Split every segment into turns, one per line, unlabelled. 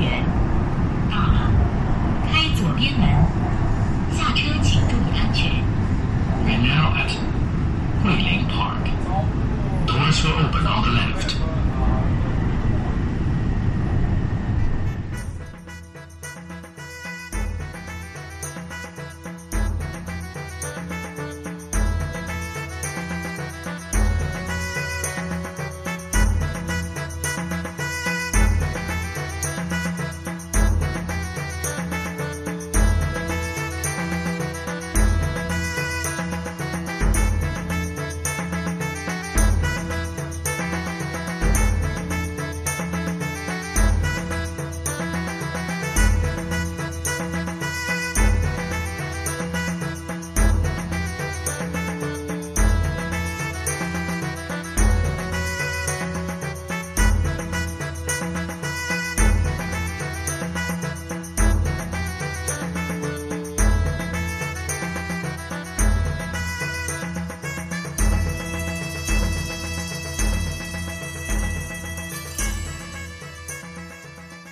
园。到了，开左边门，下车请注意安全。
We're now at Guilin Park. Doors will open on the left.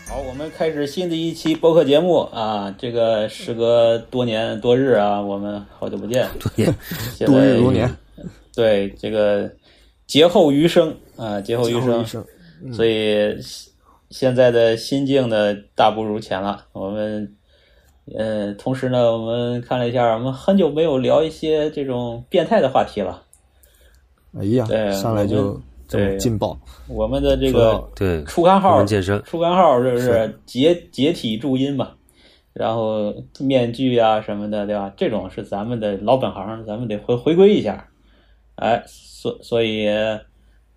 好，我们开始新的一期播客节目啊！这个时隔多年多日啊，我们好久不见，
多年
现在
度日如年，
对这个劫后余生啊，劫后余
劫后
生
余，生嗯
所以现在的心境呢大不如前了。我们呃，同时呢，我们看了一下，我们很久没有聊一些这种变态的话题了。
哎呀
对，
上来
我
就
们
这么
对
劲爆，
我们的这
说
个
到
对，
出刊
我
号
们健身
出刊号是不是解解体注音嘛？然后面具啊什么的，对吧？这种是咱们的老本行，咱们得回回归一下。哎，所所以，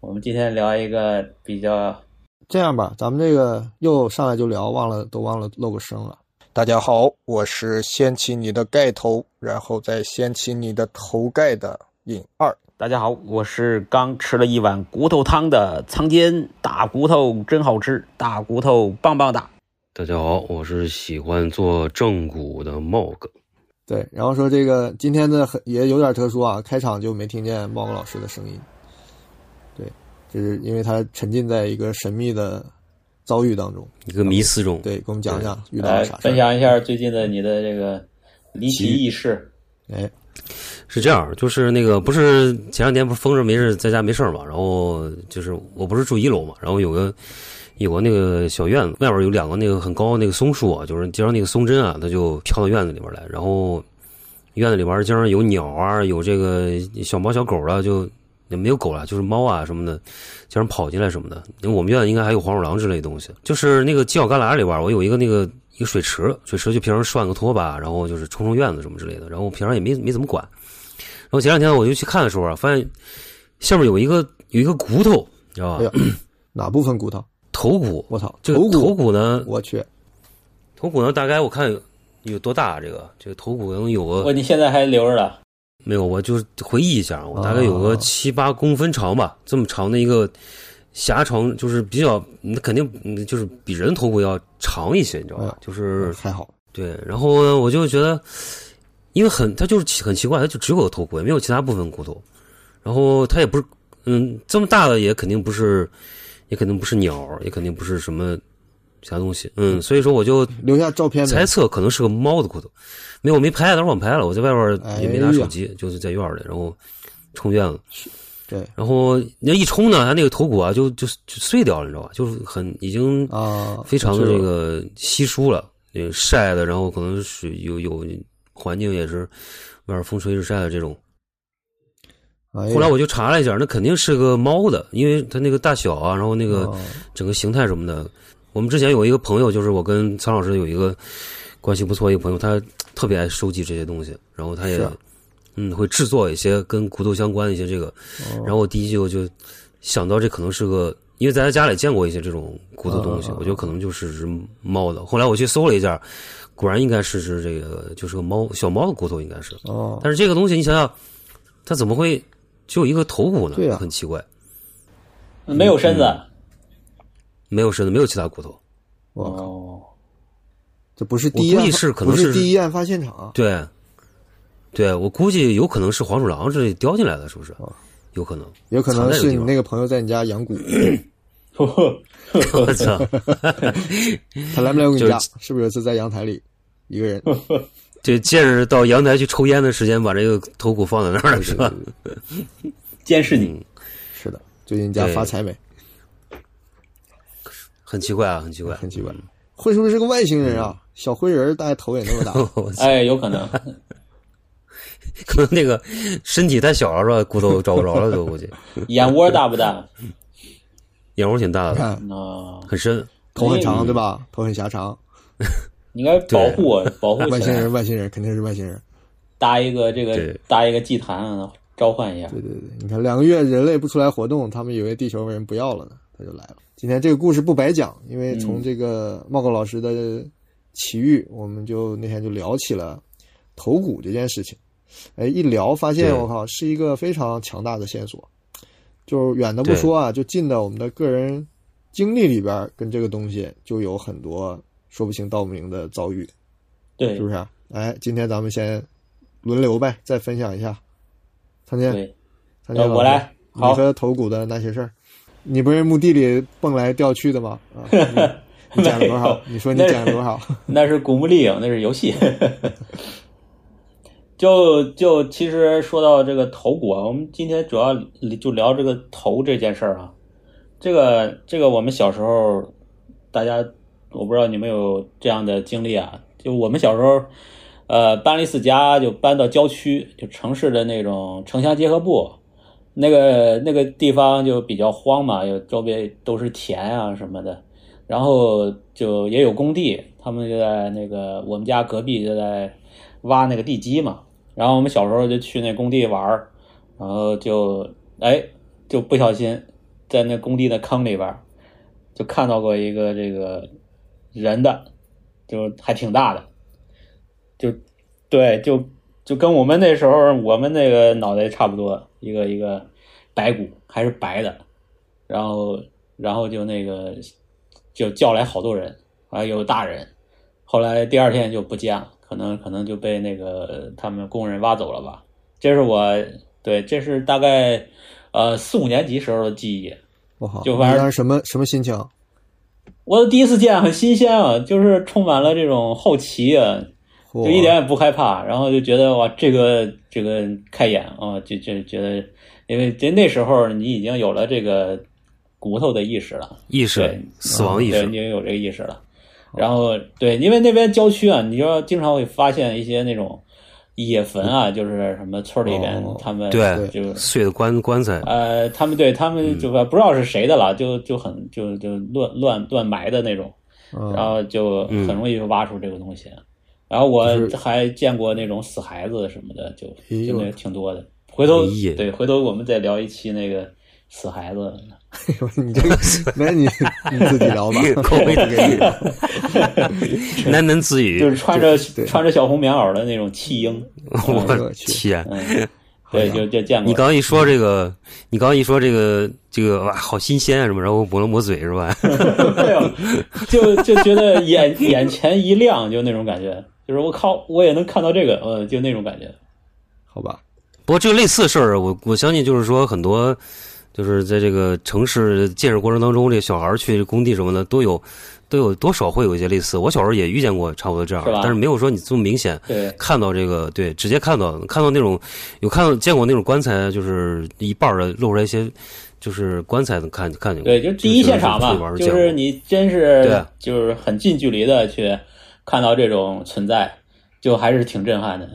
我们今天聊一个比较
这样吧，咱们这个又上来就聊，忘了都忘了露个声了。
大家好，我是掀起你的盖头，然后再掀起你的头盖的尹二。
大家好，我是刚吃了一碗骨头汤的仓坚，大骨头真好吃，大骨头棒棒哒。
大家好，我是喜欢做正骨的茂哥。
对，然后说这个今天的很也有点特殊啊，开场就没听见猫哥老师的声音，对，这是因为他沉浸在一个神秘的遭遇当中。
一个迷思中，
对，给我们讲讲遇到
来
了啥事
哎分
儿。
享一下最近的你的这个离奇轶事。
哎，
是这样，就是那个不是前两天不是封着没事在家没事儿嘛，然后就是我不是住一楼嘛，然后有个有个那个小院子，外边有两个那个很高的那个松树啊，就是经常那个松针啊，它就飘到院子里边来，然后院子里边经常有鸟啊，有这个小猫小狗啊，就也没有狗了，就是猫啊什么的，经常跑进来什么的。因为我们院子应该还有黄鼠狼之类的东西，就是那个犄角旮旯里边，我有一个那个。一个水池，水池就平常涮个拖把，然后就是冲冲院子什么之类的，然后平常也没没怎么管，然后前两天我就去看的时候啊，发现下面有一个有一个骨头，你知道
哎
吧
呦？哪部分骨头？
头骨。
我操，
这个
头
头
骨，
骨呢？
我去，
头骨呢？大概我看有有多大啊？这个这个头骨能有
我
个
你现在还留着了？
没有？我就是回忆一下，我大概有
哦
个七八公分长吧，这么长的一个狭长，就是比较，那肯定嗯就是比人头骨要长一些，你知道
哎
吧
呦？
就是
还好，
对，然后呢，我就觉得，因为很，它就是奇很奇怪，它就只有头骨，也没有其他部分骨头。然后它也不是，嗯，这么大的也肯定不是，也肯定不是鸟，也肯定不是什么其他东西。嗯，所以说我就
留下照片没
猜？测可能是个猫的骨头，没有，我没拍，当时忘拍了，我在外边也没拿手机，就是在院儿里，然后冲院子，
对
然后你一冲呢，它那个头骨啊，就就就碎掉了，你知道吧？就是很已经
啊，
非常的
是
这个稀疏了，那个晒的，然后可能是有有环境也是外边风吹日晒的这种。
哎呀
后来我就查了一下，那肯定是个猫的，因为它那个大小啊，然后那个
哦
整个形态什么的。我们之前有一个朋友，就是我跟苍老师有一个关系不错一个朋友，他特别爱收集这些东西，然后他也
是啊
嗯会制作一些跟骨头相关的一些这个。
哦
然后我第一就就想到这可能是个，因为在他家里见过一些这种骨头东西
啊啊，啊
我觉得可能就是只猫的。后来我去搜了一下，果然应该是是这个就是个猫小猫的骨头应该是。
哦，
但是这个东西你想想，它怎么会只有一个头骨呢？
对啊
很奇怪，
没有身子。啊
没有身子，没有其他骨头。
我靠，
哦，
这不是第一
我估计
案发，
是可能
不
是
第一案发现场啊，
对，对我估计有可能是黄鼠狼这叼进来的，是不是
哦？
有可能，
有可
藏
能
在这
是
个地
你
方
那个朋友在你家养蛊，
我操！
他来没来过你
就嗯
家？是不是有一次在阳台里一个人？
就借着到阳台去抽烟的时间，把这个头骨放在那儿了，是吧？
监视你。
是的，最近你家
对
发财没？
很奇怪啊，很奇怪，
很奇怪，会是不是是个外星人
嗯
啊？小灰人儿大概头也那么 大，
我操
哎，有可能，
可能那个身体太小了，是吧？骨头找不着了，都 估计
眼窝大不大？ 哦啊、
眼窝挺大的，
看
很深。
头很
嗯
长对吧？头很狭长，
你应该保护我， 保护
外
起
星
来
人，，外星人肯定是外星人。
搭一个这个
对
搭一个祭坛，啊召唤一下。
对对对，你看两个月人类不出来活动，他们以为地球人不要了呢，他就来了。今天这个故事不白讲，因为从这个茂哥老师的奇遇，我们就那天就聊起了头骨这件事情。哎，一聊发现
对
我靠是一个非常强大的线索，就是远的不
对
说啊，就近的我们的个人经历里边儿，跟这个东西就有很多说不清道不明的遭遇。
对
是不是？哎，今天咱们先轮流呗，再分享一下。苍天，
对，
苍天，
呃我来
你
好
和头骨的那些事儿，你不是墓地里蹦来掉去的吗？ 啊，你你捡了多少？
没有
你说你捡了多少？
那是古墓丽影，那是游戏。 就就其实说到这个头骨啊，我们今天主要就聊这个头这件事儿啊。这个这个，我们小时候，大家我不知道你们有这样的经历啊。就我们小时候，呃，搬了一次家，就搬到郊区，就城市的那种城乡结合部，那个那个地方就比较荒嘛，有周边都是田啊什么的。然后就也有工地，他们就在那个我们家隔壁就在挖那个地基嘛。然后我们小时候就去那工地玩儿，然后就哎就不小心在那工地的坑里边儿就看到过一个这个人的，就还挺大的，就对就就跟我们那时候我们那个脑袋差不多，一个一个白骨还是白的，然后然后就那个就叫来好多人，啊，有大人，后来第二天就不见了，可能可能就被那个他们工人挖走了吧。这是我对，这是大概呃四五年级时候的记忆。
我靠，
就
你
玩
当时什么什么心情？
我第一次见，很新鲜啊，就是充满了这种好奇啊，
嚯
就一点也不害怕，然后就觉得哇，这个这个开眼啊，就就觉得，因为这那时候你已经有了这个骨头的意识了，
意识
对，嗯
死亡意
啊对，
识
你，也有这个意识了。然后对，因为那边郊区啊，你要经常会发现一些那种野坟啊，就是什么村里边
哦
他们
嗯对嗯
就
碎的棺棺材，
呃，他们对他们就不知道是谁的了，就就很就就乱乱乱埋的那种，然
嗯，
后就很容易就挖出这个东西。
嗯
然后我
就是
还见过那种死孩子什么的，就
哎呦
就那挺多的。回头
哎呀
对，回头我们再聊一期那个死孩子。
你这个，那你你自己聊 吧。
口碑
不给你
喃喃自语
就。是穿着
对
穿着小红棉袄的那种弃婴，
我
我去
天！
嗯，对，就就见过。
你 刚一说这个，你刚一说这个，这个哇，好新鲜啊，什么？然后抹了抹嘴是吧？
没有，啊就就觉得眼眼前一亮，就那种感觉，就是我靠，我也能看到这个，呃，就那种感觉。
好吧，
不过这个类似的事儿，我我相信就是说很多，就是在这个城市建设过程当中，这个小孩儿去工地什么的都有，都有多少会有一些类似。我小时候也遇见过差不多这样
是
的，
吧
但是没有说你这么明显。
对，
看到这个，对，直接看到看到那种有看到见过那种棺材，就是一半儿的露出来一些，就是棺材能看看见过。
对，就第一现场
就是
嘛，
玩儿见
就
过
是你真是
对啊
就是很近距离的去看到这种存在，就还是挺震撼的。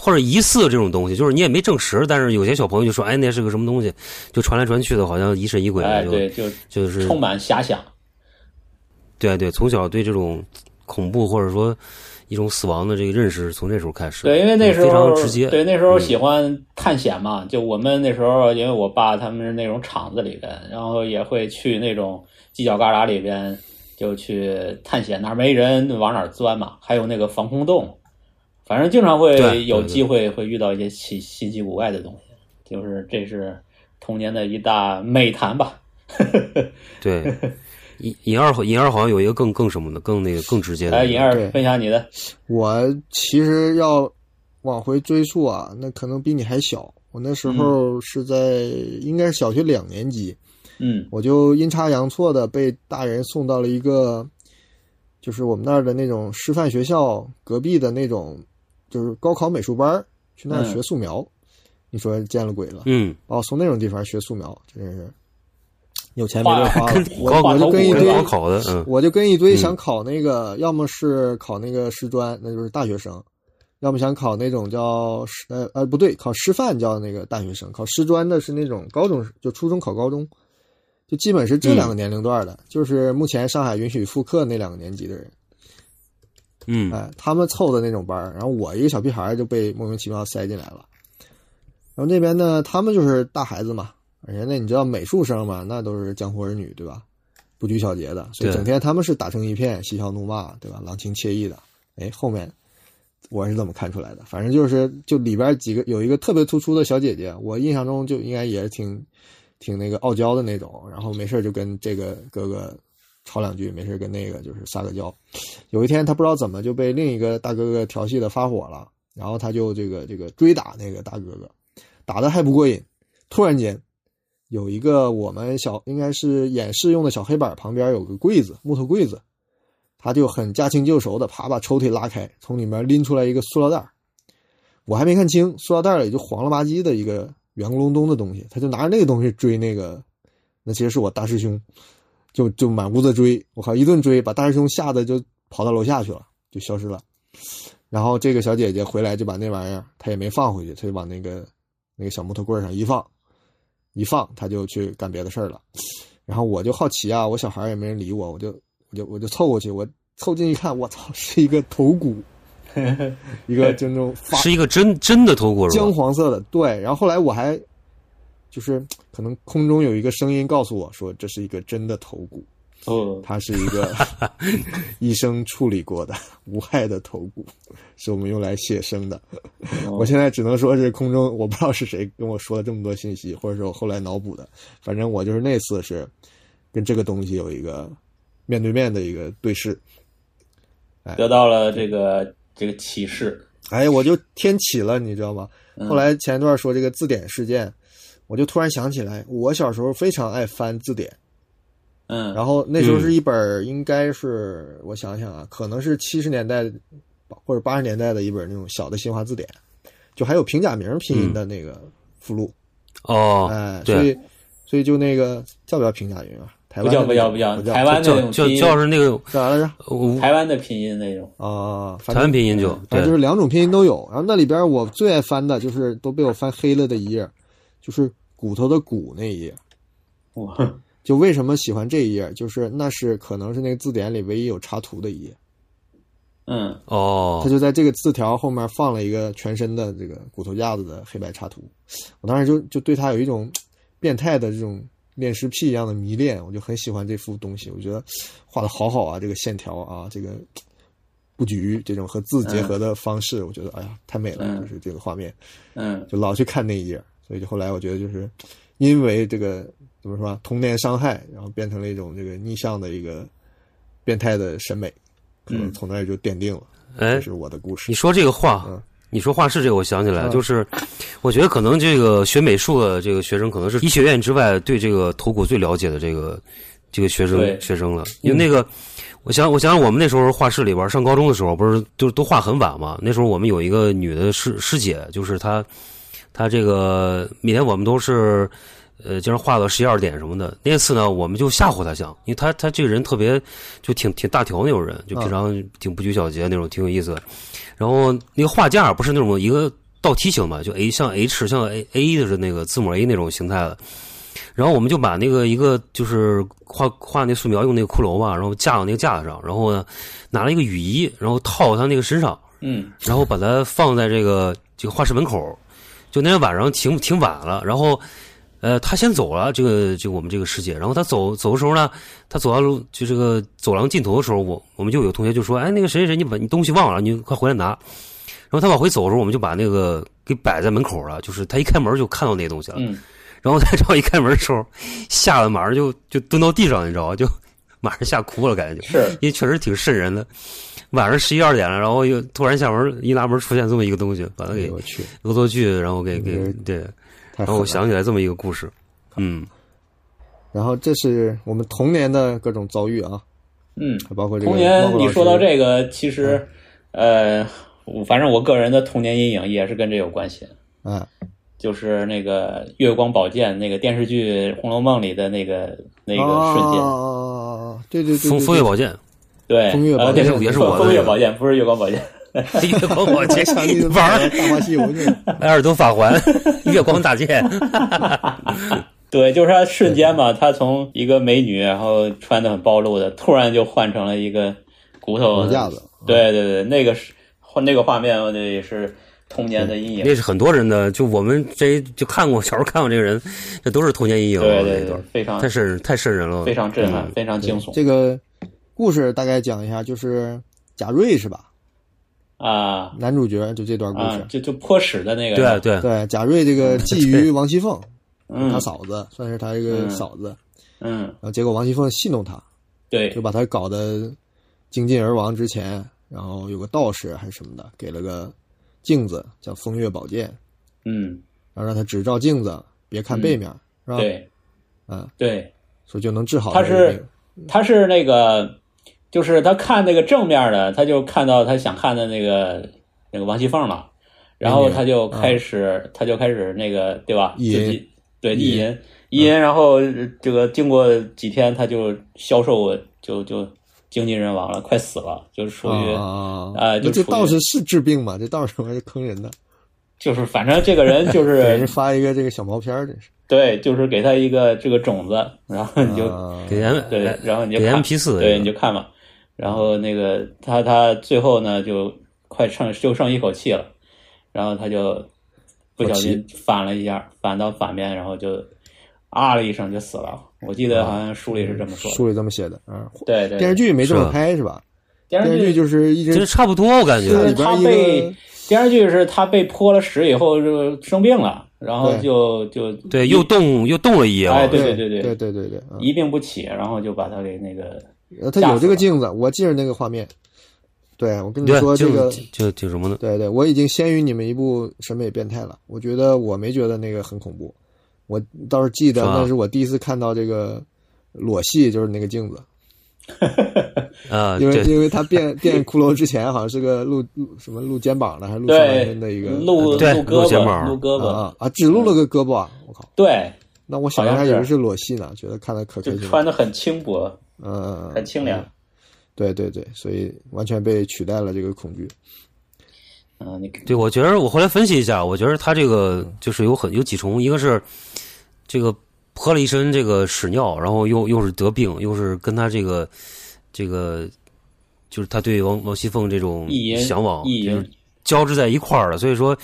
或者疑似这种东西，就是你也没证实，但是有些小朋友就说，哎，那是个什么东西，就传来传去的，好像疑神疑鬼的，
哎，
就
对，就
就是
充满遐想。
对对，从小对这种恐怖或者说一种死亡的这个认识，从那时候开始，
对，因为那时
非
候
常直接，嗯
对那时候喜欢探险嘛，就我们那时候，因为我爸他们是那种厂子里边，然后也会去那种犄角旮旯里边就去探险，哪儿没人往哪儿钻嘛。还有那个防空洞，反正经常
对
会有
对对
机会会遇到一些奇稀奇古怪的东西，就是这是童年的一大美谈吧。
对。 银银二银二好像有一个更更什么的，更那个更直接的，
来，银哎二
对
分享你的，
我其实要往回追溯啊，那可能比你还小。我那时候是在、应该是小学两年级，
嗯
我就阴差阳错的被大人送到了一个，就是我们那儿的那种师范学校隔壁的那种，就是高考美术班儿去那儿
嗯
学素描。你说见了鬼了，
嗯，
把我从那种地方学素描，真是有钱没地儿花了。我
高考
我就跟一
跟
堆
高考的，嗯
我就跟一堆
嗯
想考那个，要么是考那个师专，那就是大学生；要么想考那种叫师呃呃不对，考师范叫那个大学生，考师专的是那种高中，就初中考高中，就基本是这
嗯
两个年龄段的，就是目前上海允许复课那两个年级的人，
嗯
哎，他们凑的那种班儿然后我一个小屁孩儿就被莫名其妙塞进来了。然后那边呢，他们就是大孩子嘛，而且那你知道美术生嘛，那都是江湖儿女，对吧？不拘小节的，所以
对
整天他们是打成一片，嬉笑怒骂，对吧？郎情妾意的。哎，后面我是怎么看出来的？反正就是就里边几个有一个特别突出的小姐姐，我印象中就应该也是挺挺那个傲娇的那种，然后没事就跟这个哥哥吵两句，没事跟那个就是撒个娇。有一天他不知道怎么就被另一个大哥哥调戏的发火了，然后他就这个这个追打那个大哥哥，打的还不过瘾，突然间。有一个我们小应该是演示用的小黑板旁边有个柜子，木头柜子，他就很驾轻就熟的啪把抽屉拉开，从里面拎出来一个塑料袋儿我还没看清，塑料袋儿里就黄了吧唧的一个圆咕隆咚的东西，他就拿着那个东西追那个，那其实是我大师兄，就就满屋子追，我靠一顿追，把大师兄吓得就跑到楼下去了，就消失了。然后这个小姐姐回来就把那玩意儿，她也没放回去，她就往那个那个小木头棍儿上一放，一放她就去干别的事儿了。然后我就好奇啊，我小孩儿也没人理我，我就我就我就凑过去，我凑近一看，我操，是一个头骨，一个就那种发
是一个真真的头骨是
姜
吧？
黄色的，对。然后后来我还就是可能空中有一个声音告诉我说，这是一个真的头骨，
哦，
它是一 个医生处理过的无害的头骨，是我们用来写生的。
哦
我现在只能说是空中，我不知道是谁跟我说了这么多信息，或者是我后来脑补的。反正我就是那次是跟这个东西有一个面对面的一个对视，
得到了这个这个启示，
哎，我就天启了，你知道吗？
嗯
后来前一段说这个字典事件，我就突然想起来，我小时候非常爱翻字典，
嗯，
然后那时候是一本儿，应该是我想想啊，可能是七十年代或者八十年代的一本那种小的新华字典，就还有平假名拼音的
嗯
那个附录，
哦，
哎，
对
所以所以就那个叫不叫平假名啊？台
啊不
湾
叫
的
不
那
叫
种
不叫，
不
台湾的
叫
那种
叫
拼音，
叫是那个
叫啥来着？
呃
台湾的拼音那种，
啊，反
台
正
湾拼音就
反
对
正就是两种拼音都有。然后那里边我最爱翻的就是都被我翻黑了的一页，就是骨头的骨那一页。
哇，
就为什么喜欢这一页，就是那是可能是那个字典里唯一有插图的一页，
嗯
哦
它，就在这个字条后面放了一个全身的这个骨头架子的黑白插图。我当时就就对它有一种变态的这种恋尸癖一样的迷恋，我就很喜欢这幅东西，我觉得画的好好啊，这个线条啊，这个布局这种和字
嗯
结合的方式，我觉得哎呀太美了，
嗯
就是这个画面，
嗯
就老去看那一页，所以就后来我觉得就是因为这个怎么说啊，童年伤害，然后变成了一种这个逆向的一个变态的审美，可能
嗯
从那儿就奠定了，
哎
这，是我的故事
你。说这个画
嗯，
你说画室这个，我想起来了，
嗯
就是我觉得可能这个学美术的这个学生，可能是医学院之外对这个头骨最了解的这个这个学
对
生学生了，因为那个。我想，我想想，我们那时候画室里边上高中的时候，不是就都画很晚嘛？那时候我们有一个女的师师姐，就是她，她这个每天我们都是，呃，经常画到十一二点什么的。那次呢，我们就吓唬她想，因为她她这个人特别就挺挺大条那种人，就平常挺不拘小节那种，挺有意思的。然后那个画架不是那种一个倒梯形嘛，就 A 像 H 像 A A 的是那个字母 A 那种形态的。然后我们就把那个一个就是画画那素描用那个骷髅嘛，然后架到那个架子上，然后呢拿了一个雨衣，然后套他那个身上，
嗯
然后把它放在这个这个画室门口。就那天晚上挺挺晚了，然后呃他先走了，这个就我们这个师姐，然后他走走的时候呢，他走到路就这个走廊尽头的时候，我我们就有同学就说，哎那个谁谁谁，你把你东西忘了，你快回来拿。然后他往回走的时候，我们就把那个给摆在门口了，就是他一开门就看到那东西了。
嗯，
然后他这样一开门的时候，吓得马上就就蹲到地上，你知道吧？就 马上吓哭了，感觉就，
是
因为确实挺瘆人的。晚上十一二点了，然后又突然下门一拉门出现这么一个东西，把他
哎
给
呦我去，
恶作剧，然后给给
嗯
对，
太
然
狠
后
了
我想起来这么一个故事，嗯，
然后这是我们童年的各种遭遇啊，
嗯，
还包括这个
童
猫
年
狗老
你
师
说到这个，其实呃，我反正我个人的童年阴影也是跟这有关系。
啊，
就是那个月光宝剑那个电视剧《红楼梦》里的那个那个瞬间，
啊啊啊啊啊！对对对，
风
对
风月宝 剑，
对，
风月宝
呃
剑
对
也是我的
风
那
月
个
宝剑，不是月光宝剑。
月光宝剑
想起
玩儿
大话西游去了，
艾尔登法 环，月光大剑，
对，就是他瞬间嘛，他从一个美女，然后穿的很暴露的，突然就换成了一个骨头
骨 架子。啊
对对对，那个是换那个画面，我这也是童年的阴影。
那是很多人的。就我们这就看过，小时候看过这个人，这都是童年阴影。
对对
这
对
都是，
非常
太瘆人太瘆人了。
非常震撼，非常惊悚
嗯这个故事大概讲一下，就是贾瑞是吧？
啊
男主角就这段故
啊
事，。
就就泼屎的那个，
嗯对啊对，
对，贾瑞这个觊觎王熙凤，
嗯
他嫂子算是他一个
嗯
嫂子，
嗯，
然后结果王熙凤戏弄他，
对
就把他搞得精尽而亡之前，然后有个道士还是什么的，给了个镜子叫风月宝剑，
嗯
然后让他只照镜子，别看背面，是吧？，
对
嗯，
对，
说就能治好
他
的这
是他是那个，就是他看那个正面的，他就看到他想看的那个那个王熙凤了，然后他就开始、他就开始那个对吧？自
嗯意淫嗯
己对
意
意淫意淫，然后这个经过几天，他就消瘦，就就精尽人亡了，快死了，就是
个
属于、
啊啊
啊
那
就
这
属于
道士是治病吗？这道士我是坑人的，
就是反正这个人 就
给人
是
发一个这个小毛片儿，真是
对，就是给他一个这个种子，然后你嗯就、
啊
给 M
对，然后你就
给
看
MP 四，
对，你就看吧。然后那个他他最后呢就快剩就剩一口气了，然后他就不小心反了一下，反到反面，然后就啊了一声就死了。我记得好像书里是这么说的。
啊书里这么写的啊。
对对，对
电视剧没这
是
么
啊
拍是吧？
电
电
视
视剧
剧
就是一
这
直
差不多，我感
是
觉
里
是
边
他
一个
被电视剧是他被泼了屎以后就生病了，然后
对
就就
对，又动又动了一夜。
哎
我
对
对
对
对
对
对对对啊
一病不起，然后就把他给那个
呃，他
吓
有
死
这个
了
镜子，我记着那个画面。对，我跟你
对，
说这
就
个，
就就什么呢？
对对，我已经先于你们一步审美变态了。我觉得我没觉得那个很恐怖，我倒是记得
是吧
那是我第一次看到这个裸戏，就是那个镜子，
啊，
因为
对，
因为他变变骷髅之前好像是个露露什么露肩膀的，还是露上半
对
身的一个呃
露
对
露
露
胳
肩膀
膊露胳膊
啊，啊，只露了个胳膊啊！我靠，
对，
那我小时候
好
还
像
以
是
为是裸戏呢，觉得看的可开
就
心了。
穿的很轻薄，
嗯，
很清凉。
对对对，所以完全被取代了这个恐惧。
嗯，你
对，我觉得我后来分析一下，我觉得他这个就是有很有几重，一个是这个喝了一身这个屎尿，然后又又是得病，又是跟他这个这个就是他对王王熙凤这种
意淫
向往，
意
就是
淫，
交织在一块儿了。所以说，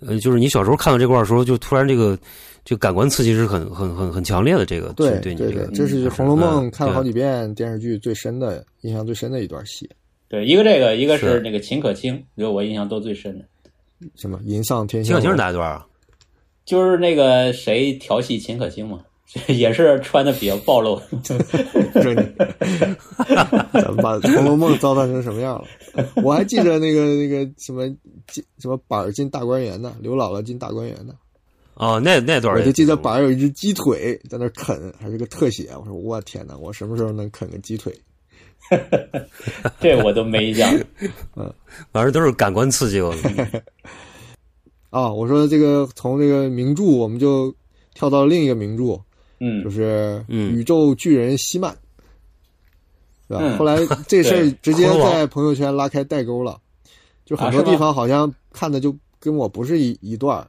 呃，就是你小时候看到这块儿的时候，就突然这个就感官刺激是很很很很强烈的。这个
对
是对你
对
这个，嗯
这是《红楼梦》看了好
对啊
几遍电视剧最深的印象最深的一段戏，
对，一个这个，一个是
是
那个秦可卿，就我印象都最深的，
什么“吟上天
秦
香
可卿
楼”
是哪一段啊？
就是那个谁调戏秦可卿嘛， 也是穿的比较暴露。
扔你， 咱们把《红楼梦》糟蹋成什么样了？我还记着那个那个什么进什么板儿进大观园呢，刘姥姥进大观园呢，
哦，那那段儿
我
也
就记得
挺
板儿有一只鸡腿在那儿啃，还是个特写。我说我天哪，我什么时候能啃个鸡腿？
这我都没印象。
反正都是感官刺激。我
啊，我说这个从这个名著，我们就跳到另一个名著，就
嗯，
是
嗯
宇宙巨人希曼，对吧？
嗯
后来这事儿直接
葫芦娃
在朋友圈拉开代沟了，就很
啊是
多
吗
地方好像看的就跟我不是一一段儿，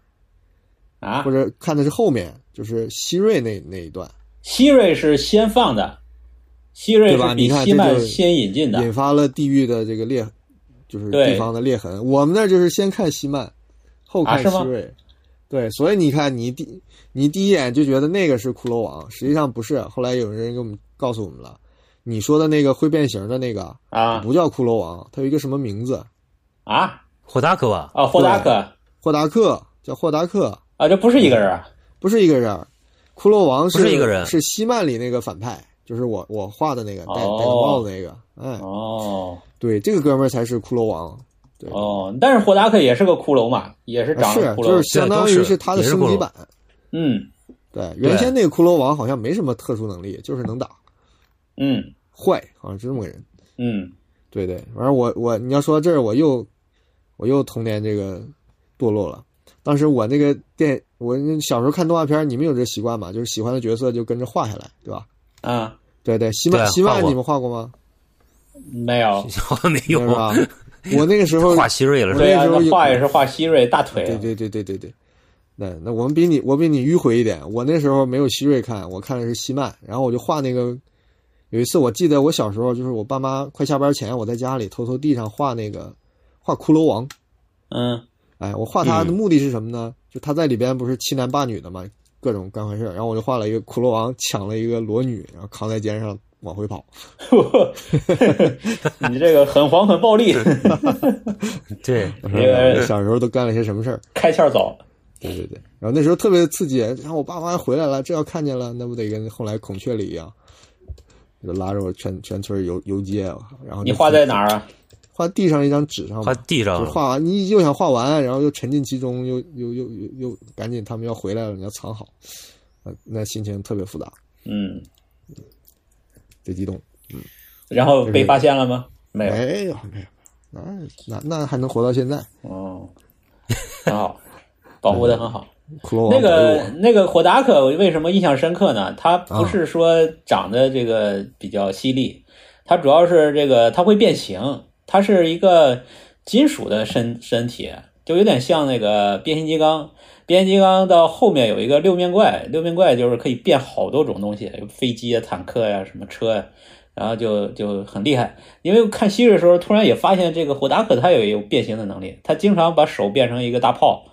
啊
或，者看的是后面，就是希瑞那那一段，
希瑞是先放的，希瑞
对吧
是比
你看
希
这
曼
就是
先引进
引
的。
发了地域的这个裂，就是
对
地方的裂痕。我们那儿就是先看希曼，后看
啊是吗
希瑞。对，所以你看，你第你第一眼就觉得那个是骷髅王，实际上不是。后来有人给我们告诉我们了，你说的那个会变形的那个，
啊
不叫骷髅王，它有一个什么名字？
啊
霍达科吧，
啊！霍达克
霍达克，叫霍达克，
啊，这不是一个人啊。
不是一个人儿。骷髅王是
不是一个人
是希曼里那个反派，就是我我画的那个戴、
哦
戴个帽子那个。哎，
哦
对，这个哥们儿才是骷髅王。对，
哦，但是霍达克也是个骷髅嘛，也是
啊
长
是
得骷
就是
髅。
相当
对
于
都是
是他的
也是
升
骷
级
髅
版。
嗯，
对，原先那个骷髅王好像没什么特殊能力，就是能打，
嗯
坏，好像是这么个人。
嗯
对对，反正我我你要说到这儿，我又我又童年这个堕落了。当时我那个电，我小时候看动画片儿，你们有这习惯吗？就是喜欢的角色就跟着画下来，对吧？
啊，
对对，西曼
对
西
画
曼
过
你们画过吗？
没
哦
有，
好像没 有啊
是吧？我那个 时候，
画希瑞了，
那
对呀、
时候
那
有
画也是画希瑞大腿啊，
对对对对对对，那那我们比你我比你迂回一点，我那时候没有希瑞看，我看的是西曼，然后我就画那个。有一次我记得我小时候，就是我爸妈快下班前，我在家里偷偷地上画那个画骷髅王，
嗯
哎，我画他的
嗯
目的是什么呢？就他在里边不是欺男霸女的嘛，各种干坏事儿。然后我就画了一个骷髅王抢了一个裸女，然后扛在肩上往 回跑。
你这个很黄很暴力，
对，
我说哎小时候都干了些什么事儿？
开窍早，
对对对。然后那时候特别刺激，然后我爸妈回来了，这要看见了，那不得跟后来孔雀里一样，就拉着我全全村游游街。啊然后
你
就
画在哪儿啊？
画地上一张纸上吧
画地上
就
了，
画完，你又想画完，然后又沉浸其中，又又又又又赶紧他们要回来了，你要藏好，呃那心情特别复杂，
嗯，
贼激动。
然后被发现了吗？没有，
没有没有，那那那还能活到现在？
哦，很好，保护的很好。
骷髅王啊
那
保佑
个
我
那个火达克为什么印象深刻呢？他不是说长得这个比较犀利，他主要是这个他会变形，他是一个金属的身身体，就有点像那个变形金刚。变形金刚到后面有一个六面怪，六面怪就是可以变好多种东西，有飞机啊、坦克呀、什么车呀、然后就就很厉害。因为看昔日的时候，突然也发现这个火达克他也有变形的能力，他经常把手变成一个大炮，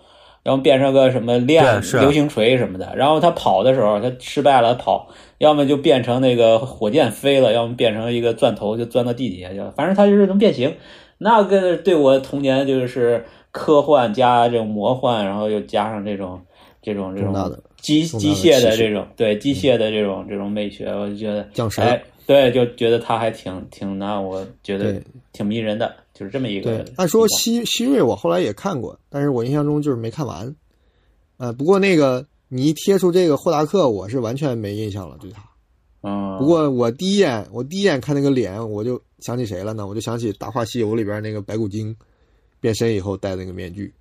然后变成个什么链、
对是啊
流星锤什么的。然后他跑的时候，他失败了，他跑，要么就变成那个火箭飞了，要么变成一个钻头就钻到地底下去了。反正他就是能变形。那个对我童年就是科幻加这种魔幻，然后又加上这种这种这
重大
种
的
机
重大
机
的
械的
启示嗯
这种对机械的这种这种美学，我就觉得
降神了
哎，对，就觉得他还挺挺让我觉得
对
挺迷人的，就是这么一个
对
情，况。
按说希希瑞我后来也看过，但是我印象中就是没看完。呃，不过那个你一贴出这个霍达克，我是完全没印象了对他。
嗯，
不过我第一眼我第一眼看那个脸，我就想起谁了呢？我就想起《大话西游》里边那个白骨精变身以后戴那个面具，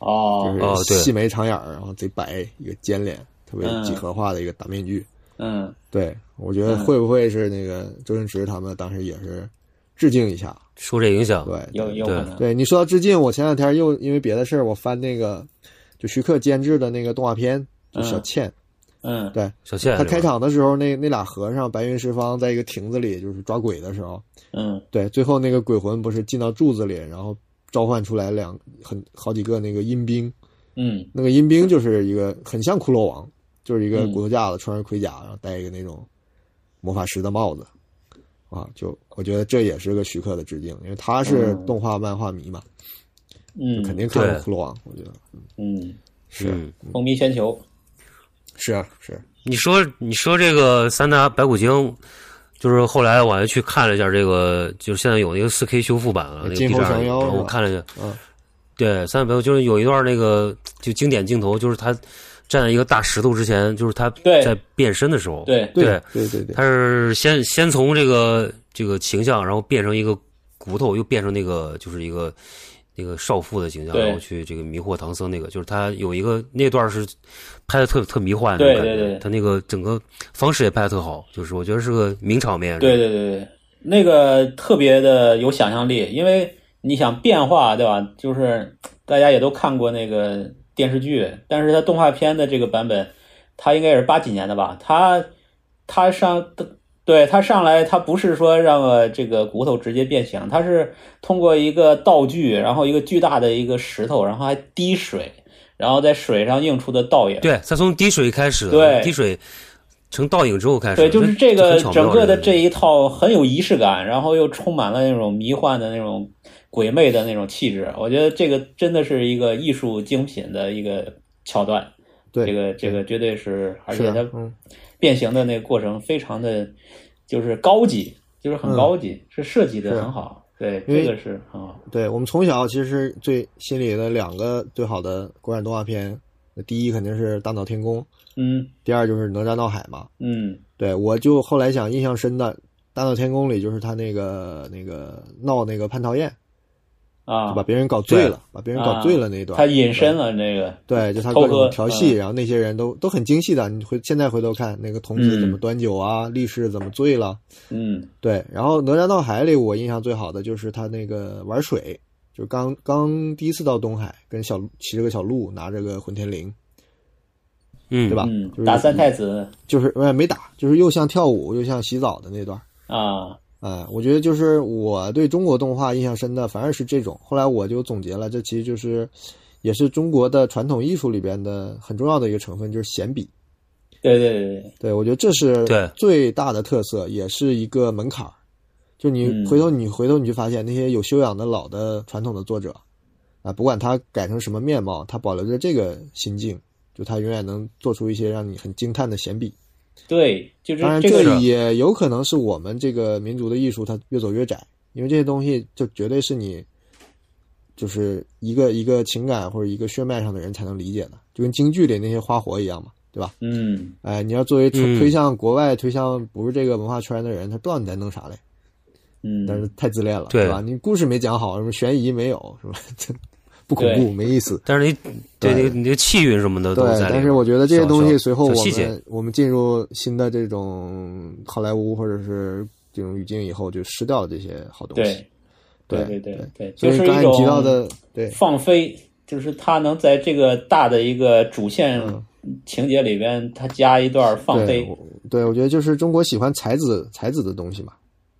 就
哦，
哦
是
对
细眉长眼儿，然后贼白，一个尖脸，特别
嗯
几何化的一个大面具。
嗯，
对，我觉得
嗯
会不会是那个周星驰他们当时也是致敬一下？
受这影响，
对，
啊有有可能，
对你说到致敬，我前两天又因为别的事儿，我翻那个就徐克监制的那个动画片，就小
嗯
倩。
嗯
对
小倩
他开场的时候，那那俩和尚白云十方在一个亭子里就是抓鬼的时候，
嗯
对，最后那个鬼魂不是进到柱子里，然后召唤出来两很好几个那个阴兵，
嗯
那个阴兵就是一个很像骷髅王，就是一个
嗯
骨头架子，穿着盔甲，然后戴一个那种魔法师的帽子，啊，就我觉得这也是个徐克的致敬，因为他是
嗯
动画漫画迷嘛，就
嗯，
肯定看过
对
《骷髅王》，我觉得
嗯
是、
嗯
风靡全球，
是啊是，
你说你说这个三大白骨精，就是后来我还去看了一下这个，就是现在有那个四 K 修复版了，那个
金
B
猴
站
降妖
然后
是吧
我看了一下，
嗯
对，三大白骨精有一段那个就经典镜头，就是他站在一个大石头之前，就是他
对
在变身的时候，
对
对，
对对对
他是先先从这个这个形象，然后变成一个骨头，又变成那个就是一个那个少妇的形象，
对
然后去这个迷惑唐僧那个，就是他有一个那段是拍的特特迷幻的
对
感觉，
对对
他那个整个方式也拍的特好，就是我觉得是个名场面，
对对对对，那个特别的有想象力，因为你想变化，对吧？就是大家也都看过那个电视剧，但是它动画片的这个版本，它应该也是八几年的吧？它它上对它上来，它不是说让呃这个骨头直接变形，它是通过一个道具，然后一个巨大的一个石头，然后还滴水，然后在水上映出的倒影。
对，他从滴水开始，啊
对
滴水成倒影之后开始，
对，就是这个
很巧妙
整个的这
个
一套很有仪式感，然后又充满了那种迷幻的那种鬼魅的那种气质。我觉得这个真的是一个艺术精品的一个桥段。
对，
这个这个绝对是，而
是
且
的
它
嗯
变形的那个过程非常的，就是高级，就是很
嗯
高级，是设计的
是啊
很好。对，
因
这
为
个是很好。
对我们从小其实最心里的两个最好的国产动画片，那第一肯定是大闹天宫，
嗯
第二就是哪吒闹海嘛。
嗯
对我就后来想印象深的《大闹天宫》里就是他那个那个闹那个蟠桃宴，
啊
就把，别人搞醉
对
了，把别人搞醉了那一段，
他隐身了那个，
对，就他
偷
各
喝
种调戏，
嗯
然后那些人都都很精细的。你回现在回头看，那个童子怎么
嗯
端酒啊，力士怎么醉了，
嗯
对。然后哪吒闹海里，我印象最好的就是他那个玩水，就刚刚第一次到东海，跟小骑着个小鹿，拿着个混天绫，
嗯，
对吧？
嗯
啊就，是
打三太子
就是呃没打，就是又像跳舞又像洗澡的那段。
啊，
啊、我觉得就是我对中国动画印象深的反而是这种。后来我就总结了，这其实就是，也是中国的传统艺术里边的很重要的一个成分，就是闲笔。
对对对对，
对，我觉得这是
对
最大的特色，也是一个门槛儿。就你
嗯
回头你回头你就发现那些有修养的老的传统的作者，啊，不管他改成什么面貌，他保留着这个心境，就他永远能做出一些让你很惊叹的闲笔。
对，就是
当然，
这个
这也有可能是我们这个民族的艺术它越走越窄，因为这些东西就绝对是你就是一个一个情感或者一个血脉上的人才能理解的，就跟京剧里那些花活一样嘛，对吧？
嗯
哎，你要作为推
嗯
推向国外、推向不是这个文化圈的人，他不知道你在弄啥嘞，
嗯，
但是太自恋了，
对
吧？你故事没讲好，什么悬疑没有，是吧？ 这不恐怖，
对
没意思。
但是你对
对
那个你那个气韵什么的都
对，
在里面。
但是我觉得这些
小
东西
小
随后
小
我
细节
们我们进入新的这种好莱坞或者是这种语境以后，就失掉了这些好东西
对。
对
对
对
对对，
所
就
以
是
刚才
一
你
种
提到的，对
放飞，就是他能在这个大的一个主线情节里边，他加一段放
嗯对
飞，
我对，我觉得就是中国喜欢才子才子的东西嘛，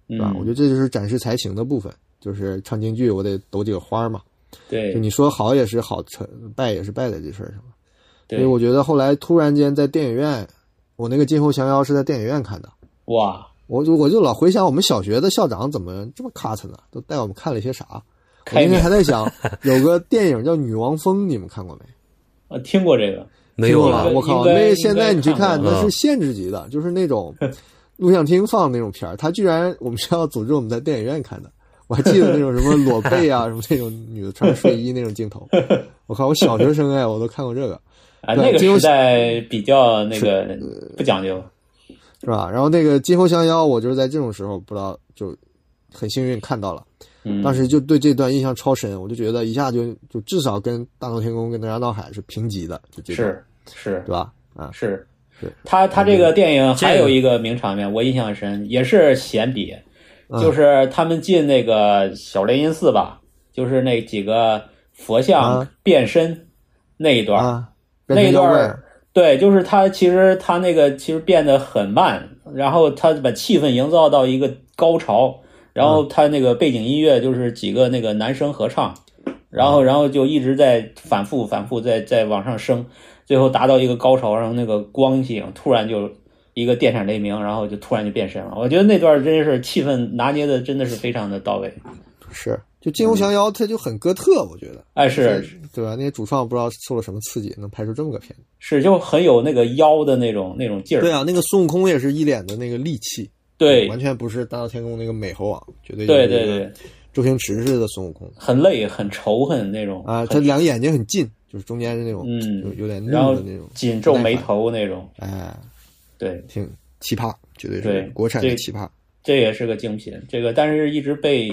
嗯
对吧？，我觉得这就是展示才情的部分，就是唱京剧我得抖几个花儿嘛，
对
就你说好也是好，成败也是败在这事儿上嘛。所以
对，
我觉得后来突然间在电影院，我那个《今后降妖》是在电影院看的。
哇，
我就我就老回想我们小学的校长怎么这么咔嚓呢？都带我们看了些啥？我
开
那天
面
还在想，有个电影叫《女王蜂》，你们看过没？
我听过这个，
没有
听过吧
了，嗯
我靠，
应该
那现在你去看，
应该看
那
过
是限制级的，就是那种录像厅放那种片儿。他居然我们学校组织我们在电影院看的，我还记得那种什么裸背啊，什么那种女的穿着睡衣那种镜头。我靠，我小学生哎，我都看过这个，
啊，
对
那个
金庸
时代比较那个
呃
不讲究，
是吧？然后那个《今后降妖》，我就是在这种时候不知道就很幸运看到了。
嗯，
当时就对这段印象超深，我就觉得一下就就至少跟《大闹天宫》跟《哪吒闹海》是平级的，就这种
是是
对吧？啊，
是
是，
他他这个电影还
这
有
个
一个名场面，我印象很深，也是闲笔，
嗯
就是他们进那个小雷音寺吧，就是那几个佛像
啊
变身那一段儿，
啊，变
那
成
一
妖
段
怪
儿
儿，
对，就是他其实他那个其实变得很慢，然后他把气氛营造到一个高潮，然后
嗯
他那个背景音乐就是几个那个男生合唱，然
嗯
后然后就一直在反复反复在在往上升，最后达到一个高潮，然后那个光景突然就一个电闪雷鸣，然后就突然就变身了。我觉得那段真是气氛拿捏的真的是非常的到位，
是就《金屋降妖》，它就很哥特，我觉得
哎是
对吧？那些主创不知道受了什么刺激，能拍出这么个片子。
是就很有那个妖的那种那种劲儿，
对啊，那个孙悟空也是一脸的那个戾气，
对
完全不是《大闹天宫》那个美猴王，绝对
对
就是
对
一个
对。
周星驰似的孙悟空
很累、很仇恨那种
啊，
很
他两个眼睛很近，就是中间是那种
嗯
有有点怒
然后
的那种，
紧皱眉头那种。
哎，
对，
挺奇葩，绝对是
对
国产的
这
奇葩。
这也是个精品，这个但是一直被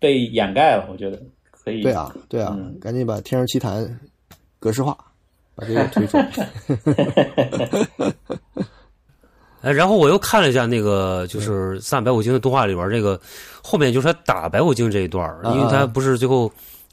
被掩盖了，我觉得可以。
对，啊，对啊，
嗯
赶紧把《天上奇谭》格式化， 把这个推出
嗯
来。
哎，然后我又看了一下那个，就是《萨满白骨精》的动画里边这个后面就是他打白骨精这一段儿，
啊
因为他不是最后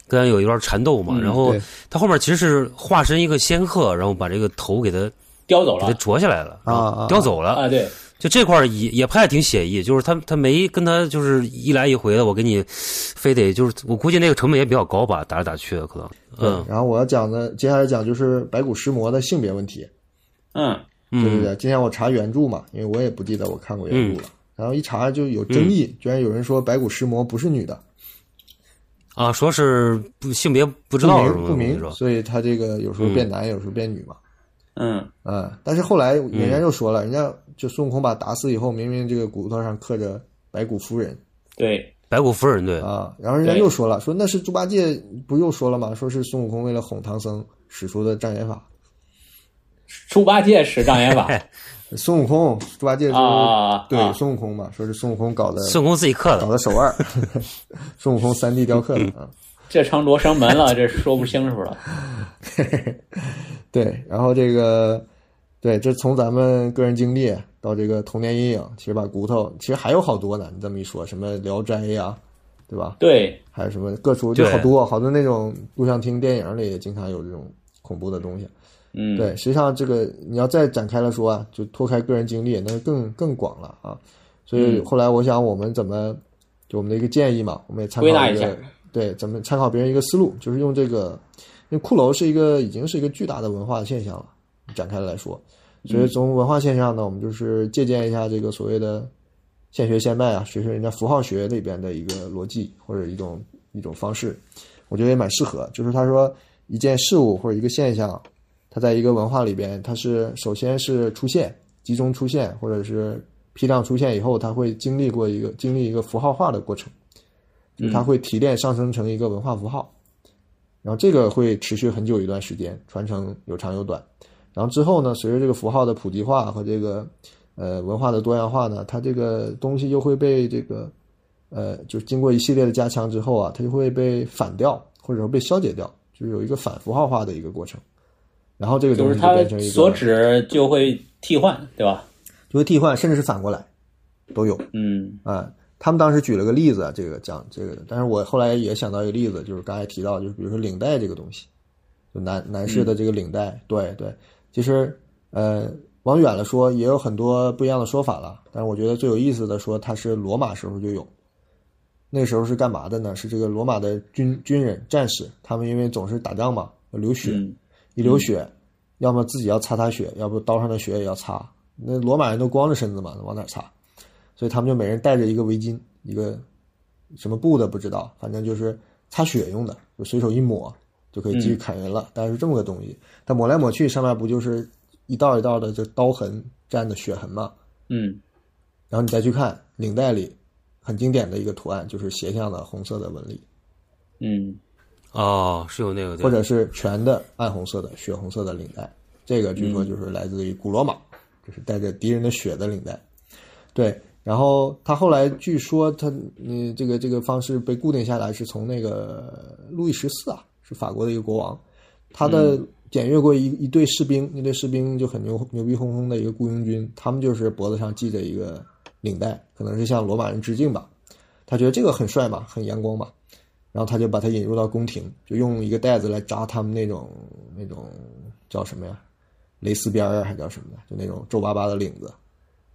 跟他有一段缠斗嘛，
嗯
然后
对
他后面其实是化身一个仙鹤，然后把这个头给他
叼走
给他
了
啄下来了，然
啊啊
后叼走了。
啊！对，
就这块儿也也拍的挺写意，就是他他没跟他就是一来一回的，我给你非得就是我估计那个成本也比较高吧，打来打去的可能。嗯
然后我要讲的，接下来讲就是白骨尸魔的性别问题，
嗯
对对
嗯
对。今天我查原著嘛，因为我也不记得我看过原著了。然后一查就有争议，
嗯
居然有人说白骨尸魔不是女的，
啊，说是不性别不
不
知道
明
什么
不
东西
明
是，吧？
所以他这个有时候变男，有时候变女嘛。
嗯
嗯，但是后来人家又说
嗯
了，人家就孙悟空把他打死以后，明明这个骨头上刻着白骨夫人，
对，
白骨夫人对，
啊，然后人家
对
又说了，说那是猪八戒不又说了吗？说是孙悟空为了哄唐僧使出的障眼法，
猪八戒使障眼法
孙悟空猪八戒就是、
啊
对、
啊
孙悟空嘛，说是孙悟空搞的
孙悟空自己嗯刻
搞
的，
的手腕， 孙悟空三 D 雕刻的啊。
这成罗生门了，这说不清楚了。
对，然后这个，对，这从咱们个人经历到这个童年阴影，其实把骨头，其实还有好多呢。你这么一说，什么《聊斋》呀，对吧？
对，
还有什么各处就
对
好多好多那种录像厅、电影里也经常有这种恐怖的东西。
嗯，
对，实际上这个你要再展开了说啊，就脱开个人经历，那更更广了啊。所以后来我想，我们怎么就我们的一个建议嘛，我们也参考
归纳一
个
下
对，怎么参考别人一个思路，就是用这个，因为骷髅是一个已经是一个巨大的文化现象了，展开来说，所以从文化现象呢，我们就是借鉴一下这个所谓的现学现卖啊，学学人家符号学里边的一个逻辑或者一种一种方式，我觉得也蛮适合。就是他说一件事物或者一个现象，它在一个文化里边，它是首先是出现、集中出现，或者是批量出现以后，它会经历过一个经历一个符号化的过程，就它会提炼上升成一个文化符号，然后这个会持续很久一段时间，传承有长有短。然后之后呢，随着这个符号的普及化和这个呃文化的多样化呢，它这个东西又会被这个呃，就是经过一系列的加强之后啊，它就会被反掉，或者说被消解掉，就是有一个反符号化的一个过程。然后这个
就
东
是
西就
它
变成一个
所指就会替换，对吧？
就会替换，甚至是反过来都有
嗯
啊、他们当时举了个例子啊，这个讲这个，但是我后来也想到一个例子，就是刚才提到，就是比如说领带这个东西，就男男士的这个领带，对对，其实呃，往远了说也有很多不一样的说法了，但是我觉得最有意思的说，它是罗马时候就有。那时候是干嘛的呢？是这个罗马的军军人、战士，他们因为总是打仗嘛，要流血，
嗯
一流血，要么自己要擦擦血，要不刀上的血也要擦。那罗马人都光着身子嘛，往哪擦？所以他们就每人带着一个围巾，一个什么布的不知道，反正就是擦血用的，就随手一抹就可以继续砍人了。但是这么个东西，它抹来抹去，上面不就是一道一道的这刀痕沾的血痕吗？
嗯
然后你再去看领带里很经典的一个图案，就是斜向的红色的纹理，
嗯，
哦，是有那个对
或者是全的暗红色的、血红色的领带。这个据说就是来自于古罗马，就是带着敌人的血的领带。对，然后他后来据说他嗯这个这个方式被固定下来是从那个路易十四啊，是法国的一个国王，他的检阅过一一队士兵，那队士兵就很牛牛逼哄哄的一个雇佣军，他们就是脖子上系着一个领带，可能是向罗马人致敬吧。他觉得这个很帅嘛，很阳光嘛，然后他就把它引入到宫廷，就用一个袋子来扎他们那种那种叫什么呀，蕾丝边儿啊，还叫什么的，就那种皱巴巴的领子，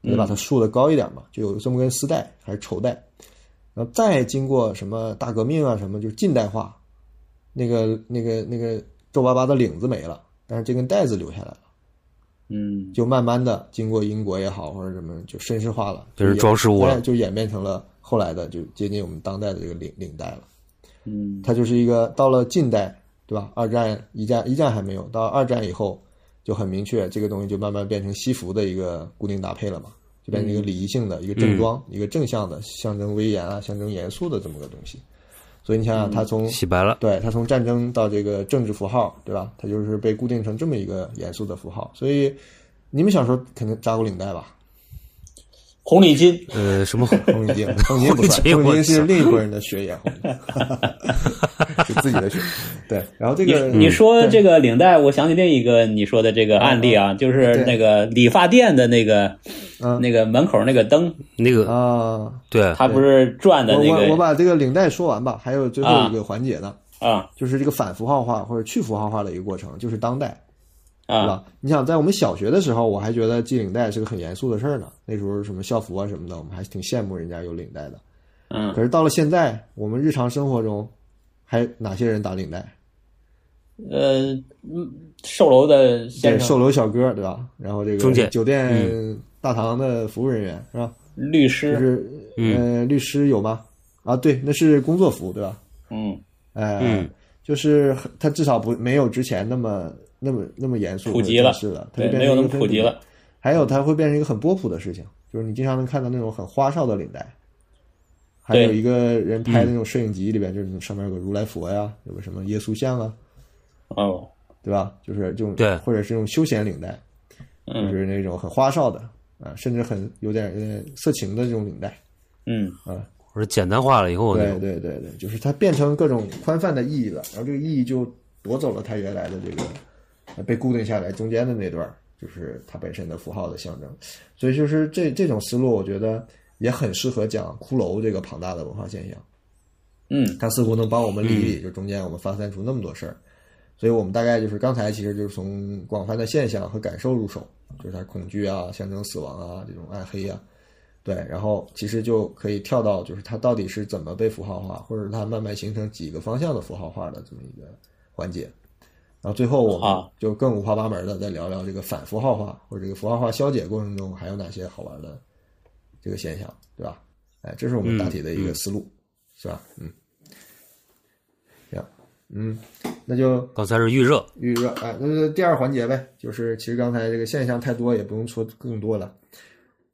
嗯
你把它竖得高一点嘛，就有这么根丝带还是绸带，然后再经过什么大革命啊什么，就是近代化，那个那个那个皱巴巴的领子没了，但是这根带子留下来了，
嗯，
就慢慢的经过英国也好或者什么，就绅士化了，
变成装饰物了
哎就演变成了后来的就接近我们当代的这个领领带了。
嗯
它就是一个到了近代，对吧？二战、一战、一战还没有，到二战以后就很明确，这个东西就慢慢变成西服的一个固定搭配了嘛，就变成一个礼仪性的、一个正装、一个正向的，象征威严啊、象征严肃的这么个东西。所以你想想，它从、
洗白了，
对它从战争到这个政治符号，对吧？它就是被固定成这么一个严肃的符号。所以你们小时候肯定扎过领带吧？
红领巾，
呃，什么
红 领巾，红领巾不算，
红领巾
红
我
领巾是另一拨人的血 液，红领巾是自己的血。对，然后这
你
个
你说这个领带，我想起另一个你说的这个案例啊，就是
嗯对
那个理发店的那个
嗯
那个门口那个灯，
那个
啊，
对，
它不是转的
我
那
我我
个
把这个领带说完吧，还有最后一个环节呢，
啊
就是这个反符号化或者去符号化的一个过程，就是当代，对
啊
吧？你想，在我们小学的时候，我还觉得系领带是个很严肃的事儿呢，那时候什么校服啊什么的，我们还挺羡慕人家有领带的。
嗯
可是到了现在，我们日常生活中，还哪些人打领带？
呃嗯售楼的
对，
先
售
生、
楼小哥，对吧？然后这
中介
个酒店
嗯
大堂的服务人员、是吧？
律
就
师，
是
嗯
呃，律师有吗？啊，对，那是工作服，对吧？
嗯，
呃，
嗯
就是很它至少不没有之前那么那么那么严肃
普及了
是的，它
对
就，变
没
成
有那
一
么
个
普及
分
了。
还有它会变成一个很波普的事情，就是你经常能看到那种很花哨的领带，还有
对嗯
一个人拍的那种摄影集里边，就是上面有个如来佛呀，有个什么耶稣像啊，
哦，
对吧？就是这种
对
或者是用休闲领带，就
嗯
是那种很花哨的啊，甚至很有点有点色情的这种领带。
嗯
或者简单化了以后那
对
种，
对对对，就是它变成各种宽泛的意义了，然后这个意义就夺走了它原来的这个呃被固定下来中间的那段儿，就是它本身的符号的象征。所以就是这这种思路，我觉得也很适合讲骷髅这个庞大的文化现象。
嗯
它似乎能帮我们理一理，就中间我们发散出那么多事儿。所以我们大概就是刚才其实就是从广泛的现象和感受入手，就是它恐惧啊、象征死亡啊、这种暗黑啊，对，然后其实就可以跳到就是它到底是怎么被符号化，或者它慢慢形成几个方向的符号化的这么一个环节。然后最后我们
啊
就更五花八门的再聊聊这个反符号化或者这个符号化消解过程中还有哪些好玩的这个现象，对吧？哎，这是我们大体的一个思路，是吧？嗯。行，嗯，那就
刚才是预热，
预热，哎，那就第二环节呗，就是其实刚才这个现象太多，也不用说更多了。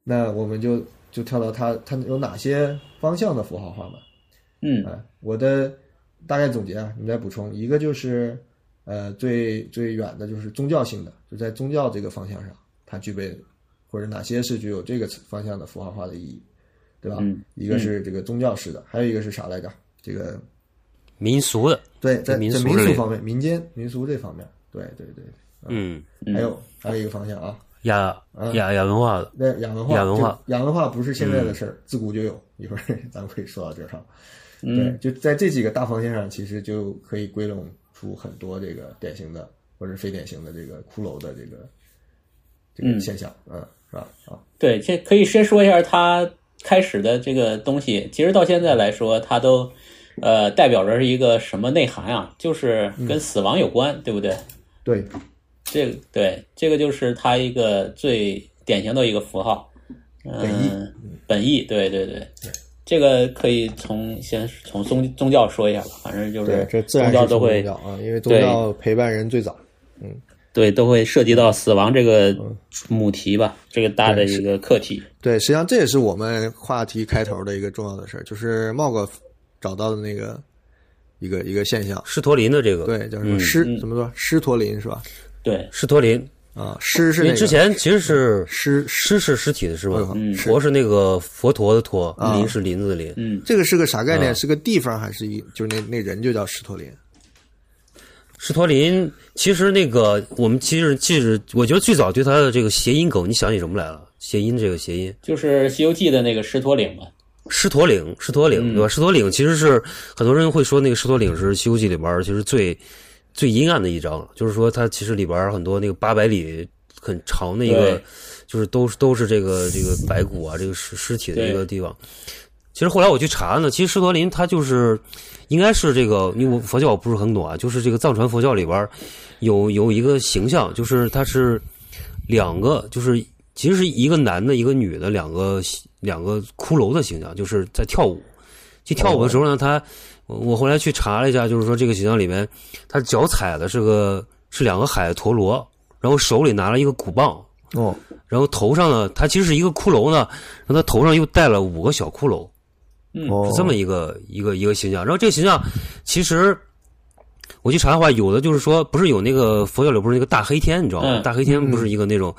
那我们就就跳到它它有哪些方向的符号化吧。
嗯
哎，我的大概总结啊，你再补充一个就是，呃，最最远的就是宗教性的，就在宗教这个方向上，它具备或者哪些是具有这个方向的符号化的意义，对吧？
嗯
一个是这个宗教式的，还有一个是啥来着？这个
民俗的，
对，在在
民
民
俗
俗
之类的
方面，民间民俗这方面，对对对，
嗯，
还有还有一个方向啊，
亚亚亚文化的，
那亚文化，
亚文化，
亚文化不是现在
嗯
的事儿，自古就有，一会儿 咱们可以说到这儿哈。对，
嗯
就在这几个大方向上，其实就可以归拢出很多这个典型的或者非典型的这个骷髅的这个这个
嗯
现象，嗯，是吧？啊，
对，这可以先说一下它开始的这个东西，其实到现在来说，它都呃代表着是一个什么内涵啊？就是
嗯
跟死亡有关，对不对？
对，
这个对，这个就是它一个最典型的一个符号，嗯、
本意
本意，对对对，这个可以从先从宗宗教说一下吧，反正就是宗教都会
啊，因为
宗对教
陪伴人最早，
对都会涉及到死亡这个母题吧，这个大的一个课题，
对，实际上这也是我们话题开头的一个重要的事儿，就是茂哥找到的那个一个一个现象，
施托林的这个，
对，叫什么狮、
嗯
怎么说？狮驼林是吧？
对，
施托林，
啊，狮是
因为
那个
之前其实是
狮狮
尸是尸体的是吧？
嗯是
佛是那个佛陀的陀，
啊
林是林子的林。
嗯
这个是个啥概念？
啊
是个地方还是一就是那那人就叫狮驼林？
施托林其实那个我们其实其实我觉得最早对他的这个谐音梗，你想起什么来了？谐音这个谐音，
就是《西游记》的那个狮驼岭嘛，
狮驼岭，狮驼岭
嗯
对吧？狮驼岭其实是很多人会说那个狮驼岭是《西游记》里边儿其实最最阴暗的一章，就是说它其实里边儿很多那个八百里很长的一个
对，
就是都是都是这个这个白骨啊，这个尸尸体的
对
一个地方。其实后来我去查呢，其实狮驼林它就是应该是这个，因为我佛教我不是很懂啊，就是这个藏传佛教里边儿有有一个形象，就是它是两个，就是其实是一个男的，一个女的，两个两个骷髅的形象，就是在跳舞。去跳舞的时候呢，他我我后来去查了一下，就是说这个形象里面，他脚踩的是个是两个海陀螺，然后手里拿了一个鼓棒，
哦，
然后头上呢，他其实是一个骷髅呢，然后他头上又戴了五个小骷髅，嗯
哦
是这么一个一个一个形象。然后这个形象其实。我去查的话，有的就是说，不是有那个佛教里不是那个大黑天，你知道吗？
嗯
大黑天不是一个那种，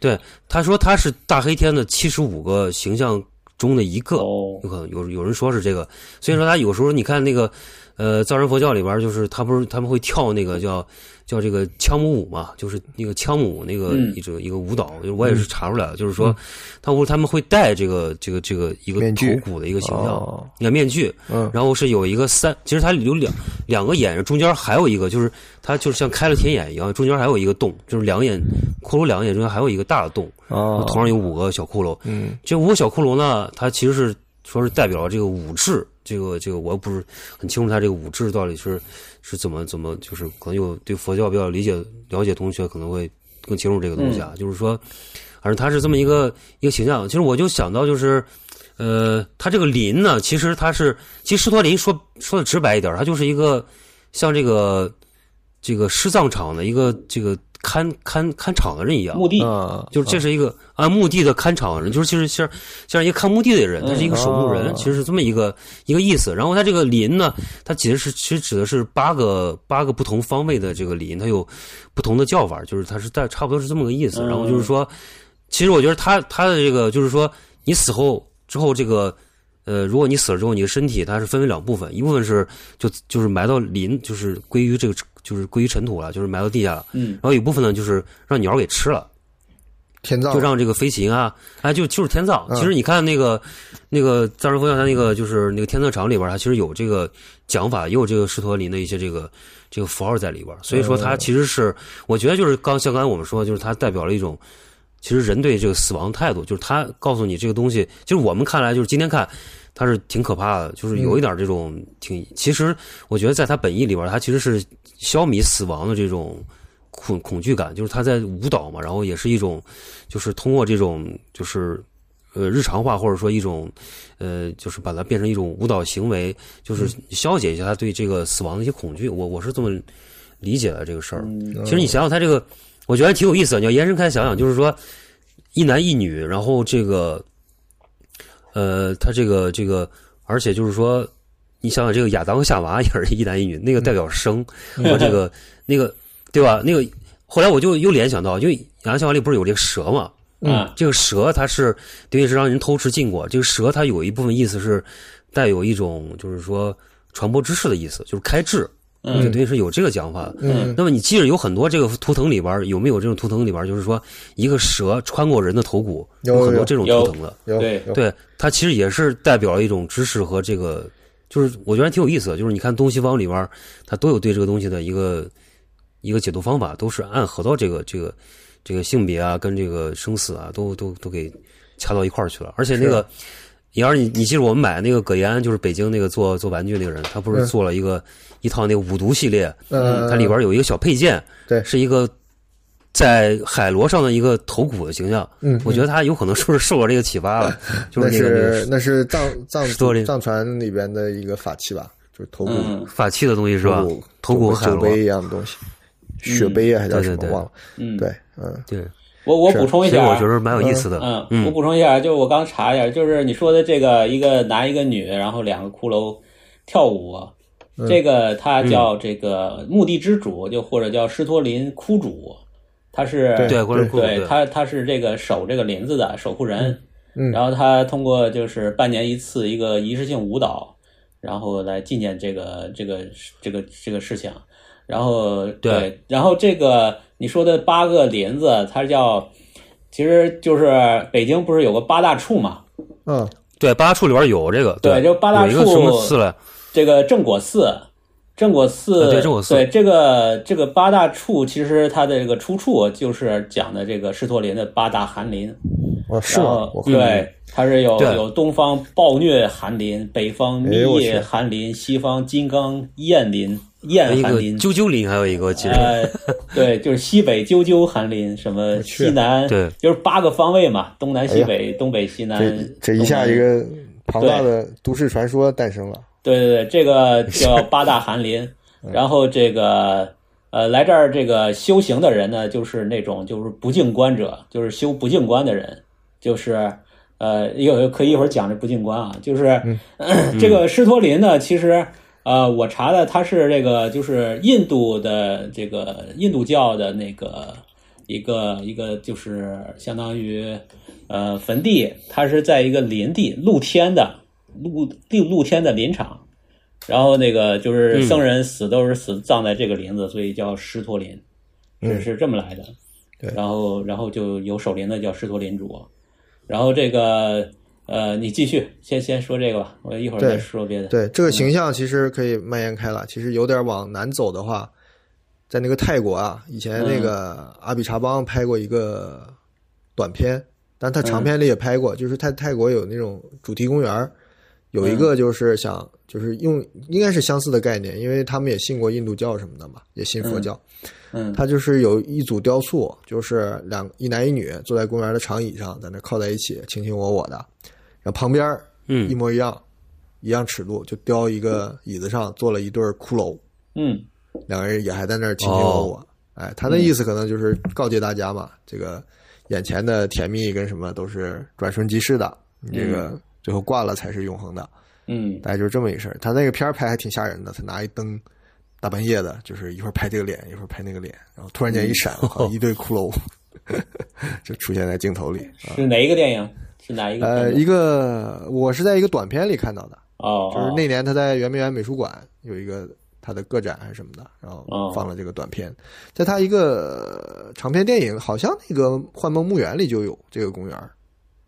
对，他说他是大黑天的七十五个形象中的一个，
哦
有可能有有人说是这个，所以说他有时候你看那个，呃，藏传佛教里边儿就是他不是他们会跳那个叫叫这个羌母舞嘛，就是那个羌母那个
嗯
一种、一个舞蹈，就是我也是查出来了，就是说他们他们会戴这个这个这个一个
面具
头骨的一个形
哦
象，一个面具，
嗯
然后是有一个三，其实它有两两个眼，中间还有一个就是它就是像开了天眼一样，中间还有一个洞，就是两眼骷髅两个眼中间还有一个大的洞，
哦
头上有五个小骷髅，
嗯
这五个小骷髅呢，它其实是说是代表了这个武志，这个这个我不是很清楚，它这个武志到底是是怎么怎么，就是可能有对佛教比较理解了解同学可能会更清楚这个东西
嗯
啊，就是说，反正它是这么一个一个形象。其实我就想到就是，呃，它这个林呢，其实它是，其实狮驼林说说的直白一点，它就是一个像这个这个尸葬场的一个这个看看看场的人一样，
墓地，
嗯，
就是这是一个按墓地的看场人，就是就是像像一个看墓地的人，他是一个守墓
嗯
人，
哦
其实是这么一个一个意思。然后他这个林呢，它其实是其实指的是八个八个不同方位的这个林，它有不同的叫法，就是它是大差不多是这么个意思。
嗯
然后就是说，其实我觉得他他的这个就是说，你死后之后这个。呃，如果你死了之后，你的身体它是分为两部分，一部分是就就是埋到林，就是归于这个就是归于尘土了，就是埋到地下了。
嗯
然后有一部分呢，就是让鸟给吃了，
天葬
就让这个飞禽啊，哎，就就是天葬。
嗯
其实你看那个那个藏传佛教它那个就是那个天葬场里边儿，啊它其实有这个讲法，也有这个狮驼林的一些这个这个符号在里边儿。所以说，它其实是我觉得就是刚像刚才我们说，就是它代表了一种。其实人对这个死亡态度，就是它告诉你这个东西，就是我们看来，就是今天看，它是挺可怕的，就是有一点这种挺。其实我觉得在它本意里边儿，它其实是消弭死亡的这种恐恐惧感，就是他在舞蹈嘛，然后也是一种，就是通过这种就是呃日常化或者说一种呃就是把它变成一种舞蹈行为，就是消解一下他对这个死亡的一些恐惧。我我是这么理解的这个事儿。
嗯
其实你想想，他这个我觉得还挺有意思的。你要延伸开想想，就是说一男一女，然后这个呃，他这个这个，而且就是说，你想想这个亚当和夏娃也是一男一女，那个代表生和这个那个对吧？那个后来我就又联想到，因为亚当夏娃里不是有这个蛇嘛？
嗯
啊，
这个蛇它是的确是让人偷吃禁果。这个蛇它有一部分意思是带有一种就是说传播知识的意思，就是开智，这
嗯
的确是有这个讲法。
嗯
那么你记着，有很多这个图腾里边儿有没有这种图腾里边儿，就是说一个蛇穿过人的头骨，
有
很
有
多这种
有
图腾的。
有
对
有
对，它其实也是代表了一种知识和这个，就是我觉得还挺有意思的。就是你看东西方里边儿，它都有对这个东西的一个一个解读方法，都是暗合到这个这个这个性别啊，跟这个生死啊，都都都给掐到一块儿去了。而且那个，你要是你你记住，我们买那个葛延安，就是北京那个做做玩具那个人，他不是
嗯
做了一个、一套那个五毒系列，
嗯
它里边有一个小配件，
对
是一个在海螺上的一个头骨的形象。
嗯
我觉得他有可能是不是受我这个启发 了，就是
那
那个那个
是那是藏藏
十多里
藏传里边的一个法器吧，就是头骨
嗯
法器的东西是吧？头骨
骨
和海
酒
螺
杯，一样的东西，雪杯啊还叫
对对
什么
对
忘了？
嗯，
对，嗯
对，
我我
是
补充一
所以
下啊，
我觉得蛮有意思的。
嗯，我补充一下，就是我刚查一下，就是你说的这个一个男一个女，然后两个骷髅跳舞啊，这个它叫这个墓地之主，就或者叫狮驼林窟主，他是
对，或者库
对
对，
他他是这个守这个林子的守护人，
嗯
然后他通过就是半年一次一个仪式性舞蹈，然后来纪念这个这个这个这个事情，然后
对
然后这个你说的八个林子，它叫，其实就是北京不是有个八大处嘛，
嗯
对八大处里边有这个，
对
对，
就八大
有一个什
处
么寺来，
这个正果寺，正果寺，
啊对正果寺
对这个这个八大处，其实它的这个出处就是讲的这个狮驼林的八大寒林。
哦是
然
吗
后？
我看
对，它是有
对
有东方暴虐寒林，北方密
哎我去
叶寒林，西方金刚焰林焰
一
寒
个
林，
啾啾林，还有一个其实
呃，对，就是西北啾啾寒林，什么
去
西南，
对
就是八个方位嘛，东南
哎
西
呀
北，东北
哎
西南
这，这一
东
下
南
一个庞大的都市传说诞生了。
对对对，这个叫八大寒 林。
嗯
然后这个呃，来这儿这个修行的人呢，就是那种就是不净观者，就是修不净观的人，就是呃，一会儿可以一会儿讲这不净观啊，就是、
嗯
这个狮驼林呢，其实呃，我查的它是这个就是印度的这个印度教的那个一个一个就是相当于呃坟地，它是在一个林地露天的露地露天的林场，然后那个
嗯
就是僧人死都是死葬在这个林子，所以叫狮驼林，是是这么来的。
嗯对
然后然后就有守林的叫狮驼林主，然后这个呃，你继续先先说这个吧，我一会儿再
对
说别的。
对这个形象其实可以蔓延开
嗯
了。其实有点往南走的话，在那个泰国啊，以前那
嗯
个阿比查邦拍过一个短片，但他长片里也拍
嗯
过，就是泰泰国有那种主题公园儿，有一个就是想就是用应该是相似的概念，因为他们也信过印度教什么的嘛，也信佛教。
嗯
它就是有一组雕塑，就是两一男一女坐在公园的长椅上，在那靠在一起，卿卿我我的。然后旁边儿
嗯
一模一样，一样尺度，就雕一个椅子上坐了一对儿骷髅，
嗯
两个人也还在那儿卿卿我我。哎，他那意思可能就是告诫大家嘛，这个眼前的甜蜜跟什么都是转瞬即逝的，你这个最后挂了才是永恒的，
嗯
大概就是这么一事儿。他那个片儿拍还挺吓人的，他拿一灯，大半夜的，就是一会儿拍这个脸，一会儿拍那个脸，然后突然间一闪，我靠一堆骷髅 就出现在镜头里。
是哪一个电影？是哪一个片子？
呃，一个我是在一个短片里看到的，
哦，
就是
哦
那年他在圆明园美术馆有一个他的个展还是什么的，然
哦
后放了这个短片，在他一个呃长篇电影，好像那个《幻梦墓园》里就有这个公园，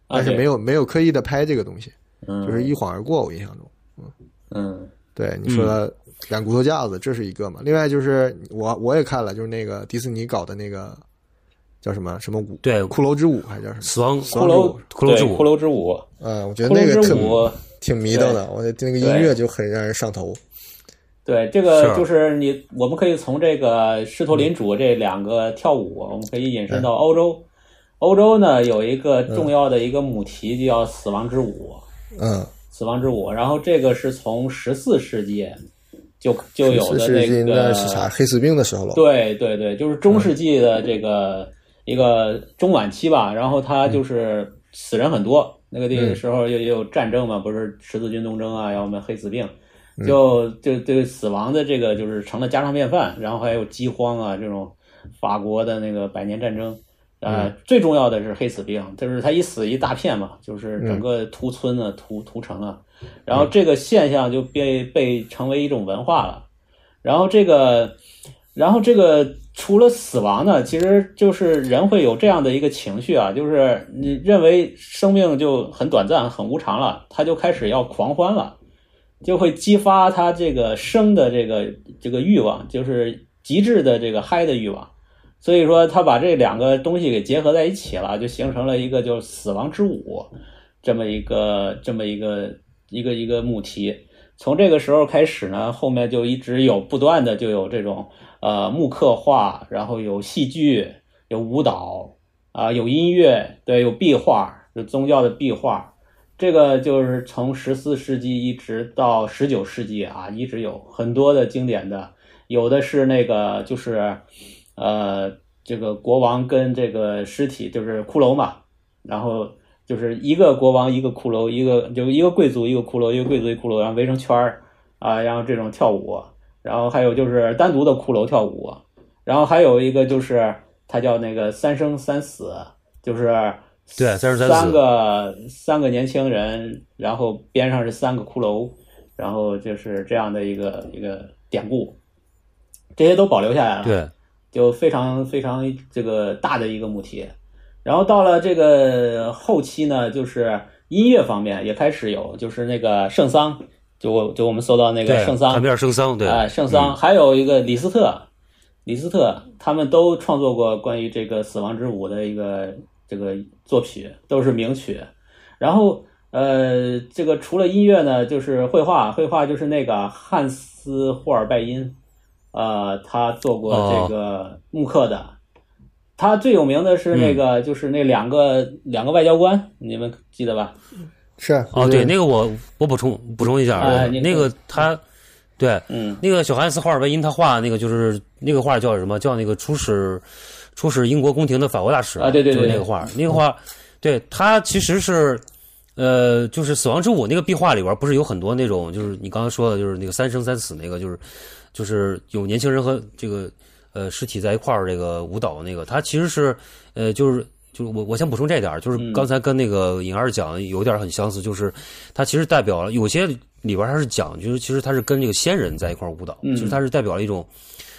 但是没
有，
有没有刻意的拍这个东西，
啊嗯
就是一晃而过。我印象中，
嗯
对你说的染骨头架子，这是一个嘛？另外就是我我也看了，就是那个迪士尼搞的那个叫什么什么舞，
对
骷髅之舞还是叫什么？
死亡
骷髅
骷髅之
对
舞
骷髅之舞，
嗯，我觉
骷
得那个
髅之
挺
舞，
挺迷瞪的，我觉得那个音乐就很让人上头。
对这个
是
就是你，我们可以从这个狮驼林主这两个跳舞，我们可以引申到欧洲。欧洲呢有一个重要的一个母题，就叫死亡之舞。
嗯，
死亡之舞，然后这个是从十四世纪就就有的
是
那
那
个
是啥？黑死病的时候了。
对对对，就是中世纪的这个一个中晚期吧，然后它就是死人很多，那个地
嗯
时候也也有战争嘛，不是十字军东征啊，要么黑死病，
嗯
就就对死亡的这个就是成了家常便饭，然后还有饥荒啊这种法国的那个百年战争。呃，
嗯
最重要的是黑死病，就是它一死一大片嘛，就是
嗯
整个屠村啊、屠屠城啊，然后这个现象就被被成为一种文化了。然后这个，然后这个除了死亡呢，其实就是人会有这样的一个情绪啊，就是你认为生命就很短暂、很无常了，他就开始要狂欢了，就会激发他这个生的这个这个欲望，就是极致的这个嗨的欲望。所以说，他把这两个东西给结合在一起了，就形成了一个就是死亡之舞这么一个这么一个一个一个母题。从这个时候开始呢，后面就一直有不断的就有这种呃木刻画，然后有戏剧，有舞蹈啊、有音乐，对，有壁画，有宗教的壁画。这个就是从十四世纪一直到十九世纪啊，一直有很多的经典的，有的是那个就是呃这个国王跟这个尸体就是骷髅嘛，然后就是一个国王，一个骷髅，一个就一个贵族，一个骷髅，一个贵族，一个骷髅，然后围成圈儿啊，然后这种跳舞，然后还有就是单独的骷髅跳舞，然后还有一个就是它叫那个三生三死，就是
对三生三死
三个三个年轻人，然后边上是三个骷髅，然后就是这样的一个一个典故，这些都保留下来了。
对，
就非常非常这个大的一个母题。然后到了这个后期呢，就是音乐方面也开始有，就是那个圣桑，就我就我们搜到那个
对
圣桑，
坎贝尔圣桑，对，
啊、圣桑，还有一个李斯特，李斯特，他们都创作过关于这个死亡之舞的一个这个作曲，都是名曲。然后呃，这个除了音乐呢，就是绘画，绘画就是那个汉斯霍尔拜因，呃，他做过这个木刻的。他最有名的是那个，就是那两个、两个外交官，你们记得吧？
是啊
哦，对，那个我我补充补充一下，
哎你
那个他，对，
嗯，
那个小汉斯·霍尔贝因他画那个就是那个画叫什么？叫那个出使出使英国宫廷的法国大使
啊对对
就是
对
那个画，那个画，对他其实是。呃，就是《死亡之舞》那个壁画里边，不是有很多那种，就是你刚刚说的，就是那个三生三死那个，就是就是有年轻人和这个呃尸体在一块儿这个舞蹈那个，他其实是呃就是就是我我想补充这点儿，
嗯
就是刚才跟那个颖儿讲有点儿很相似，就是它其实代表了有些里边儿它是讲，就是其实它是跟这个先人在一块儿舞蹈，
嗯
其实它是代表了一种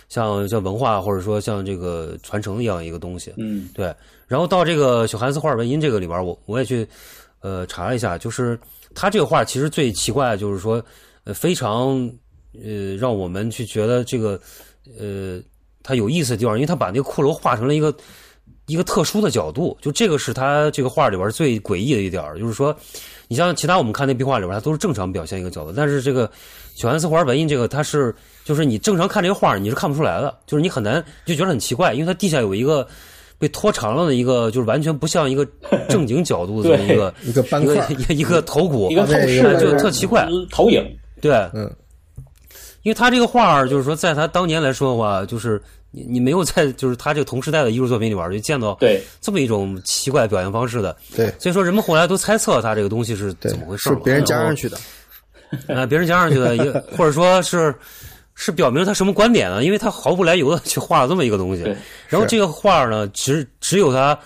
像像文化或者说像这个传承一样一个东西，
嗯
对，然后到这个小汉斯·霍尔文因这个里边儿，我我也去呃查了一下，就是他这个画其实最奇怪，就是说呃非常呃让我们去觉得这个呃他有意思的地方，因为他把那个骷髅画成了一个一个特殊的角度，就这个是他这个画里边儿最诡异的一点儿，就是说你像其他我们看那壁画里边儿，它都是正常表现一个角度，但是这个小汉斯·霍尔文因这个它是就是你正常看这个画儿你是看不出来的，就是你很难就觉得很奇怪，因为它地下有一个。被拖长了的一个，就是完全不像一个正经角度的这么一个
一个斑
一
块
个
儿，
一个一个头骨，
一个
后
透视
那个
的嗯
就特奇怪。
投影，
对，
嗯，
因为他这个画儿，就是说，在他当年来说的话，就是你你没有在就是他这个同时代的艺术作品里边儿就见到
对
这么一种奇怪表现方式的，
对
所以说人们后来都猜测他这个东西是
对
怎么回，事
是
嘛
别人加
然后
上去的，
啊，别人加上去的，也或者说是是表明他什么观点呢？因为他毫不来由的去画了这么一个东西
对，
然后这个画呢，只只有他，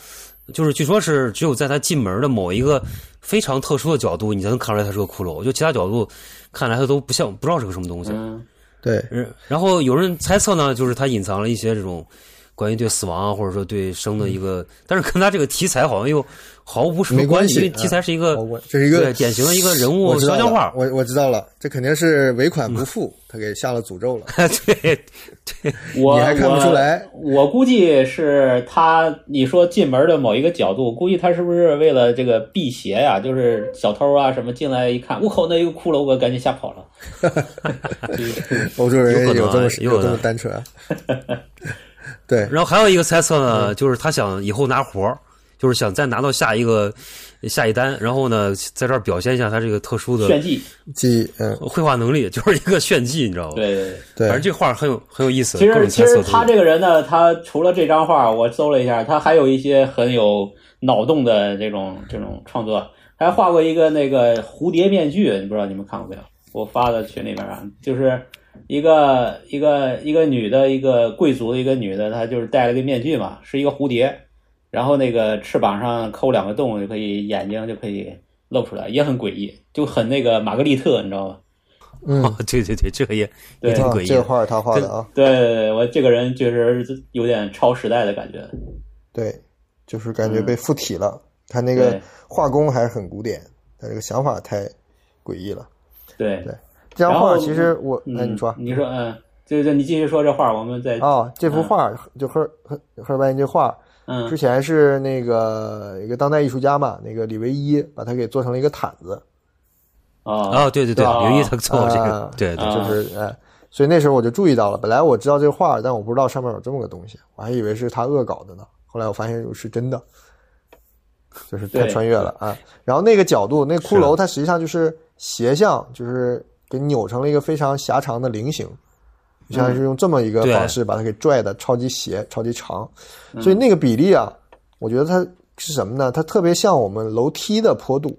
就是据说是只有在他进门的某一个非常特殊的角度，你才能看出来他是个骷髅。就其他角度看来，他都不像不知道是个什么东西。
嗯
对，
嗯然后有人猜测呢，就是他隐藏了一些这种关于对死亡啊，或者说对生的一个，但是跟他这个题材好像又毫无什么
嗯没关系
因为题材是一个
哦我这是一个
对典型的一个人
我
物
知
肖
道
像画
了，。我我知道了，这肯定是尾款不 付，他给下了诅咒了。
对，
我
你还看不出来
我，我估计是他。你说进门的某一个角度，估计他是不是为了这个辟邪呀、就是小偷啊什么进来一看，我靠，那一个骷髅，我赶紧吓跑了。
欧洲人
有可
这
能
么
啊有
这么
的
单纯啊？ 对，
然后还有一个猜测
嗯
呢，就是他想以后拿活儿，就是想再拿到下一个下一单，然后呢，在这儿表现一下他这个特殊
炫
的
技，
记忆，嗯，
绘画能力，就是一个炫技，你知道吗？，
对对对。
对
反，正这画儿很有很有意思，
其
各
实
种
其
猜测
实
都
他
有
这个人呢，他除了这张画，我搜了一下，他还有一些很有脑洞的这种这种创作，还画过一个那个蝴蝶面具，你不知道你们看过没有？我发到群里边啊，就是一个一个一个女的，一个贵族的一个女的，她就是戴了个面具嘛，是一个蝴蝶，然后那个翅膀上抠两个洞就可以，眼睛就可以露出来，也很诡异，就很那个玛格丽特，你知道吗？
嗯，
哦对对对，这个也
对
也挺
啊
诡异
这个
的。
画儿他画的啊，
对对对，我这个人确实有点超时代的感觉。
对，就是感
嗯
觉被附体了。他那个
对
画工还是很古典，他这个想法太诡异了。
对，
这张
然
画
后
儿其实我，哎，
嗯，
你说
你说，嗯，对对，你继续说这话，我们再，
啊，这幅画儿就赫尔赫赫尔拜因这画儿，之
嗯
前是那个一个当代艺术家嘛，那个李维一把它给做成了一个毯子，
啊
啊，对对对，
啊
刘毅他做这个
啊，
对对
啊
就是哎，所以那时候我就注意到了。本来我知道这个画，但我不知道上面有这么个东西，我还以为是他恶搞的呢。后来我发现是真的，就是太
对
穿越了啊。然后那个角度，那骷
啊
髅它实际上就是斜向，就是给扭成了一个非常狭长的菱形，
嗯
就像是用这么一个
对
方式把它给拽的超级斜、超级长。
嗯
所以那个比例啊，我觉得它是什么呢？它特别像我们楼梯的坡度。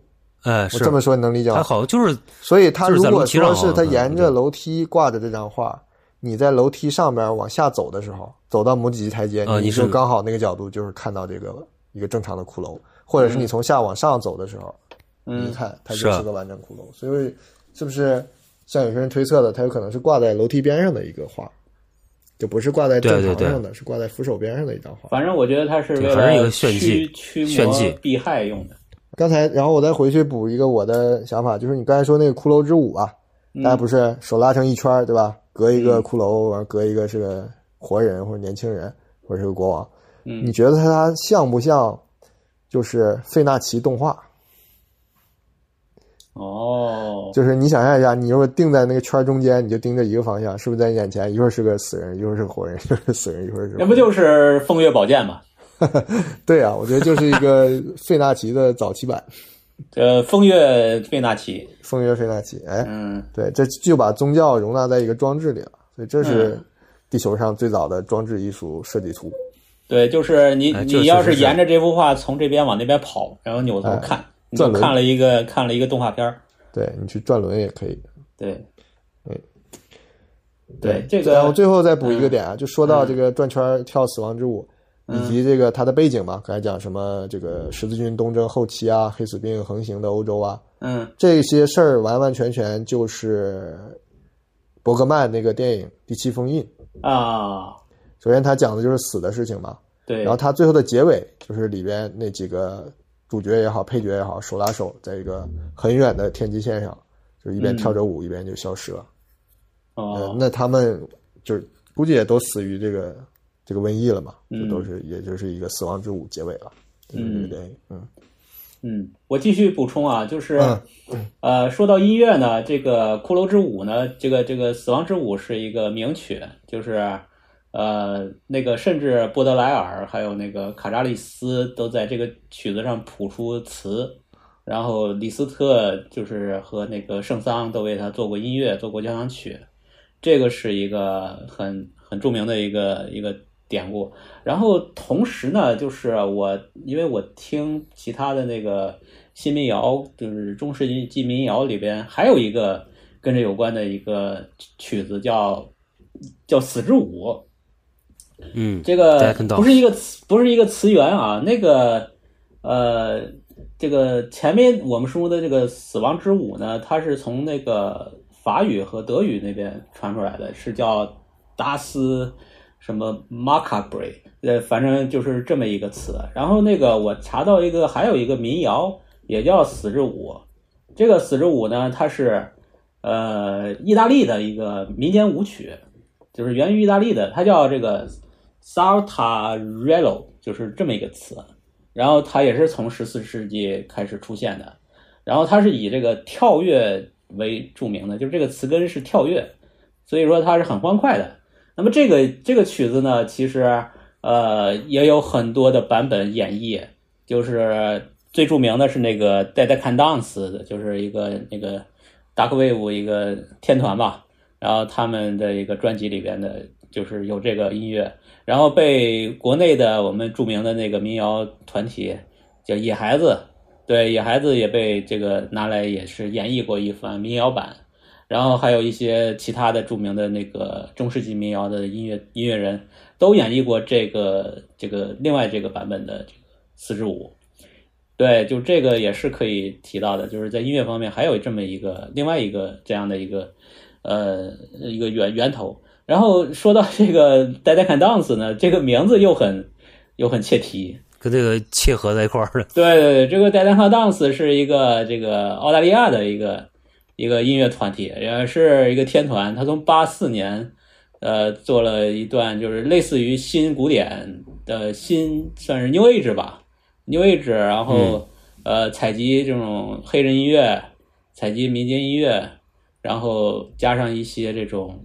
哎
我
是
这，么说你能理解吗？
他好像就是
所以他
就
如
是在
果
楼梯上
说是
好
他
像
沿着楼梯挂着这张画，你在楼梯上边往下走的时候，走到某几级台阶，
啊
你
你是
就刚好那个角度就是看到这个一个正常的骷髅，或
嗯
者是你从下往上走的时候，你一
嗯，
看它
是
就
啊
是个完整骷髅。所以是不是像有些人推测的，它有可能是挂在楼梯边上的一个画，就不是挂在正
对对
常
对
上的，是挂在扶手边上的一张画。
反正我觉得他是为
对反正有
了
个炫技
驱驱
炫
魔
技
避害用的，
刚才，然后我再回去补一个我的想法，就是你刚才说那个骷髅之舞啊，
嗯
大家不是手拉成一圈儿，对吧？隔一个骷髅，完、隔一个是个活人或者年轻人，或者是个国王。
嗯
你觉得它像不像就是费纳奇动画？
哦，
就是你想象一下，你如果定在那个圈儿中间，你就盯着一个方向，是不是在你眼前一会儿是个死人，一会儿是个活人，一会儿是死人，一会儿是
那不
活人
就是风月宝剑嘛？
对啊？我觉得就是一个费纳奇的早期版，
呃，风月贝纳奇，
风月费纳奇。哎，
嗯，
对，这就把宗教容纳在一个装置里了，所以这是
嗯
地球上最早的装置艺术设计图。
对，就是你
哎这
你要
是
是
是是
沿着这幅画从这边往那边跑，然后扭头
哎
看，你
转
就
轮
看了一个看了一个动画片儿，
对你去转轮也可以。
对
对，
对，这
然后
个嗯
最后再补一个点啊，就说到这个转圈儿跳死亡之舞，以及这个它的背景嘛，刚才讲什么这个十字军东征后期啊，黑死病横行的欧洲啊，
嗯
这些事儿完完全全就是伯格曼那个电影《第七封印》。
啊，
首先，他讲的就是死的事情嘛，
对，
然后它最后的结尾就是里边那几个主角也好，配角也好，手拉手在一个很远的天际线上，就是一边
嗯
跳着舞、一边就消失了。呃
哦，，
那他们就是估计也都死于这个这个瘟疫了嘛，就
嗯
都是、也就是一个死亡之舞结尾了。就是这个
嗯
电影，嗯，
嗯，我继续补充啊，就是、
嗯
呃，说到音乐呢，这个《骷髅之舞》呢，这个这个《死亡之舞》是一个名曲，就是呃，那个甚至波德莱尔还有那个卡扎利斯都在这个曲子上谱出词，然后李斯特就是和那个圣桑都为他做过音乐，做过交响曲，这个是一个很很著名的一个一个典故。然后同时呢，就是我因为我听其他的那个新民谣，就是中世纪民谣里边还有一个跟这有关的一个曲子叫叫《死之舞》，
嗯，
这
大
个
家看到
不是一个词，不是一个词源啊。那个呃，这个前面我们说的这个“死亡之舞”呢，它是从那个法语和德语那边传出来的，是叫达斯什么 macabre，呃，反正就是这么一个词。然后那个我查到一个，还有一个民谣也叫“死之舞”，这个“死之舞”呢，它是呃意大利的一个民间舞曲。就是源于意大利的，它叫这个 sartarello，就是这么一个词。然后它也是从十四世纪开始出现的，然后它是以这个跳跃为著名的，就是这个词根是跳跃，所以说它是很欢快的。那么这个这个曲子呢，其实呃也有很多的版本演绎，就是最著名的是那个《带带看 dance》的，就是一个那个 Dark Wave 一个天团吧，然后他们的一个专辑里边的，就是有这个音乐，然后被国内的我们著名的那个民谣团体叫野孩子，对野孩子也被这个拿来也是演绎过一番民谣版，然后还有一些其他的著名的那个中世纪民谣的音乐音乐人都演绎过这个这个另外这个版本的这个四支舞。对，就这个也是可以提到的，就是在音乐方面还有这么一个另外一个这样的一个呃一个源源头。然后说到这个《呆呆看 dance》呢，这个名字又很又很切题。
跟这个切合在一块儿了。
对对对，这个《呆呆看 dance》是一个这个澳大利亚的一个一个音乐团体，也是一个天团。他从八四年呃做了一段就是类似于新古典的新算是 New Age 吧，New Age，然后、呃采集这种黑人音乐，采集民间音乐，然后加上一些这种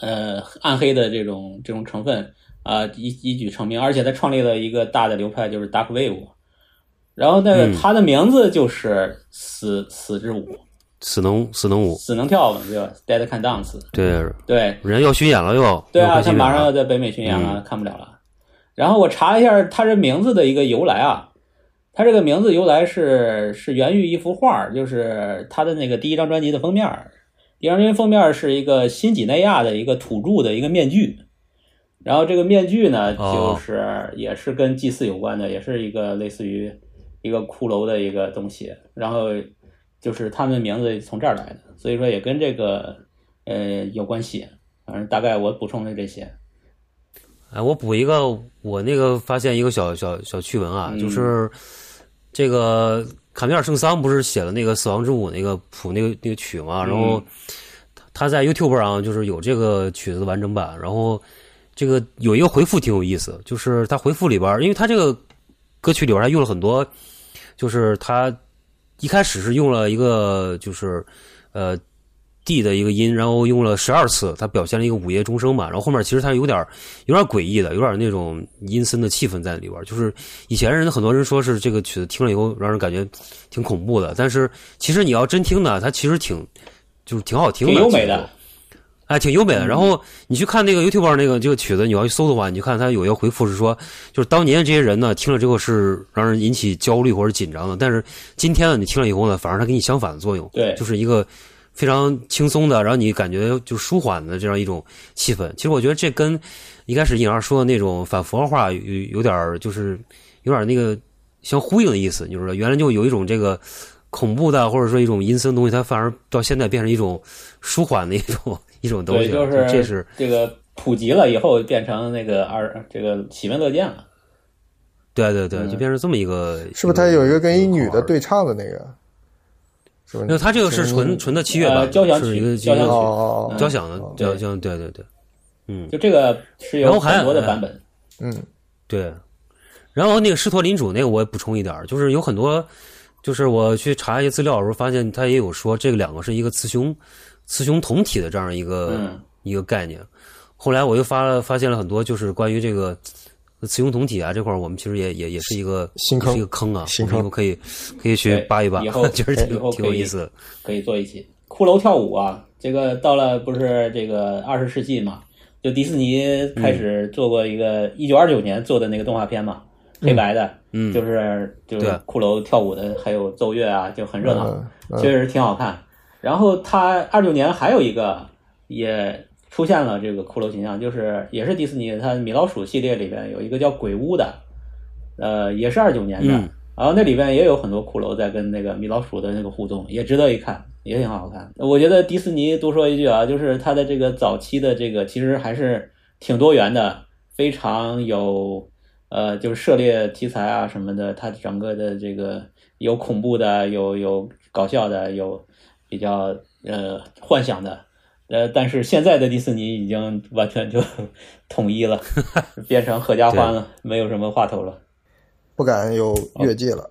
呃暗黑的这种这种成分啊、一一举成名。而且他创立了一个大的流派，就是 Dark Wave。然后那个
嗯
他的名字就是死、死之舞，
死能死能舞，
死能跳嘛，对吧？Dead Can Dance，
对，
对，
人要巡演了又，
对
又
啊，他
快巡演
马上要
了
在北美巡演了，看不了了。然后我查了一下他这名字的一个由来啊，他这个名字由来是是源于一幅画儿，就是他的那个第一张专辑的封面儿。第一张专辑封面儿是一个新几内亚的一个土著的一个面具，然后这个面具呢，
哦
就是也是跟祭祀有关的，也是一个类似于一个骷髅的一个东西。然后就是他们名字从这儿来的，所以说也跟这个呃有关系。反正大概我补充了这些。
哎，我补一个，我那个发现一个小小小趣闻啊，
嗯
就是这个卡米尔圣桑不是写了那个《死亡之舞》那个谱那个那个曲嘛，然后他他在 YouTube 上就是有这个曲子的完整版，然后这个有一个回复挺有意思，就是他回复里边儿，因为他这个歌曲里边儿他用了很多，就是他一开始是用了一个就是呃 D 的一个音，然后用了十二次，它表现了一个午夜钟声嘛。然后后面其实它有点儿有点儿诡异的，有点儿那种阴森的气氛在里边儿。就是以前人很多人说是这个曲子听了以后让人感觉挺恐怖的，但是其实你要真听呢，它其实挺就是挺好听的，
挺优美
其
的
实。哎，挺优美的。然后你去看那个 YouTube 上那个这个曲子，你要去搜的话，你就看它有一个回复是说，就是当年这些人呢听了之后是让人引起焦虑或者紧张的，但是今天呢你听了以后呢，反而它给你相反的作用，
对
就是一个非常轻松的，然后你感觉就舒缓的这样一种气氛。其实我觉得这跟一开始颖儿说的那种反符号化有有点儿就是有点儿那个相呼应的意思，就是原来就有一种这个恐怖的或者说一种阴森的东西，它反而到现在变成一种舒缓的一种 一种东
对，
西
就
了，
是
这是
这个普及了以后，变成那个二这个喜闻乐见了。
对对对，
嗯
就变成这么一个，
是不是他有一个跟一女
好玩
的
儿
对唱的那个？是吧？
没有，他这个是纯
嗯
纯的器乐吧
呃，交响曲
是一个
交响
哦
曲嗯
哦哦，
交响的
哦
交响，对对对，嗯
就这个是有
然后还
很多的版本。
嗯，
对。然后那个施托林主那个我也补充一点儿，就是有很多，就是我去查一些资料的时候发现，他也有说这个两个是一个雌雄雌雄同体的这样一个、
嗯
一个概念。后来我又发了发现了很多，就是关于这个雌雄同体啊这块儿，我们其实也也也是一个
新坑
也是一个坑啊，
新
我们以
坑哎
后可以可以去
对
扒一扒
哎以后，
就是挺
以后可以
挺有意思的。
可以做一期。骷髅跳舞啊，这个到了不是这个二十世纪嘛，就迪士尼开始做过一个一九二九年做的那个动画片嘛，黑白的，
嗯
就是就是
对
骷髅跳舞的，还有奏乐啊，就很热闹，
嗯
确实挺好看。然后他二九年还有一个也出现了这个骷髅形象，就是也是迪士尼，它米老鼠系列里边有一个叫鬼屋的，呃，也是二九年的，
嗯
然后那里边也有很多骷髅在跟那个米老鼠的那个互动，也值得一看，也挺好看。我觉得迪士尼多说一句啊，就是它的这个早期的这个其实还是挺多元的，非常有呃，就是涉猎题材啊什么的，它整个的这个有恐怖的，有有搞笑的，有比较呃幻想的。呃，但是现在的迪士尼已经完全就 统一了，变成合家欢了，没有什么话头了。
不敢有越界
哦
了。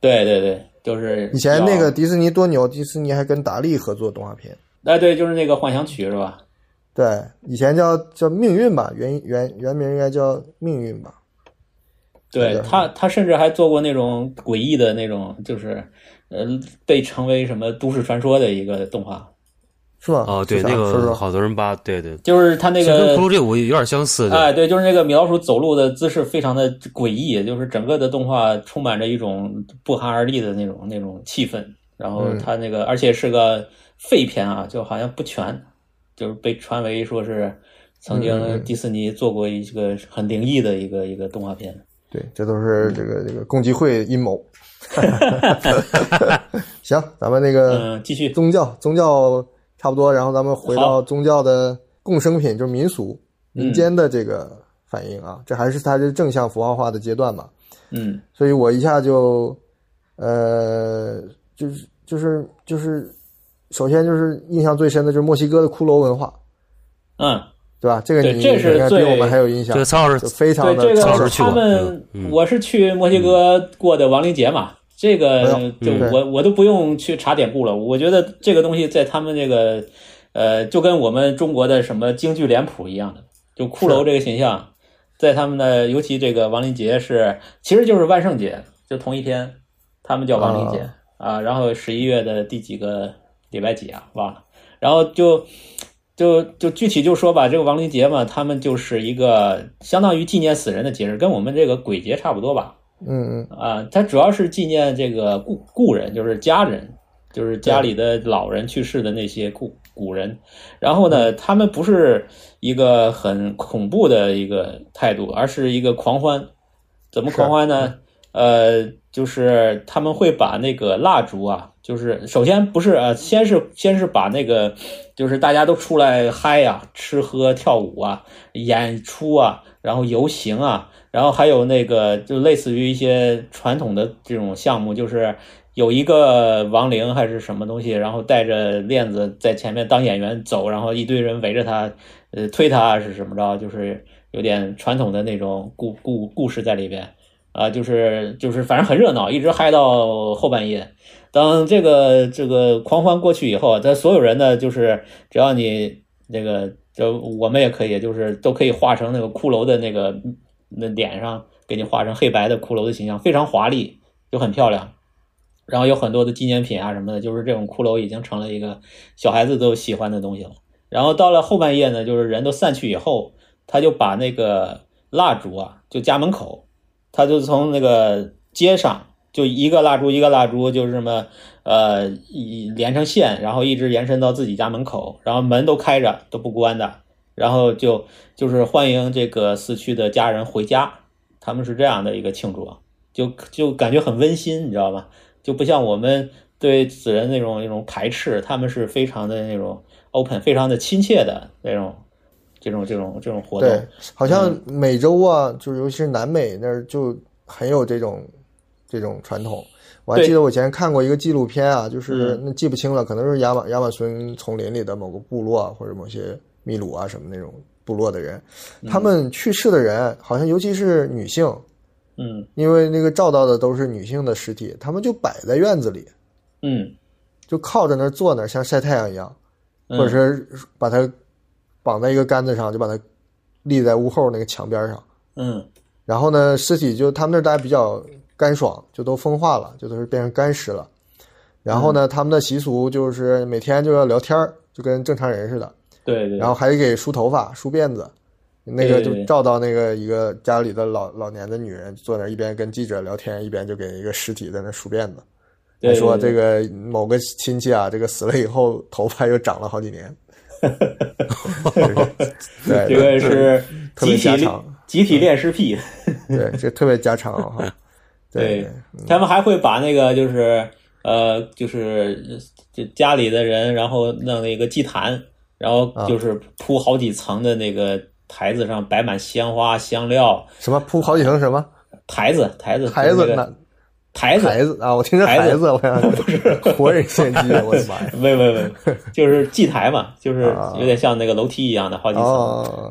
对对对，就是
以前那个
要，
迪士尼多牛，迪士尼还跟达利合作动画片。
哎，对，就是那个幻想曲是吧？
对，以前叫叫命运吧，原原原名应该叫命运吧。
对
对
他，他甚至还做过那种诡异的那种，就是呃，被称为什么都市传说的一个动画，
是吧？
哦，对，
啊是啥
那
说说
个好多人扒，对对，
就是他那
其实跟
个
骷髅。这舞有点相似，
哎，对，就是那个米老鼠走路的姿势非常的诡异，就是整个的动画充满着一种不寒而栗的那种那种气氛。然后他那个，而且是个废片啊，就好像不全，就是被传为说是曾经迪士尼做过一个很灵异的一个一个动画片。
对，这都是这个这个共济会阴谋。 行，咱们那个
嗯，继续。
宗教宗教差不多，然后咱们回到宗教的共生品，就是民俗
嗯
民间的这个反应啊，这还是它是正向符号化的阶段嘛。
嗯
所以我一下就，呃，就是就是就是，首先就是印象最深的就是墨西哥的骷髅文化，
嗯，
对吧？这个
对
你
这是
应该比我
最
们还有印象
这，个曹老
就
师
非常
对
的
这
曹老
个
师去
他
过
们
嗯，嗯
我是去墨西哥过的亡灵节嘛，这个
嗯
就
对
我我都不用去查典故了。我觉得这个东西在他们这个，呃，就跟我们中国的什么京剧脸谱一样的，就骷髅这个形象，在他们的尤其这个亡灵节是，其实就是万圣节，就同一天，他们叫亡灵节啊。然后十一月的第几个礼拜几啊，忘了。然后就就就具体就说吧，这个亡灵节嘛，他们就是一个相当于纪念死人的节日，跟我们这个鬼节差不多吧？
嗯嗯
啊，它主要是纪念这个故故人，就是家人，就是家里的老人去世的那些故古人。然后呢，他们不是一个很恐怖的一个态度，而是一个狂欢。怎么狂欢呢？呃，就是他们会把那个蜡烛啊，就是首先不是呃，先是先是把那个，就是大家都出来嗨呀、吃喝跳舞啊，演出啊，然后游行啊，然后还有那个就类似于一些传统的这种项目，就是有一个亡灵还是什么东西，然后带着链子在前面当演员走，然后一堆人围着他，呃，推他是怎么着，就是有点传统的那种故故故事在里边。啊，就是就是，反正很热闹，一直嗨到后半夜。当这个这个狂欢过去以后，啊咱所有人呢，就是只要你那个，就我们也可以，就是都可以画成那个骷髅的那个那脸上，给你画成黑白的骷髅的形象，非常华丽，就很漂亮。然后有很多的纪念品啊什么的，就是这种骷髅已经成了一个小孩子都喜欢的东西了。然后到了后半夜呢，就是人都散去以后，他就把那个蜡烛啊，就家门口，他就从那个街上就一个蜡烛一个蜡烛，就是什么呃一连成线，然后一直延伸到自己家门口，然后门都开着都不关的，然后就就是欢迎这个死去的家人回家，他们是这样的一个庆祝啊，就就感觉很温馨，你知道吗？就不像我们对死人那种那种排斥，他们是非常的那种 open，非常的亲切的那种这种这种这种活动。嗯
对，好像美洲啊，就是尤其是南美那儿就很有这种这种传统。我还
对嗯
记得我以前看过一个纪录片啊，就是那记不清了，可能是亚马亚马孙丛林里的某个部落啊或者某些秘鲁啊什么那种部落的人，他们去世的人好像尤其是女性，
嗯
因为那个照到的都是女性的尸体，他们就摆在院子里，
嗯，
就靠着那儿坐那儿，像晒太阳一样，
嗯
或者是把它绑在一个杆子上，就把它立在屋后那个墙边上。
嗯
然后呢，尸体就他们那儿大家比较干爽，就都风化了，就都是变成干尸了。然
嗯
后呢，他们的习俗就是每天就要聊天儿，就跟正常人似的。
对对，
然后还给梳头发、梳辫子，那
对
个
对
就
对
照到那个一个家里的老老年的女人坐那儿，一边跟记者聊天，一边就给一个尸体在那梳辫子，
对
还说
对
这
对
个某个亲戚啊，这个死了以后头发又长了好几 年。 对，
这个是
特别
集体
家
练
常，
集体练尸癖。
对，这特别家常啊哈。
对
对，
他们还会把那个就是呃，就是呃就家里的人，然后弄了一个祭坛，然后
啊
就是铺好几层的那个台子上摆满香花香料，
什么铺好几层什么
台子台子
孩子
就是那
呢
个？台子
孩子啊，我听着
孩子
孩子，我想 活人献祭，我的妈呀！
没没 没，就是祭台嘛，就是
啊
有点像那个楼梯一样的好几层，
哦，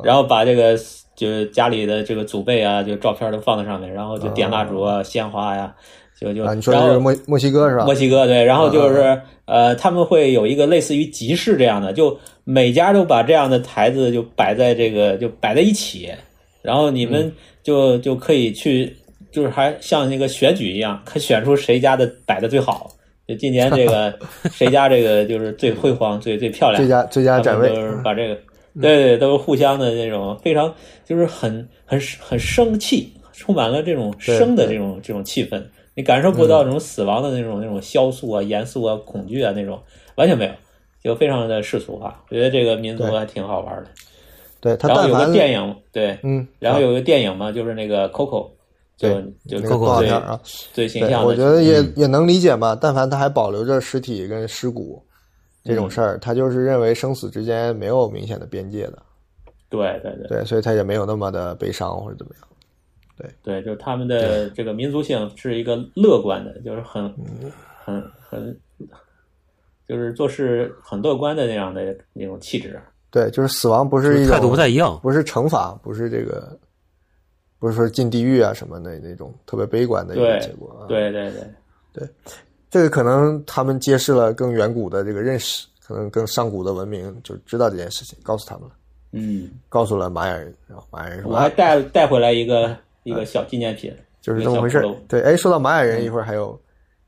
然后把这个就是家里的这个祖辈啊，就照片都放在上面，然后就点蜡烛啊、鲜花呀、就就
啊，你说
然
的
后
是墨墨西哥是吧嗯
墨？西哥对，然后就是、呃，他们会有一个类似于集市这样的，就每家都把这样的台子就摆在这个就摆在一起，然后你
嗯
们就、就可以去，就是还像那个选举一样，看选出谁家的摆的最好。就今年这 个谁家这个就是最辉煌、最最漂亮，
最佳最佳
他
展
们
位嗯
都，是把这个，对对，都是互相的那种非常就是很很很生气，充满了这种
对嗯
生的这种这种气氛，你感受不到这种死亡的那种那种萧肃啊、严肃啊、恐惧啊那种，完全没有，就非常的世俗化。我觉得这个民族
对
还挺好玩的。
对他
然后
但
有个
凡
电影，对，
嗯，
然后
啊
有个电影嘛，就是那个 Coco，就就
那个动画片儿啊，
最最形
对，
象
我觉
的，嗯
得也也能理解吧。但凡他还保留着尸体跟尸骨这
嗯
种事儿，他就是认为生死之间没有明显的边界的，
对对对
对，所以他也没有那么的悲伤或者怎么样。
对，就是他们的这个民族性是一个乐观的，就是很
嗯
很很，就是做事很乐观的那样的那种气质。啊
对，就是死亡不
就是
一
是
种
态度不太一样。
不是惩罚，不是这个，不是说进地狱啊什么的那种特别悲观的一个
对
结果啊。，
对对对，
这个可能他们揭示了更远古的这个认识，可能更上古的文明就知道这件事情，告诉他们了，
嗯，
告诉了玛雅人，然后玛雅人说哎
我还带带回来一个一
啊
个小纪念品，
就是这么回事
一个
儿
小骷髅。
对，哎，说到玛雅人，一会儿还有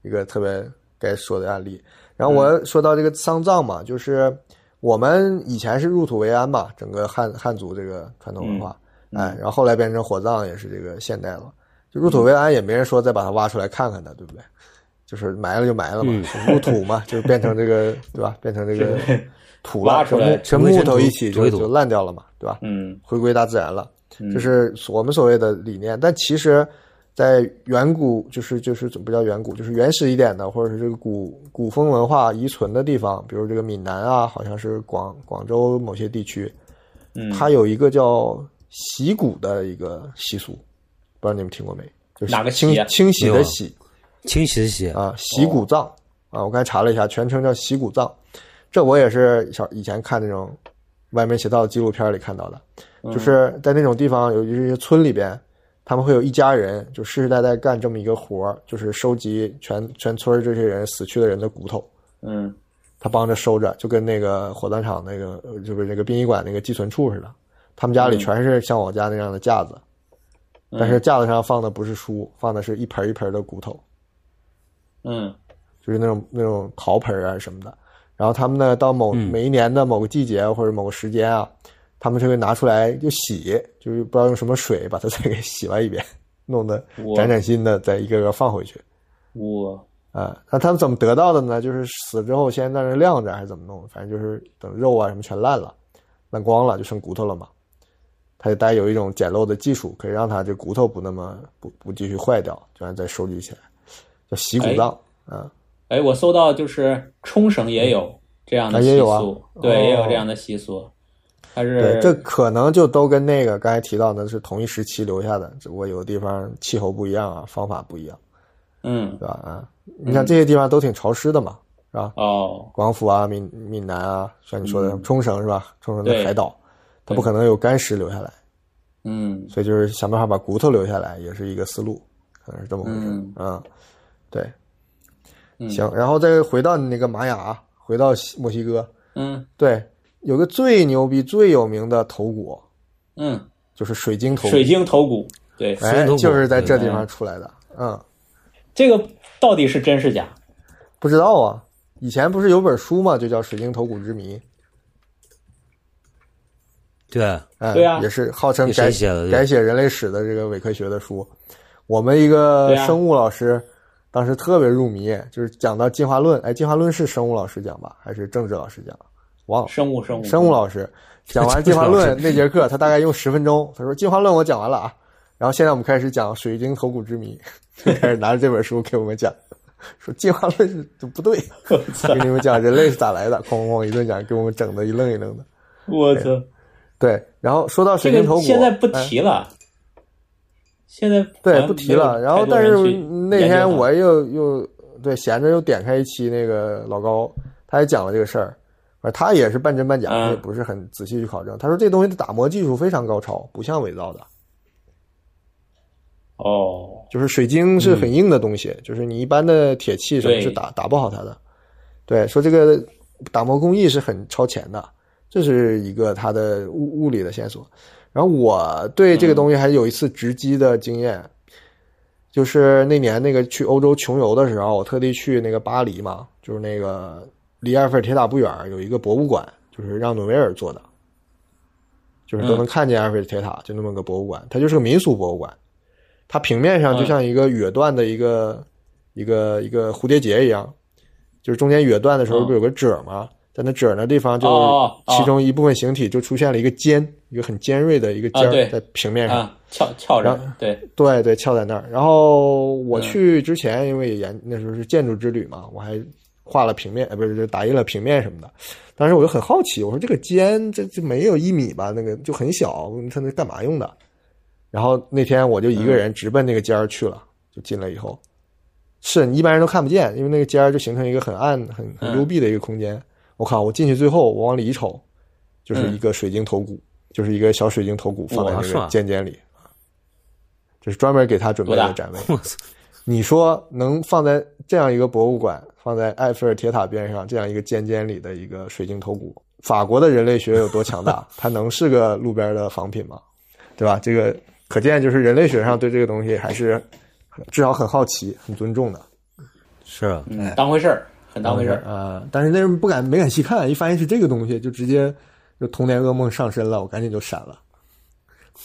一个特别该说的案例。然
嗯
后我说到这个丧葬嘛，就是我们以前是入土为安嘛，整个汉汉族这个传统文化，
嗯
哎，然后后来变成火葬也是这个现代了。就入土为安也没人说再把它挖出来看看它，对不对？就是埋了就埋了嘛，
嗯
入土嘛，就是变成这个对吧？变成这个土
挖
了，
出来
全
土归
木
尘
头
土
一起
土归
就
土
就烂掉了嘛，对吧？
嗯，
回归大自然了。
嗯
这是所我们所谓的理念。但其实，在远古，就是就是怎么不叫远古，就是原始一点的，或者是这个古古风文化遗存的地方，比如这个闽南啊，好像是广广州某些地区，
嗯
它有一个叫洗骨的一个习俗，不知道你们听过没？就是
哪个洗
清
啊
清洗
没有
的
啊
洗，
清洗洗，
啊，洗骨葬、啊，我刚才查了一下，全称叫洗骨葬。这我也是小以前看那种歪门邪道的纪录片里看到的，就是在那种地方，尤其是一些村里边，他们会有一家人就世世代代干这么一个活儿，就是收集全全村儿这些人死去的人的骨头，
嗯
他帮着收着，就跟那个火葬场那个呃就是那个殡仪馆那个寄存处似的。他们家里全是像我家那样的架子，
嗯
但是架子上放的不是书，放的是一盆儿一盆儿的骨头。
嗯
就是那种那种陶盆儿啊什么的。然后他们呢，到某
嗯
每一年的某个季节或者某个时间啊，他们就会拿出来就洗，就是不知道用什么水把它 再给洗完一遍，弄得
嗯我
崭崭新的，再一个个放回去
我
啊。那他们怎么得到的呢？就是死之后先在那晾着，还是怎么弄？反正就是等肉啊什么全烂了，烂光了就剩骨头了嘛。他就大家有一种简陋的技术，可以让它这骨头不那么不不继续坏掉，就让它再收集起来，叫洗骨
哎
葬啊。
哎，我搜到就是冲绳也有这样的
啊
习
也有啊
俗，对，也有
哦
这样的习俗，它
对
是，
这可能就都跟那个刚才提到的是同一时期留下的，只不过有的地方气候不一样啊，方法不一样，
嗯
对吧？啊，你看这些地方都挺潮湿的嘛，是吧？
哦。
广府啊、闽闽南啊，像你说的冲绳是吧？冲绳
嗯对
的海岛，它不可能有干石留下来，
嗯，
所以就是想办法把骨头留下来，也是一个思路，可能是这么回事。
嗯
啊，对，
嗯
行，然后再回到你那个玛雅啊，回到西墨西哥，
嗯
对，有个最牛逼、最有名的头骨。
嗯，
就是水晶头骨，
水晶头骨，对，
水
哎
龙头，骨
就是在这地方出来的。嗯，
这个到底是真是假？
不知道啊，以前不是有本书嘛，就叫《水晶头骨之谜》，
对，
哎，
对啊
也是号称
也
改
谁写的对
改写人类史的这个伪科学的书。我们一个
对啊
生物老师、当时特别入迷，就是讲到进化论，哎，进化论是生物老师讲吧，还是政治老师讲？忘了。
生物生物
生物老师讲完进 化论那节课，他大概用十分钟，他说进化论我讲完了啊，然后现在我们开始讲水晶头骨之谜， 就开始拿着这本书给我们讲，说进化论是不对， 给你们讲人类是咋来的，哐哐哐一顿讲，给我们整的一愣一愣的。
我操，
对，然后说到水
这
晶头
个
骨，
现在不
哎
提了，现在好
对，
像
不提
没有
了。然后，
太多
但是
人去
那
研究它
天我又又对闲着又点开一期那个老高，他也讲了这个事儿，反正他也是半真半假，
嗯
他也不是很仔细去考证。他说这东西的打磨技术非常高超，不像伪造的，
哦，
就是水晶是很硬的东西，就是你一般的铁器什么
对
是打打不好它的。对，说这个打磨工艺是很超前的，这是一个它的物物理的线索。然后我对这个东西还有一次直击的经验，就是那年那个去欧洲穷游的时候，我特地去那个巴黎嘛，就是那个离埃菲尔铁塔不远有一个博物馆，就是让努维尔做的，就是都能看见埃菲尔铁塔，就那么个博物馆，它就是个民俗博物馆，它平面上
嗯
就像一个乐段的一个、一个一个蝴蝶结一样，就是中间乐段的时候
嗯
不是有个褶吗？在那褶那地方就
哦哦
其中一部分形体就出现了一个尖，一个很尖锐的一个尖
啊对
儿在平面上。
啊，翘翘
然
着，对，
对对，翘在那儿。然后我
嗯
去之前，因为也研那时候是建筑之旅嘛，我还画了平面，呃不是就打印了平面什么的。当时我就很好奇，我说这个尖这这没有一米吧？那个就很小，它那干嘛用的？然后那天我就一个
嗯
人直奔那个尖儿去了，就进来以后，是你一般人都看不见，因为那个尖儿就形成一个很暗、很很
嗯
幽闭的一个空间。我靠！我进去最后，我往里一瞅，就是
嗯
一个水晶头骨，就是一个小水晶头骨放在
哇
那
是吧
个尖尖里，这是专门给他准备
多
的
大
展位。
我操，
你说能放在这样一个博物馆，放在埃菲尔铁塔边上这样一个尖尖里的一个水晶头骨，法国的人类学有多强大？它能是个路边的仿品吗？对吧？这个可见就是人类学上对这个东西还是至少很好奇、很尊重的。
是啊，
嗯，当回事儿，很当回事儿，
啊、但是那人不敢没敢细看，一发现是这个东西，就直接就童年噩梦上身了，我赶紧就闪了，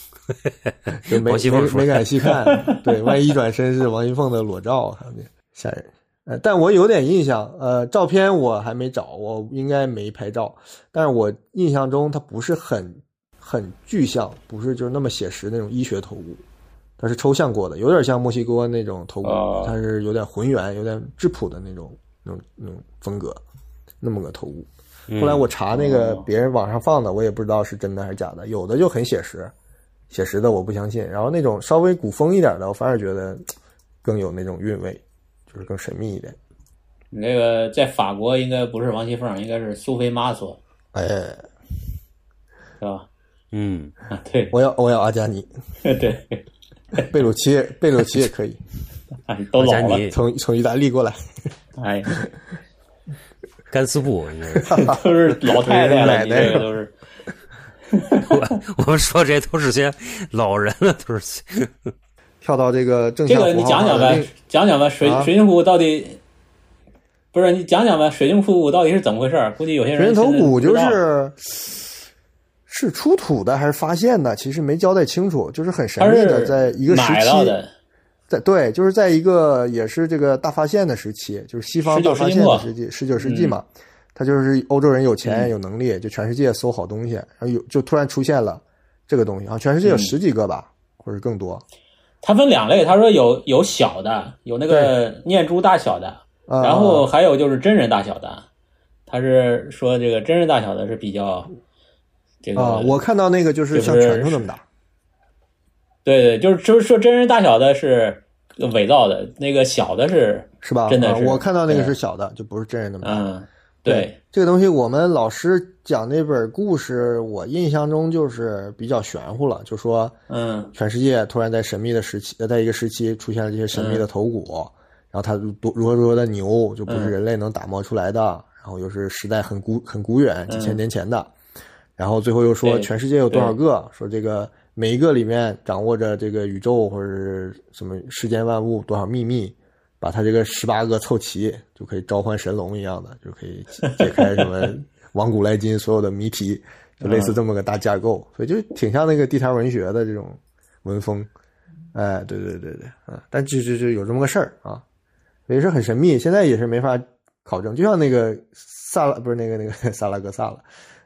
就没
王熙凤
没
说
没敢细 看，对，万一一转身是王熙凤的裸照，看见吓人。呃，但我有点印象，呃，照片我还没找，我应该没拍照，但是我印象中它不是很很具象，不是就是那么写实那种医学头骨，它是抽象过的，有点像墨西哥那种头骨，
哦
它是有点浑圆、有点质朴的那种、那种、那种风格，那么个头骨。后来我查那个
嗯哦
别人网上放的，我也不知道是真的还是假的，有的就很写实，写实的我不相信，然后那种稍微古风一点的，我反而觉得嘖更有那种韵味，就是更神秘一点。
你那个在法国应该不是王熙凤，应该是苏菲玛索，
哎，
是吧？
嗯，
啊，对
我要我要阿加尼，
对，
贝鲁奇，贝鲁奇也可以，
哎都
阿
老
加
了，
尼、
从从意大利过来，
哎，
甘斯布，应该是
都是老太太了，
奶奶
你这个都是
我们说这都是些老人了，都是
跳到这个正
这
向
个
符
你
号
讲
上
讲
的
呗
另，
讲讲呗，水
啊
水晶头骨到底不是你讲讲呗，水晶头骨到底是怎么回事儿？估计有些
水
人
晶头
现在
骨
不知
就
道
是是出土的还是发现的，其实没交代清楚，就是很神
它
秘
是
的，在一个时
买到
期，
的，
在对，就是在一个也是这个大发现的时期，就是西方大
19
发
世纪
现的
末嗯
时期，十九世纪嘛，他就是欧洲人有钱有能力，就全世界搜好东西，然后有就突然出现了这个东西啊，全世界有
嗯
十几个吧，或者更多，
它分两类，他说有有小的，有那个念珠大小的，
啊
然后还有就是真人大小的，他是说这个真人大小的是比较这个，
啊，我看到那个就是
就是
像拳头那么大，
对对，就是就是说真人大小的是伪造的，那个小的是
是吧？
真的
啊
是
我看到那个
对
是小的，就不是真人那么大。
嗯，对，
这个东西，我们老师讲那本故事，我印象中就是比较玄乎了，就说
嗯
全世界突然在神秘的时期，呃在一个时期出现了这些神秘的头骨，然后它多如何如何的牛，就不是
嗯
人类能打磨出来的，然后又是时代很古很古远，几千
嗯
年前的，然后最后又说
对
全世界有多少个，说这个每一个里面掌握着这个宇宙或者是什么世间万物多少秘密，把他这个十八个凑齐，就可以召唤神龙一样的，就可以解开什么王古来今所有的谜题，就类似这么个大架构，所以就挺像那个地摊文学的这种文风。哎，对对对对，嗯，但就就就有这么个事儿啊，也是很神秘，现在也是没法考证。就像那个萨拉不是那个那个萨拉戈萨了，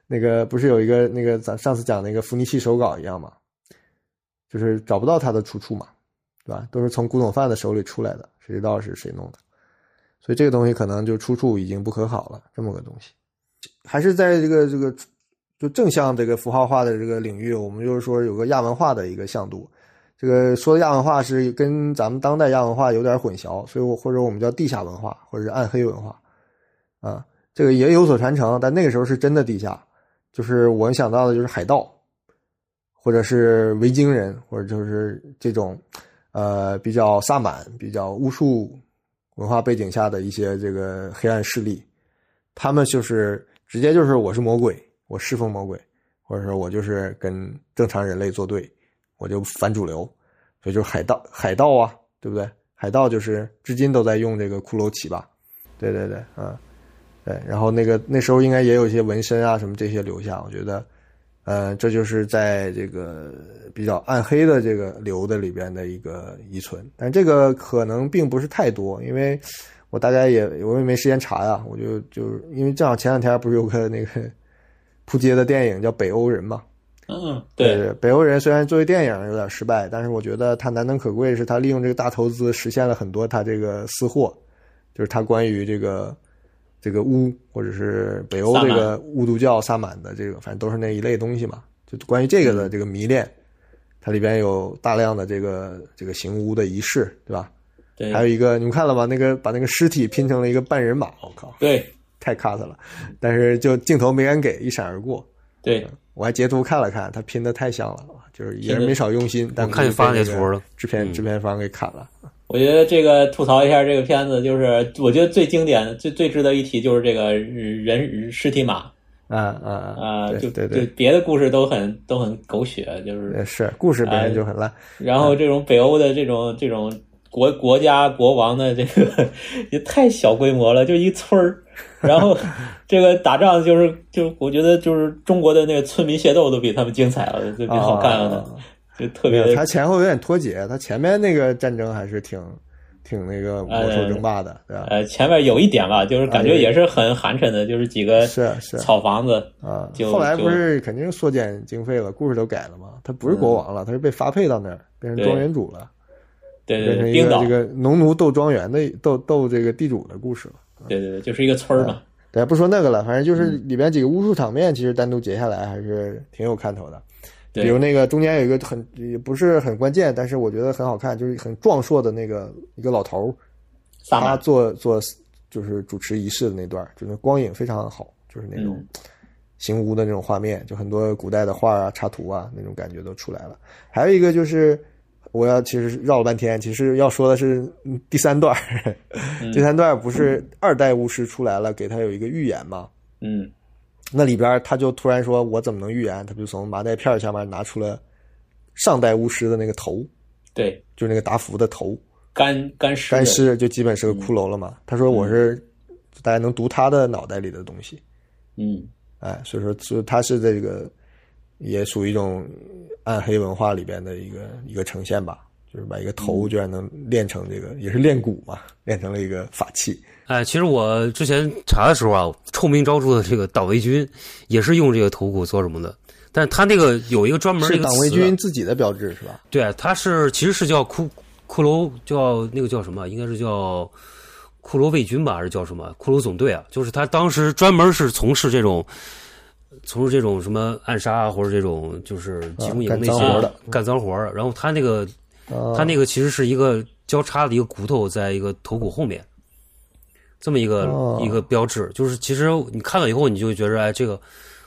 那个不是有一个那个咱上次讲那个伏尼契手稿一样嘛，就是找不到它的出处嘛，对吧？都是从古董贩子手里出来的，谁知道是谁弄的？所以这个东西可能就出处已经不可考了，这么个东西，还是在这个这个就正向这个符号化的这个领域，我们就是说有个亚文化的一个向度。这个说的亚文化是跟咱们当代亚文化有点混淆，所以我或者我们叫地下文化或者是暗黑文化，啊，这个也有所传承，但那个时候是真的地下，就是我想到的就是海盗，或者是维京人，或者就是这种，呃，比较萨满、比较巫术文化背景下的一些这个黑暗势力，他们就是直接就是我是魔鬼，我侍奉魔鬼，或者说我就是跟正常人类作对。我就反主流，所以就是海盗，海盗啊，对不对？海盗就是至今都在用这个骷髅旗吧？对对对，嗯，对。然后那个那时候应该也有一些纹身啊什么这些留下，我觉得，呃，这就是在这个比较暗黑的这个流的里边的一个遗存，但这个可能并不是太多，因为我大家也我也没时间查呀、啊，我就就是因为正好前两天不是有个那个 扑街的电影叫《北欧人》嘛。
嗯，
对，北欧人虽然作为电影有点失败，但是我觉得他难能可贵是他利用这个大投资实现了很多他这个私货，就是他关于这个这个巫或者是北欧这个巫毒教萨满的这个，反正都是那一类东西嘛。就关于这个的这个迷恋，它里边有大量的这个这个行巫的仪式，对吧？
对，
还有一个你们看了吗？那个把那个尸体拼成了一个半人马，我靠，
对，
太 cut 了，但是就镜头没敢给，一闪而过。
对。
我还截图看了看，他拼的太像了，就是也没少用心。但
看你发截图了，嗯
制片制片方给砍了。
我觉得这个吐槽一下这个片子，就是我觉得最经典、最最值得一提就是这个人尸体马。呃
啊啊啊！
就
对对，
别的故事都很都很狗血，就是哎
是故事本身就很烂。
然后这种北欧的这种这种国国家国王的这个也太小规模了，就一村儿。然后，这个打仗就是就我觉得就是中国的那个村民械斗都比他们精彩了，就比
哦
好看了，就特别。
他前后有点脱节，他前面那个战争还是挺挺那个魔兽争霸的，对吧？
呃，前面有一点吧，就是感觉也是很寒碜的，就是几个
啊是是
草房子
啊。
就
后来不是肯定缩减经费了，故事都改了嘛。他不是国王了，他是被发配到那儿，变成庄园主了，
对
变
对，
成一
呃冰
个
岛
这，个农奴斗庄园的斗斗这个地主的故事了。
对对对，就是一个村儿嘛。
对，不说那个了，反正就是里边几个巫术场面，其实单独截下来还是挺有看头的。
对
比如那个中间有一个很也不是很关键，但是我觉得很好看，就是很壮硕的那个一个老头儿，
萨
他
满，
做做就是主持仪式的那段儿，就是光影非常好，就是那种
嗯
行巫的那种画面，就很多古代的画啊、插图啊那种感觉都出来了。还有一个就是，我要其实绕了半天，其实要说的是嗯第三段儿，第三段儿不是二代巫师出来了，给他有一个预言嘛？
嗯，
那里边儿他就突然说：“我怎么能预言？”他就从麻袋片儿下面拿出了上代巫师的那个头，
对，
就是那个达福的头，
干干尸，
干，尸就基本是个骷髅了嘛。他说：“
嗯
我是大家能读他的脑袋里的东西。”
嗯，
哎，所以说，就它是这个也属于一种暗黑文化里边的一个一个呈现吧，就是把一个
嗯
头居然能练成这个，也是练骨嘛，练成了一个法器。
哎，其实我之前查的时候啊，臭名昭著的这个党卫军也是用这个头骨做什么的，但是他那个有一个专门
是
一个
党
词啊
卫军自己的标志是吧？
对，它是其实是叫骷骷髅，叫那个叫什么？啊应该是叫骷髅卫军吧，还是叫什么骷髅总队啊？就是他当时专门是从事这种从事这种什么暗杀啊，或者这种就是集中营
啊
那
干
些、
脏活的
干脏活儿然后他那个
啊
他那个其实是一个交叉的一个骨头，在一个头骨后面，这么一个、
哦
一个标志。就是其实你看到以后，你就觉着哎，这个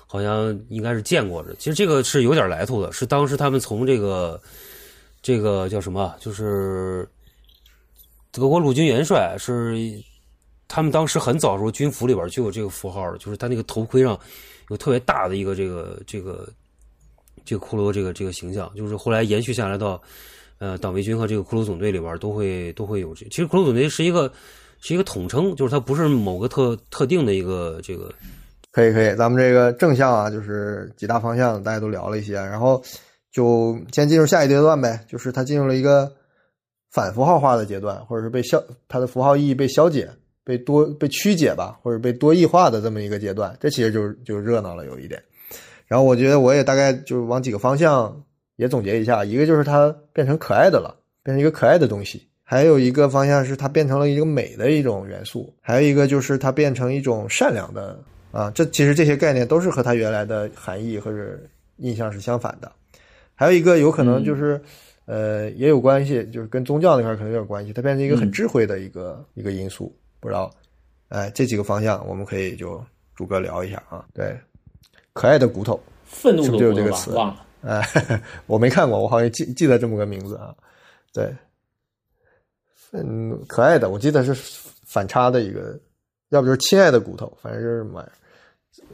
好像应该是见过的。其实这个是有点来头的，是当时他们从这个这个叫什么啊，就是德国陆军元帅是他们当时很早的时候军服里边就有这个符号了，就是他那个头盔上有特别大的一个这个这个这个骷髅这个这个形象，就是后来延续下来到呃，党卫军和这个骷髅总队里边都会都会有这。其实骷髅总队是一个是一个统称，就是它不是某个特特定的一个这个。
可以可以，咱们这个正向啊，就是几大方向大家都聊了一些，然后就先进入下一阶段呗，就是它进入了一个反符号化的阶段，或者是被消它的符号意义被消解、被多被曲解吧，或者被多义化的这么一个阶段，这其实就是就热闹了有一点。然后我觉得我也大概就是往几个方向也总结一下，一个就是它变成可爱的了，变成一个可爱的东西；还有一个方向是它变成了一个美的一种元素；还有一个就是它变成一种善良的啊，这其实这些概念都是和它原来的含义或者印象是相反的。还有一个有可能就是、呃也有关系，就是跟宗教那块儿可能有点关系，它变成一个很智慧的一个、一个因素，不知道。哎，这几个方向我们可以就逐个聊一下啊。对，可爱的骨头。
愤怒
是
的
不是有
骨
这
头
个
吧
词，
忘了。
哎，我没看过，我好像记记得这么个名字啊。对，嗯，可爱的，我记得是反差的一个，要不就是亲爱的骨头，反正就是什么玩意儿。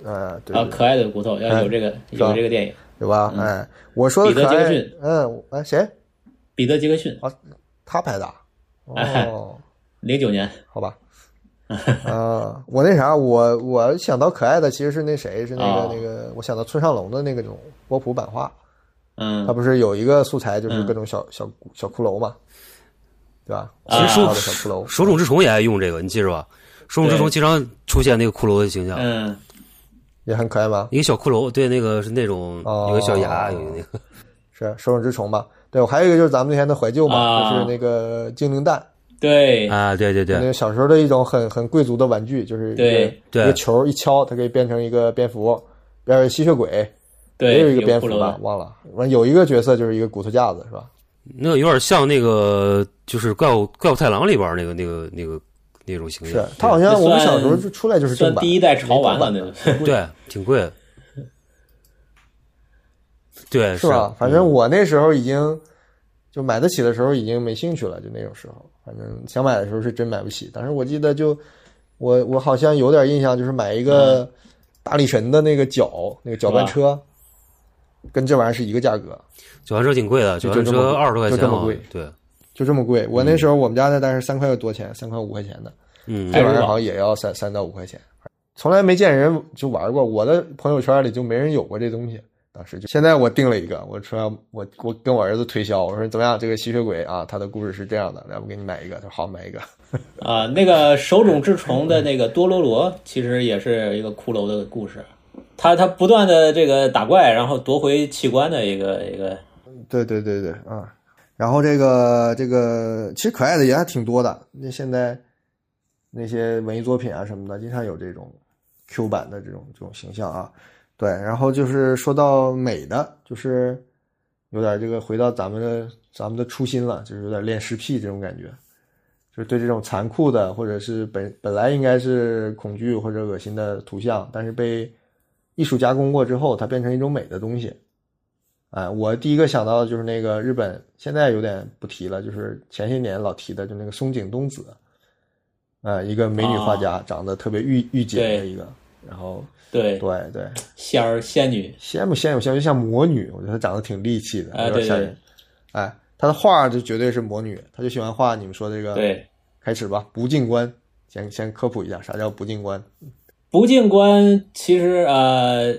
啊，对
啊，
对哎
可爱的骨头要有这个
是吧
有这个电影，
对吧？哎，我说的
彼
可
得杰克
爱
逊，
嗯，哎，谁？
彼得杰克逊，
他拍 的啊？
哎
哦，
零九年
好吧。啊，我那啥，我我想到可爱的其实是那谁，是那个、
哦
那个，我想到村上龙的那个种波普版画，
嗯
他，不是有一个素材就是
嗯
各种小、小小骷髅嘛，对吧？
其
实
啊小
说
的小骷髅，
手冢治虫也爱用这个，你记着吧？手冢治虫经常出现那个骷髅的形象，
嗯，
也很可爱吗？
一个小骷髅，对，那个是那种
哦
有个小牙，有那个
是手冢治虫嘛？对，我还有一个就是咱们那天的怀旧嘛，
啊
就是那个精灵蛋，
对
啊，对对
那
对
个小时候的一种很很贵族的玩具，就是一个
对
对
一个球一敲，它可以变成一个蝙蝠，变成吸血鬼，
对，
也有一个蝙
骷
蝠
髅
吧，
的，
忘了。完有一个角色就是一个骨头架子，是吧？
那个有点像那个就是怪物怪物太郎里边那个那个那个那种形
是
象，
他好像
这
我们
算
小时候就出来就是正
算
版，
第一代潮玩了，
没
那
盗版
就
对，挺贵的，对，
是吧？反
嗯
正我那时候已经就买得起的时候已经没兴趣了，就那种时候，反正想买的时候是真买不起。但是我记得就我我好像有点印象，就是买一个大力神的那个脚，那个搅拌车，跟这玩意儿是一个价格，
嗯九环车挺贵的，九
就
环
就这么
车二十多块
就
钱
这
好
么
像
贵，
对，
就这么贵。我那时候我们家那单是三块多钱，三块五块钱的，
嗯
哎，
这玩意儿好像也要三三到五块钱，从来没见人就玩过。我的朋友圈里就没人有过这东西。当时就现在我订了一个，我说我我跟我儿子推销，我说怎么样，这个吸血鬼啊，他的故事是这样的，要不给你买一个？他说好，买一个。
啊，那个手冢治虫的那个多罗罗，其实也是一个骷髅的故事，他他不断的这个打怪，然后夺回器官的一个一个，
对对对对，啊。然后这个这个其实可爱的也还挺多的，那现在那些文艺作品啊什么的，经常有这种 Q 版的这种这种形象啊。对，然后就是说到美的，就是有点这个回到咱们的咱们的初心了，就是有点恋尸癖这种感觉，就是对这种残酷的或者是本本来应该是恐惧或者恶心的图像，但是被艺术加工过之后，它变成一种美的东西。哎，我第一个想到的就是那个日本，现在有点不提了，就是前些年老提的，就那个松井东子，呃，一个美女画家，长得特别御御姐的
对
一个，然后
对，
对对，
仙儿仙女，
羡慕羡慕羡慕，就像魔女，我觉得她长得挺戾气的，
啊
有点吓
对对
人。哎，她的画就绝对是魔女，她就喜欢画你们说这个。，
对，
开始吧，不进观，先先科普一下啥叫不进观。
不进关其实呃，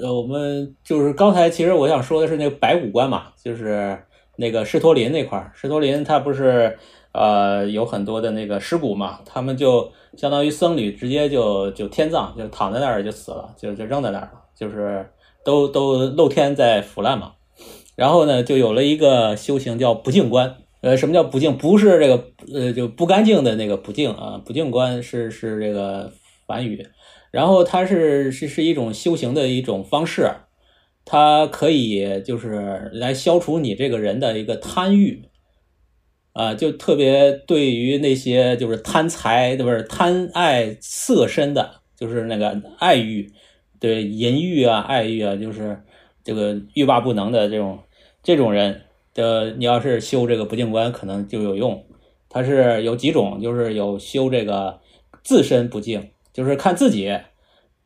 呃，我们就是刚才其实我想说的是那个白骨关嘛，就是那个狮驼林那块儿，狮驼林它不是呃有很多的那个尸骨嘛，他们就相当于僧侣直接就就天葬，就躺在那儿就死了，就就扔在那儿了，就是都都露天在腐烂嘛。然后呢，就有了一个修行叫不净观。呃，什么叫不净？不是这个呃，就不干净的那个不净啊，不净观是是这个梵语。然后它是是是一种修行的一种方式，它可以就是来消除你这个人的一个贪欲，啊，就特别对于那些就是贪财，不是贪爱色身的，就是那个爱欲，对淫欲啊、爱欲啊，就是这个欲罢不能的这种这种人的，你要是修这个不净观，可能就有用。它是有几种，就是有修这个自身不净，就是看自己，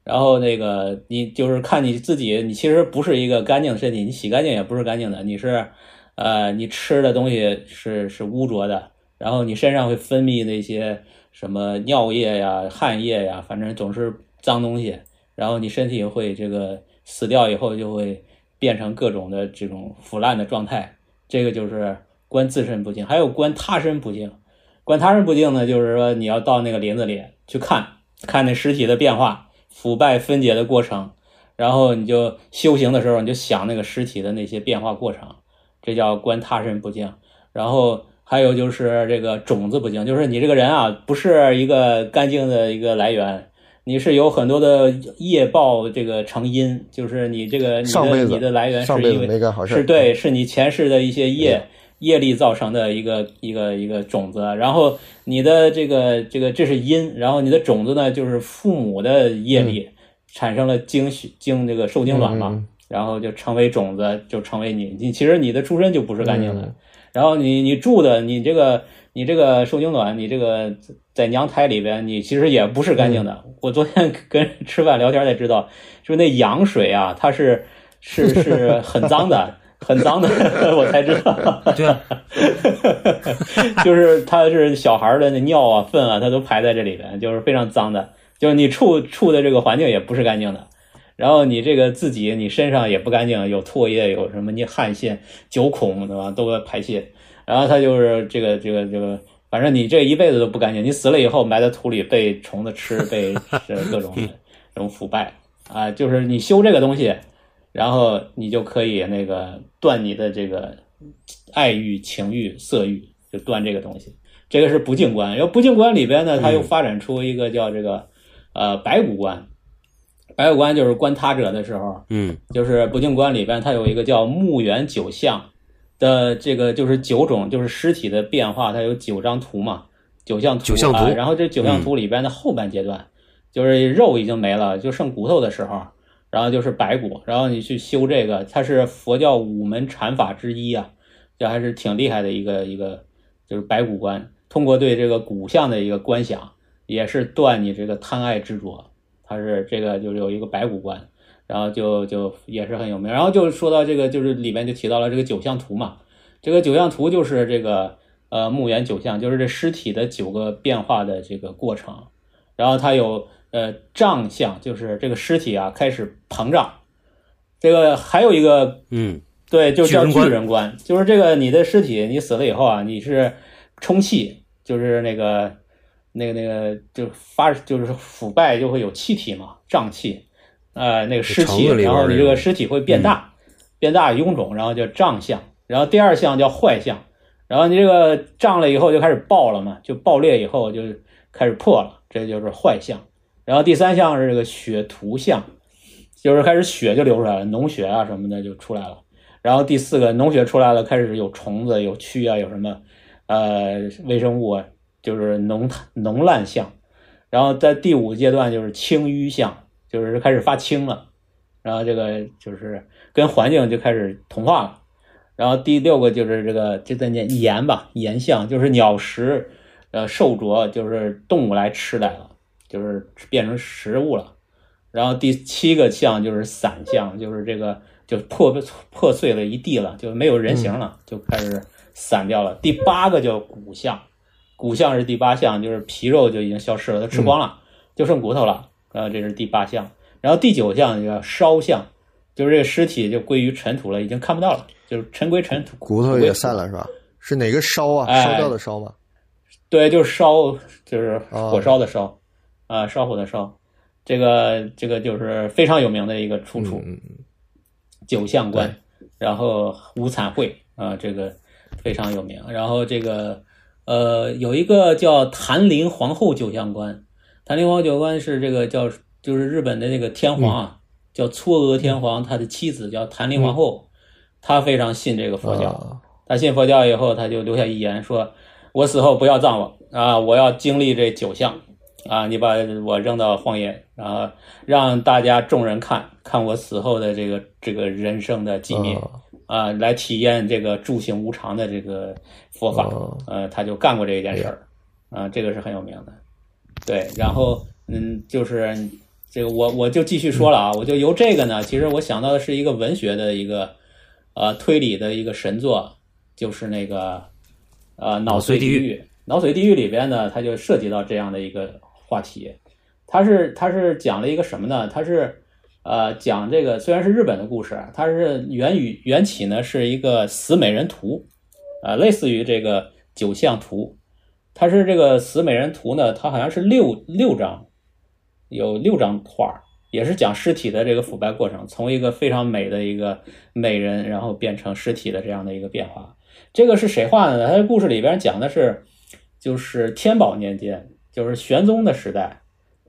然后那个你就是看你自己，你其实不是一个干净的身体，你洗干净也不是干净的，你是呃，你吃的东西是是污浊的，然后你身上会分泌那些什么尿液呀、汗液呀，反正总是脏东西，然后你身体会这个死掉以后就会变成各种的这种腐烂的状态，这个就是观自身不净，还有观他身不净。观他人不净呢，就是说你要到那个林子里去看看那尸体的变化、腐败分解的过程，然后你就修行的时候你就想那个尸体的那些变化过程，这叫观他身不净。然后还有就是这个种子不净，就是你这个人啊不是一个干净的一个来源，你是有很多的业报这个成因，就是你这个你
上辈
的
子
你的来源
上
是
辈
因
子没
为
干好事儿
是对，是你前世的一些业。业力造成的一个一个一个种子，然后你的这个这个这是因，然后你的种子呢就是父母的业力产生了精血精这个受精卵嘛，
嗯嗯嗯
然后就成为种子，就成为你你其实你的出身就不是干净的，
嗯
然后你你住的你这个你这个受精卵，你这个在娘胎里边，你其实也不是干净的。
嗯
我昨天跟人吃饭聊天才知道，就是那羊水啊，它是是是很脏的。 很脏的，我才知道。
对啊，
就是它是小孩儿的那尿啊、粪啊，它都排在这里边，就是非常脏的。就是你处处的这个环境也不是干净的，然后你这个自己你身上也不干净，有唾液，有什么你汗腺、九孔对吧，都会排泄。然后它就是这个这个这个，反正你这一辈子都不干净，你死了以后埋在土里被虫子吃，被这各种的这种腐败啊，就是你修这个东西，然后你就可以那个断你的这个爱欲、情欲、色欲，就断这个东西。这个是不净观，然后不净观里边呢，它又发展出一个叫这个、呃白骨观。白骨观就是观他者的时候，
嗯
就是不净观里边它有一个叫木原九相的这个就是九种就是尸体的变化，它有九张图嘛，九相图，
九相图嗯
啊然后这九相图里边的后半阶段，就是肉已经没了，就剩骨头的时候，然后就是白骨，然后你去修这个，它是佛教五门禅法之一啊，这还是挺厉害的一个一个，就是白骨观，通过对这个骨相的一个观想，也是断你这个贪爱执着，它是这个就是有一个白骨观，然后就就也是很有名，然后就说到这个就是里面就提到了这个九相图嘛，这个九相图就是这个呃墓园九相，就是这尸体的九个变化的这个过程。然后它有呃胀相，就是这个尸体啊开始膨胀。这个还有一个
嗯，
对，就叫
巨人
巨
观
人观，就是这个你的尸体你死了以后啊，你是充气，就是那个那个那个就发就是腐败就会有气体嘛，胀气，呃那个尸
肠
体，
子里边
然后你这
那
个
种嗯
尸体会变大，变大臃肿，然后叫胀相，然后第二项叫坏相，然后你这个胀了以后就开始爆了嘛，就爆裂以后就开始破了，这就是坏相。然后第三项是这个血图像，就是开始血就流出来了，脓血啊什么的就出来了。然后第四个脓血出来了，开始有虫子、有蛆啊，有什么呃微生物，啊，就是脓脓烂相。然后在第五阶段就是青淤相，就是开始发青了，然后这个就是跟环境就开始同化了。然后第六个就是这个这在念盐吧，盐相就是鸟食，呃受着就是动物来吃来了，就是变成食物了。然后第七个相就是散相，就是这个就破破碎了一地了，就没有人形了，就开始散掉了。第八个叫骨相，骨相是第八相，就是皮肉就已经消失了，都吃光了，就剩骨头了。呃，这是第八相。然后第九项叫烧相，就是这个尸体就归于尘土了，已经看不到了，就是尘归尘土，
骨头也散了是吧？是哪个烧啊？
哎
烧掉的烧吗？
对，就是烧，就是火烧的烧，啊、烧火的烧，这个这个就是非常有名的一个出处，
嗯
九相观，然后五惨会啊、这个非常有名。然后这个呃，有一个叫谭林皇后九相观，谭林皇后九相观是这个叫就是日本的那个天皇
嗯
啊，叫嵯峨天皇，他的妻子叫谭林皇后，她非常信这个佛教。
啊
他信佛教以后，他就留下遗言说：“我死后不要葬我啊，我要经历这九项啊，你把我扔到荒野，然后让大家众人看看我死后的这个这个人生的寂
哦
灭啊，来体验这个住行无常的这个佛法。
哦
呃，他就干过这一
哎
件事儿，啊，这个是很有名的。对，然后嗯，就是这个我我就继续说了啊，我就由这个呢，其实我想到的是一个文学的一个呃推理的一个神作，就是那个呃脑
髓
髓
地
地
狱
狱。脑髓地狱里边呢，它就涉及到这样的一个话题。它是它是讲了一个什么呢？它是呃讲这个虽然是日本的故事，啊它是源于缘起呢是一个死美人图，啊，类似于这个九相图。它是这个死美人图呢，它好像是六六张，有六张画儿，也是讲尸体的这个腐败过程，从一个非常美的一个美人，然后变成尸体的这样的一个变化。这个是谁画的呢？他的故事里边讲的是，就是天宝年间，就是玄宗的时代，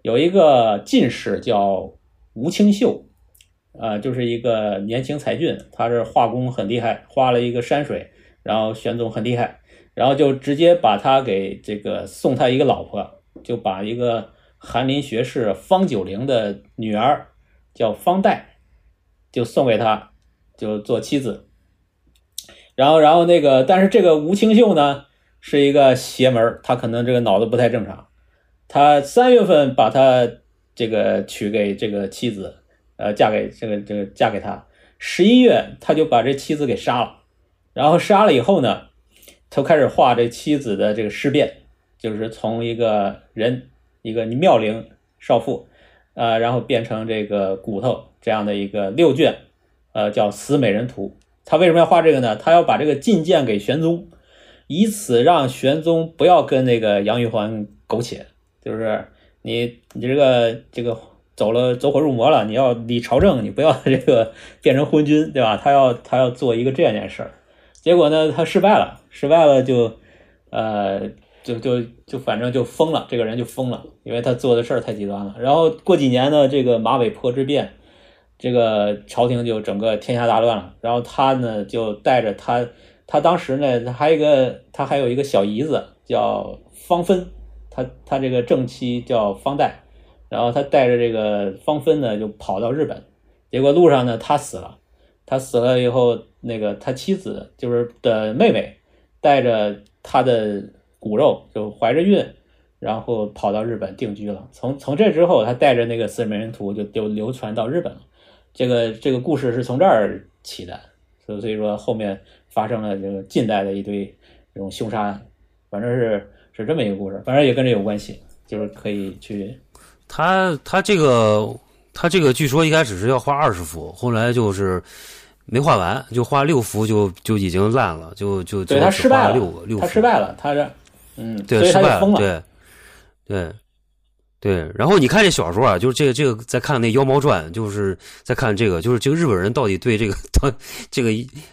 有一个进士叫吴清秀，呃，就是一个年轻才俊，他是画工很厉害，画了一个山水，然后玄宗很厉害，然后就直接把他给这个送他一个老婆，就把一个翰林学士方九龄的女儿叫方代，就送给他，就做妻子。然后，然后那个，但是这个吴清秀呢，是一个邪门儿，他可能这个脑子不太正常。他三月份把他这个娶给这个妻子，呃，嫁给这个这个嫁给他。十一月他就把这妻子给杀了，然后杀了以后呢，他开始画这妻子的这个尸变，就是从一个人，一个妙龄少妇，呃，然后变成这个骨头这样的一个六卷，呃，叫《死美人图》。他为什么要画这个呢？他要把这个进谏给玄宗，以此让玄宗不要跟那个杨玉环苟且，就是你你这个这个走了走火入魔了，你要理朝政，你不要 这个变成昏君，对吧？他要他要做一个这样一件事儿，结果呢，他失败了，失败了就，呃，就就就反正就疯了，这个人就疯了，因为他做的事儿太极端了。然后过几年呢，这个马嵬坡之变，这个朝廷就整个天下大乱了。然后他呢，就带着他，他当时呢，他还有一个他还有一个小姨子叫方芬，他他这个正妻叫方代，然后他带着这个方芬呢，就跑到日本，结果路上呢，他死了。他死了以后，那个他妻子就是的妹妹，带着他的骨肉就怀着孕，然后跑到日本定居了。从从这之后，他带着那个四美人图就就流传到日本了。这个这个故事是从这儿起的，所以所以说后面发生了这个近代的一堆这种凶杀案，反正是是这么一个故事，反正也跟这有关系，就是可以去
他他这个他这个据说一开始是要画二十幅，后来就是没画完，就画六幅就就已经烂了，就就
对
就
他
只
失
画
败
了
了
六个六
他
幅
失败了，他这嗯，
对
所以
失
他
败
就疯了。
对对对。然后你看这小说啊，就是这个这个，再看那《妖猫传》，就是再看这个，就是这个日本人到底对这个 唐这个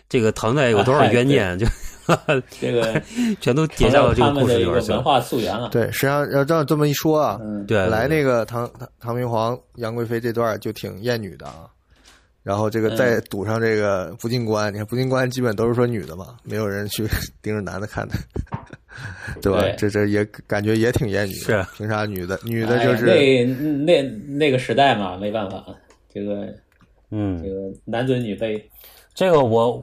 这个唐代有多少
哎
冤
对
念，就
这个
全都叠加到这
他
个
们
故事
的
里
一个
边去
文
了。
化啊溯源 了。
对，实际上要这样这么一说啊，
嗯，
对，
本来
对
那个唐唐唐明皇、杨贵妃这段就挺艳女的啊，然后这个
嗯
再堵上这个不进关，你看不进关基本都是说女的嘛，没有人去 盯着男的看的， 对吧？
对
这这也感觉也挺艳女的，
是
凭啥女的女的就是、
哎呀那那那个时代嘛，没办法，啊这个
嗯
这，个男尊女卑。
这个我，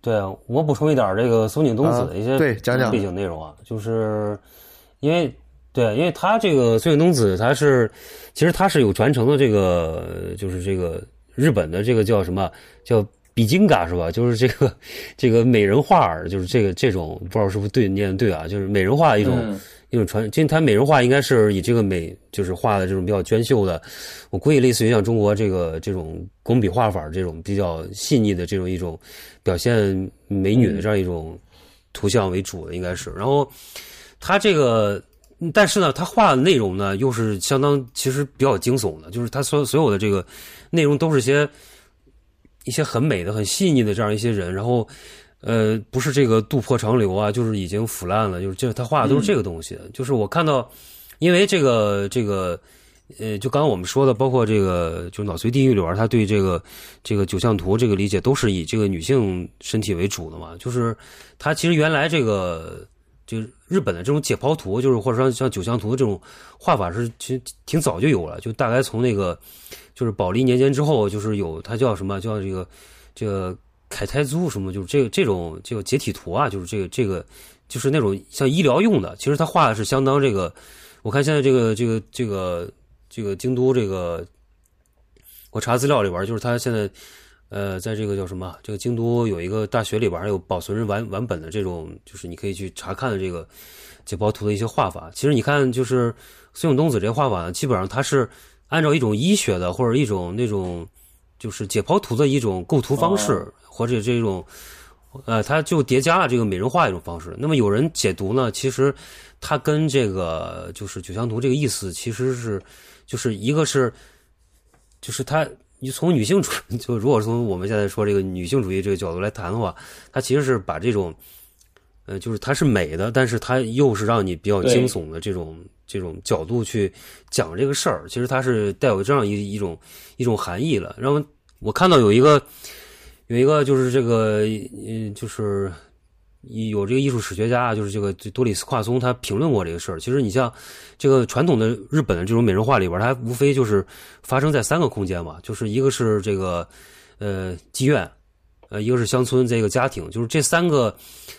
对我补充一点儿这个松井东子的一些、
啊对讲讲
背景内容啊，就是因为对，因为他这个松井东子他是其实他是有传承的这个呃就是这个日本的这个叫什么叫。比金嘎是吧？就是这个， 这个美人画儿，就是这个这种，不知道是不是对念对啊？就是美人画一种、
嗯
一种传，因为它美人画应该是以这个美，就是画的这种比较娟秀的，我估计类似于像中国这个这种工笔画法这种比较细腻的这种一种表现美女的这样一种图像为主的应该是。然后他这个，嗯但是呢，他画的内容呢又是相当其实比较惊悚的，就是他所所有的这个内容都是些一些很美的、很细腻的这样一些人，然后。呃，不是这个渡破长流啊，就是已经腐烂了，就是这他画的都是这个东西。就是我看到，因为这个这个，呃，就刚刚我们说的，包括这个就是脑髓地狱里边，他对这个这个九相图这个理解，都是以这个女性身体为主的嘛。就是他其实原来这个就是日本的这种解剖图，就是或者说像九相图这种画法是其实挺早就有了，就大概从那个就是宝历年间之后，就是有它叫什么叫这个这个凯泰租什么，就是这个这种这个解体图啊，就是这个这个就是那种像医疗用的，其实它画的是相当这个，我看现在这个这个这个这个京都这个，我查资料里边儿就是它现在呃，在这个叫什么？这个京都有一个大学里边还有保存着完完本的这种，就是你可以去查看这个解剖图的一些画法。其实你看，就是孙永东子这画法，基本上它是按照一种医学的或者一种那种就是解剖图的一种构图方式，
哦
或者这种呃，它就叠加了这个美人画一种方式。那么有人解读呢，其实它跟这个就是九香图这个意思其实是就是一个是就是它。你从女性主， 就如果从我们现在说这个女性主义这个角度来谈的话，它其实是把这种，呃，就是它是美的，但是它又是让你比较
对
惊悚的这种这种角度去讲这个事儿，其实它是带有这样一一种一种含义了。然后我看到有一个有一个就是这个，嗯，就是有这个艺术史学家啊，就是这个多里斯夸松，他评论过这个事儿。其实你像这个传统的日本的这种美人画里边，它无非就是发生在三个空间嘛，就是一个是这个呃妓院，呃，一个是乡村这个家庭，就是这三个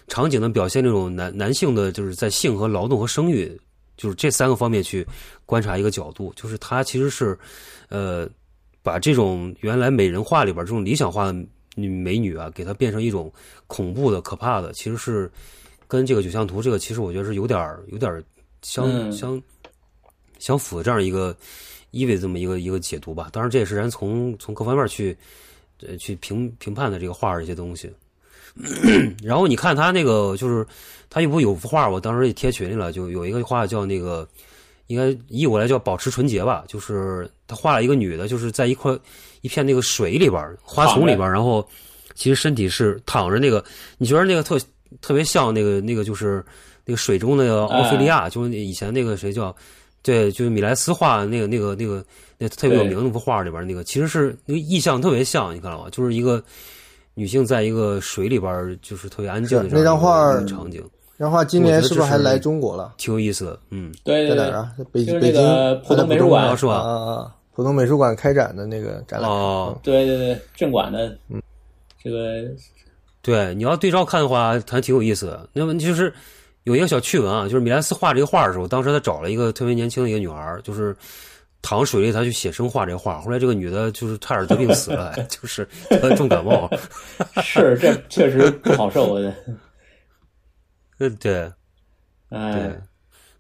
场景呢，表现这种男男性的就是在性和劳动和生育，就是这三个方面去观察一个角度，就是他其实是呃把这种原来美人画里边这种理想化的女美女啊，给它变成一种恐怖的、可怕的，其实是跟这个九相图这个，其实我觉得是有点儿有点儿相、
嗯
相相符的这样一个意味这么一个一个解读吧。当然，这也是咱从从各方面去呃去评评判的这个画儿一些东西。 然后你看他那个，就是他一不有幅画，我当时也贴群里了，就有一个画叫那个，应该译过来叫“保持纯洁”吧，就是他画了一个女的，就是在一块一片那个水里边儿、花丛里边儿，然后其实身体是躺着那个，你觉得那个特特别像那个那个就是那个水中那个奥菲利亚，就是以前那个谁叫对，就是米莱斯画那个那个那个那特别有名的那幅画里边儿那个，其实是那个意象特别像，你看到吗？就是一个女性在一个水里边儿，就是特别安静的
是
这样
那张
一个
画儿
一个场景，
然后今
我觉
年
得
是不是还
这是
来中国了？
挺有意思的。嗯，
对
在
对
哪
对
儿，啊？北
就是
北
那
京
个浦东美术
然后
馆，
是
啊
吧？
啊啊！浦东美术馆开展的那个展览。
哦，
嗯
对对对，镇馆的，
嗯
这个
对，你要对照看的话，还挺有意思的。那么就是有一个小趣闻啊，就是米莱斯画这个画的时候，当时他找了一个特别年轻的一个女孩儿，就是躺水里，他去写生画这个画。后来这个女的就是差点得病死了， 就是得重感冒。
是这确实不好受的，
嗯，对对
哎，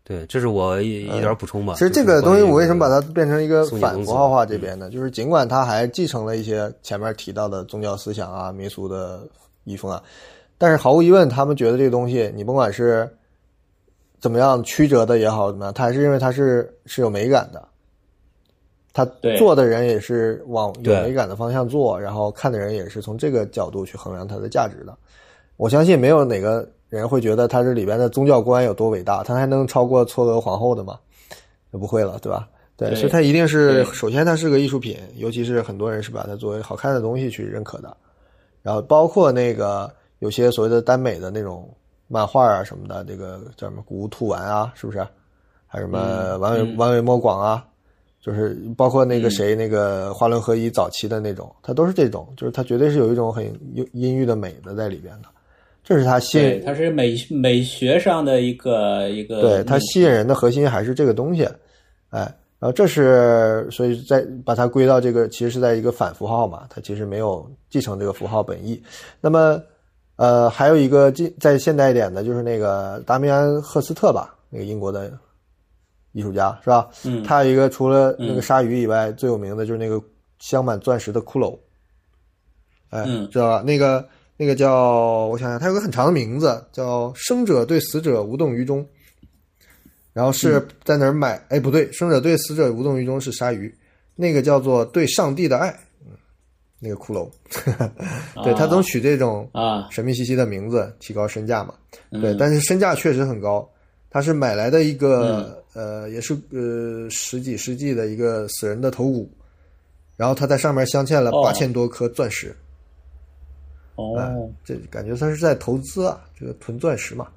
对，这是我一一点补充吧。
哎其实这
就是
个东
关
西，
于
我为什么把它变成一个
宋
反
庆
符
宗
号
祠
化这边呢？就是尽管它还继承了一些前面提到的宗教思想啊、民俗的遗风啊，但是毫无疑问，他们觉得这个东西，你甭管是怎么样曲折的也好，怎么样，他还是认为它是是有美感的。他
对
做的人也是往有
对
美感的方向做，然后看的人也是从这个角度去衡量它的价值的。我相信没有哪个人会觉得他这里边的宗教观有多伟大，他还能超过嵯峨皇后的吗？也不会了，对吧？对，
对
所以它一定是，
对
首先它是个艺术品，尤其是很多人是把它作为好看的东西去认可的，然后包括那个有些所谓的耽美的那种漫画啊什么的，这个叫什么古屋兔丸啊，是不是？还有
嗯
什么丸尾、丸尾莫广啊，就是包括那个谁、那个花轮和一早期的那种，它都是这种，就是它绝对是有一种很阴阴郁的美的在里边的，这是它吸
对，
引
它是美美学上的一个一个，嗯
对它吸引人的核心还是这个东西，哎，然后这是所以在把它归到这个，其实是在一个反符号嘛，它其实没有继承这个符号本意。那么，呃，还有一个近再现代一点的，就是那个达米安·赫斯特吧，那个英国的艺术家是吧？
嗯
他有一个除了那个
嗯
鲨鱼以外，最有名的就是那个镶满钻石的骷髅，哎，
嗯
知道吧？那个那个叫我想想，它有个很长的名字，叫“生者对死者无动于衷”。然后是在哪儿买？哎，不对，生者对死者无动于衷是鲨鱼，那个叫做对上帝的爱，嗯，那个骷髅， 对他总取这种
啊，
神秘兮兮的名字提高身价嘛，对，
嗯
但是身价确实很高，它是买来的一
嗯
个、呃，也是呃十几世纪的一个死人的头骨，然后它在上面镶嵌了
哦
八千多颗钻石，哎
哦，
嗯
这感觉他是在投资啊，这个囤钻石嘛。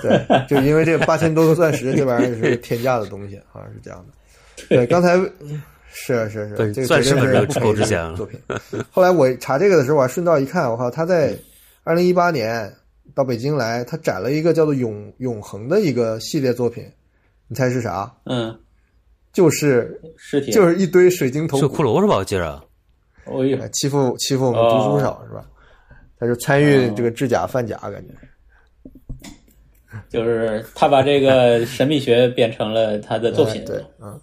对，就因为这八千多个钻石，这玩意儿是天价的东西，好像是这样的。对，刚才嗯是是是，
对
这个
钻石
绝
本
对
身
是
就够值钱了
作品。后来我查这个的时候，我还顺道一看，我靠，他在二零一八年到北京来，他展了一个叫做《永永恒》的一个系列作品，你猜是啥？
嗯，
就是
尸体
就是一堆水晶头
是
骨
骷，髅是吧？我记着
哦呦，
呃欺负欺负我们读
哦
书少、是吧？他就参与这个制假贩假，感觉
就是他把这个神秘学变成了他的作品。
对，对嗯，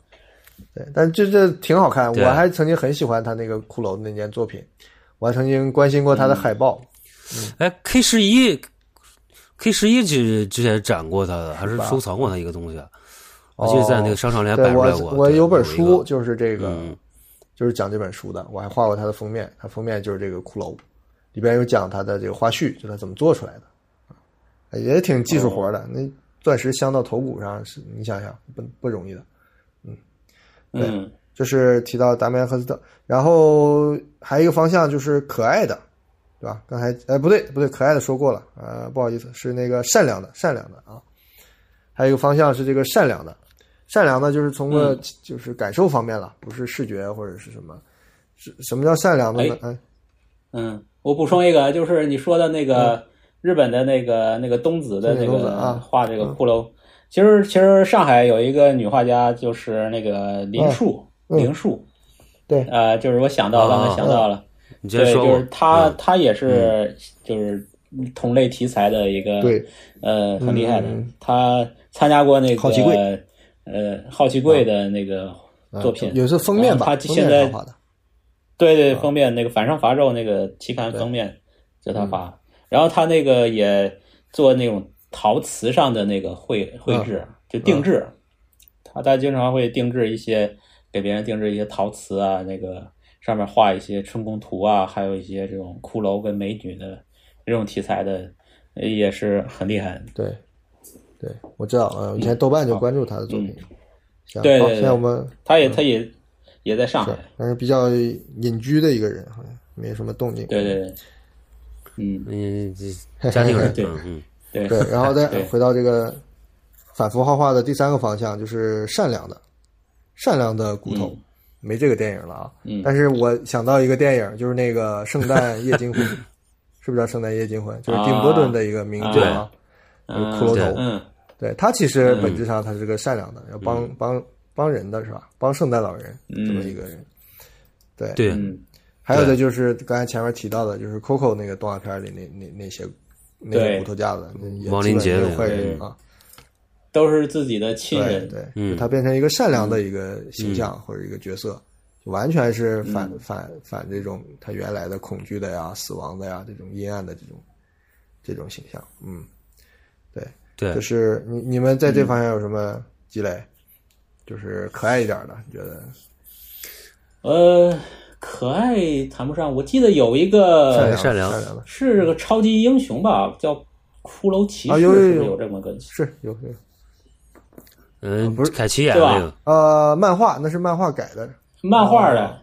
对，但这这挺好看，
对啊
我还曾经很喜欢他那个骷髅那件作品，我还曾经关心过他的海报，
哎，K 十一，K 十一之之前展过他的，还是收藏过他一个东西啊，我记得在那个商场里还摆
哦对
出来
我
过。
我
对
有本
一
书
个
就是这个，
嗯
就是讲这本书的，我还画过它的封面，它封面就是这个骷髅，里边有讲它的这个花絮，就它怎么做出来的，也挺技术活
哦
的。那钻石镶到头骨上，是你想想不不容易的。
嗯
这是提到达梅安·赫斯特，然后还有一个方向就是可爱的，对吧？刚才哎不对不对，可爱的说过了，呃不好意思，是那个善良的善良的啊。还有一个方向是这个善良的，善良的就是从个、
嗯
就是感受方面了，不是视觉或者是什么，是什么叫善良的呢？哎，
嗯，我补充一个，就是你说的那个日本的那个那个东子的那
嗯东子
个
啊
画这个骷髅，其实其实上海有一个女画家，就是那个林树
嗯嗯
林树，
对啊嗯
呃，就是我想到刚才想到了，
你之前
对，
说
就
过
是，她
嗯
她也是就是同类题材的一个
对，
呃，很厉害的
嗯。
他参加过那个
好奇贵
呃，好奇贵的那个
啊
作品，啊
有时候封面吧，
然后他
封
现
面
在
上画的，
对对，封面那个《反上伐纣》那个期刊
对嗯
封面，就他发。然后他那个也做那种陶瓷上的那个绘绘
嗯
制，就定制。他他经常会定制一些给别人定制一些陶瓷啊，那个上面画一些春宫图啊，还有一些这种骷髅跟美女的这种题材的，呃也是很厉害的。
对，对，我知道，呃，以前豆瓣就关注他的作品。行
嗯对
好
对
现在
对
我们
他也他也也在上海
嗯是，，但是比较隐居的一个人，好像没什么动静。
对对对，嗯
嗯，这家庭 人，
对
嗯嗯，
对
对，然后再
对
回到这个反复画画的第三个方向，就是善良的，善良的骨头，
嗯
没这个电影了啊。
嗯
但是我想到一个电影，就是那个《圣诞 夜惊魂》，是不是叫《圣诞夜惊魂》？就是丁伯顿的一个名作啊，就是骷髅头。
啊嗯
对他其实本质上他是个善良的，要帮帮帮人的是吧？帮圣诞老人这么一个人。对，
对，
嗯，
还有的就是刚才前面提到的，就是 Coco 那个动画片里那那那些那些
对
骨头架子，那也
亡灵
基本
节
没
那
有
个
坏人啊，
都是自己的亲
对
人，嗯
对，
嗯
他变成一个善良的一个形象或者一个角色，就完全是反
嗯
反反这种他原来的恐惧的呀、死亡的呀这种阴暗的这种这种形象，嗯，对，
对
就，是你你们在这方面有什么积累？就是可爱一点的，你觉得
呃，可爱谈不上，我记得有一
善
个
良
呃善良
善良的
是个超级英雄吧，叫骷髅骑士，
啊
是
有
不
有
是
有
有这么个？
是有有
嗯，
不是
凯奇演的那
哦对
个
吧，
呃，漫画那是漫画改的，
漫画的，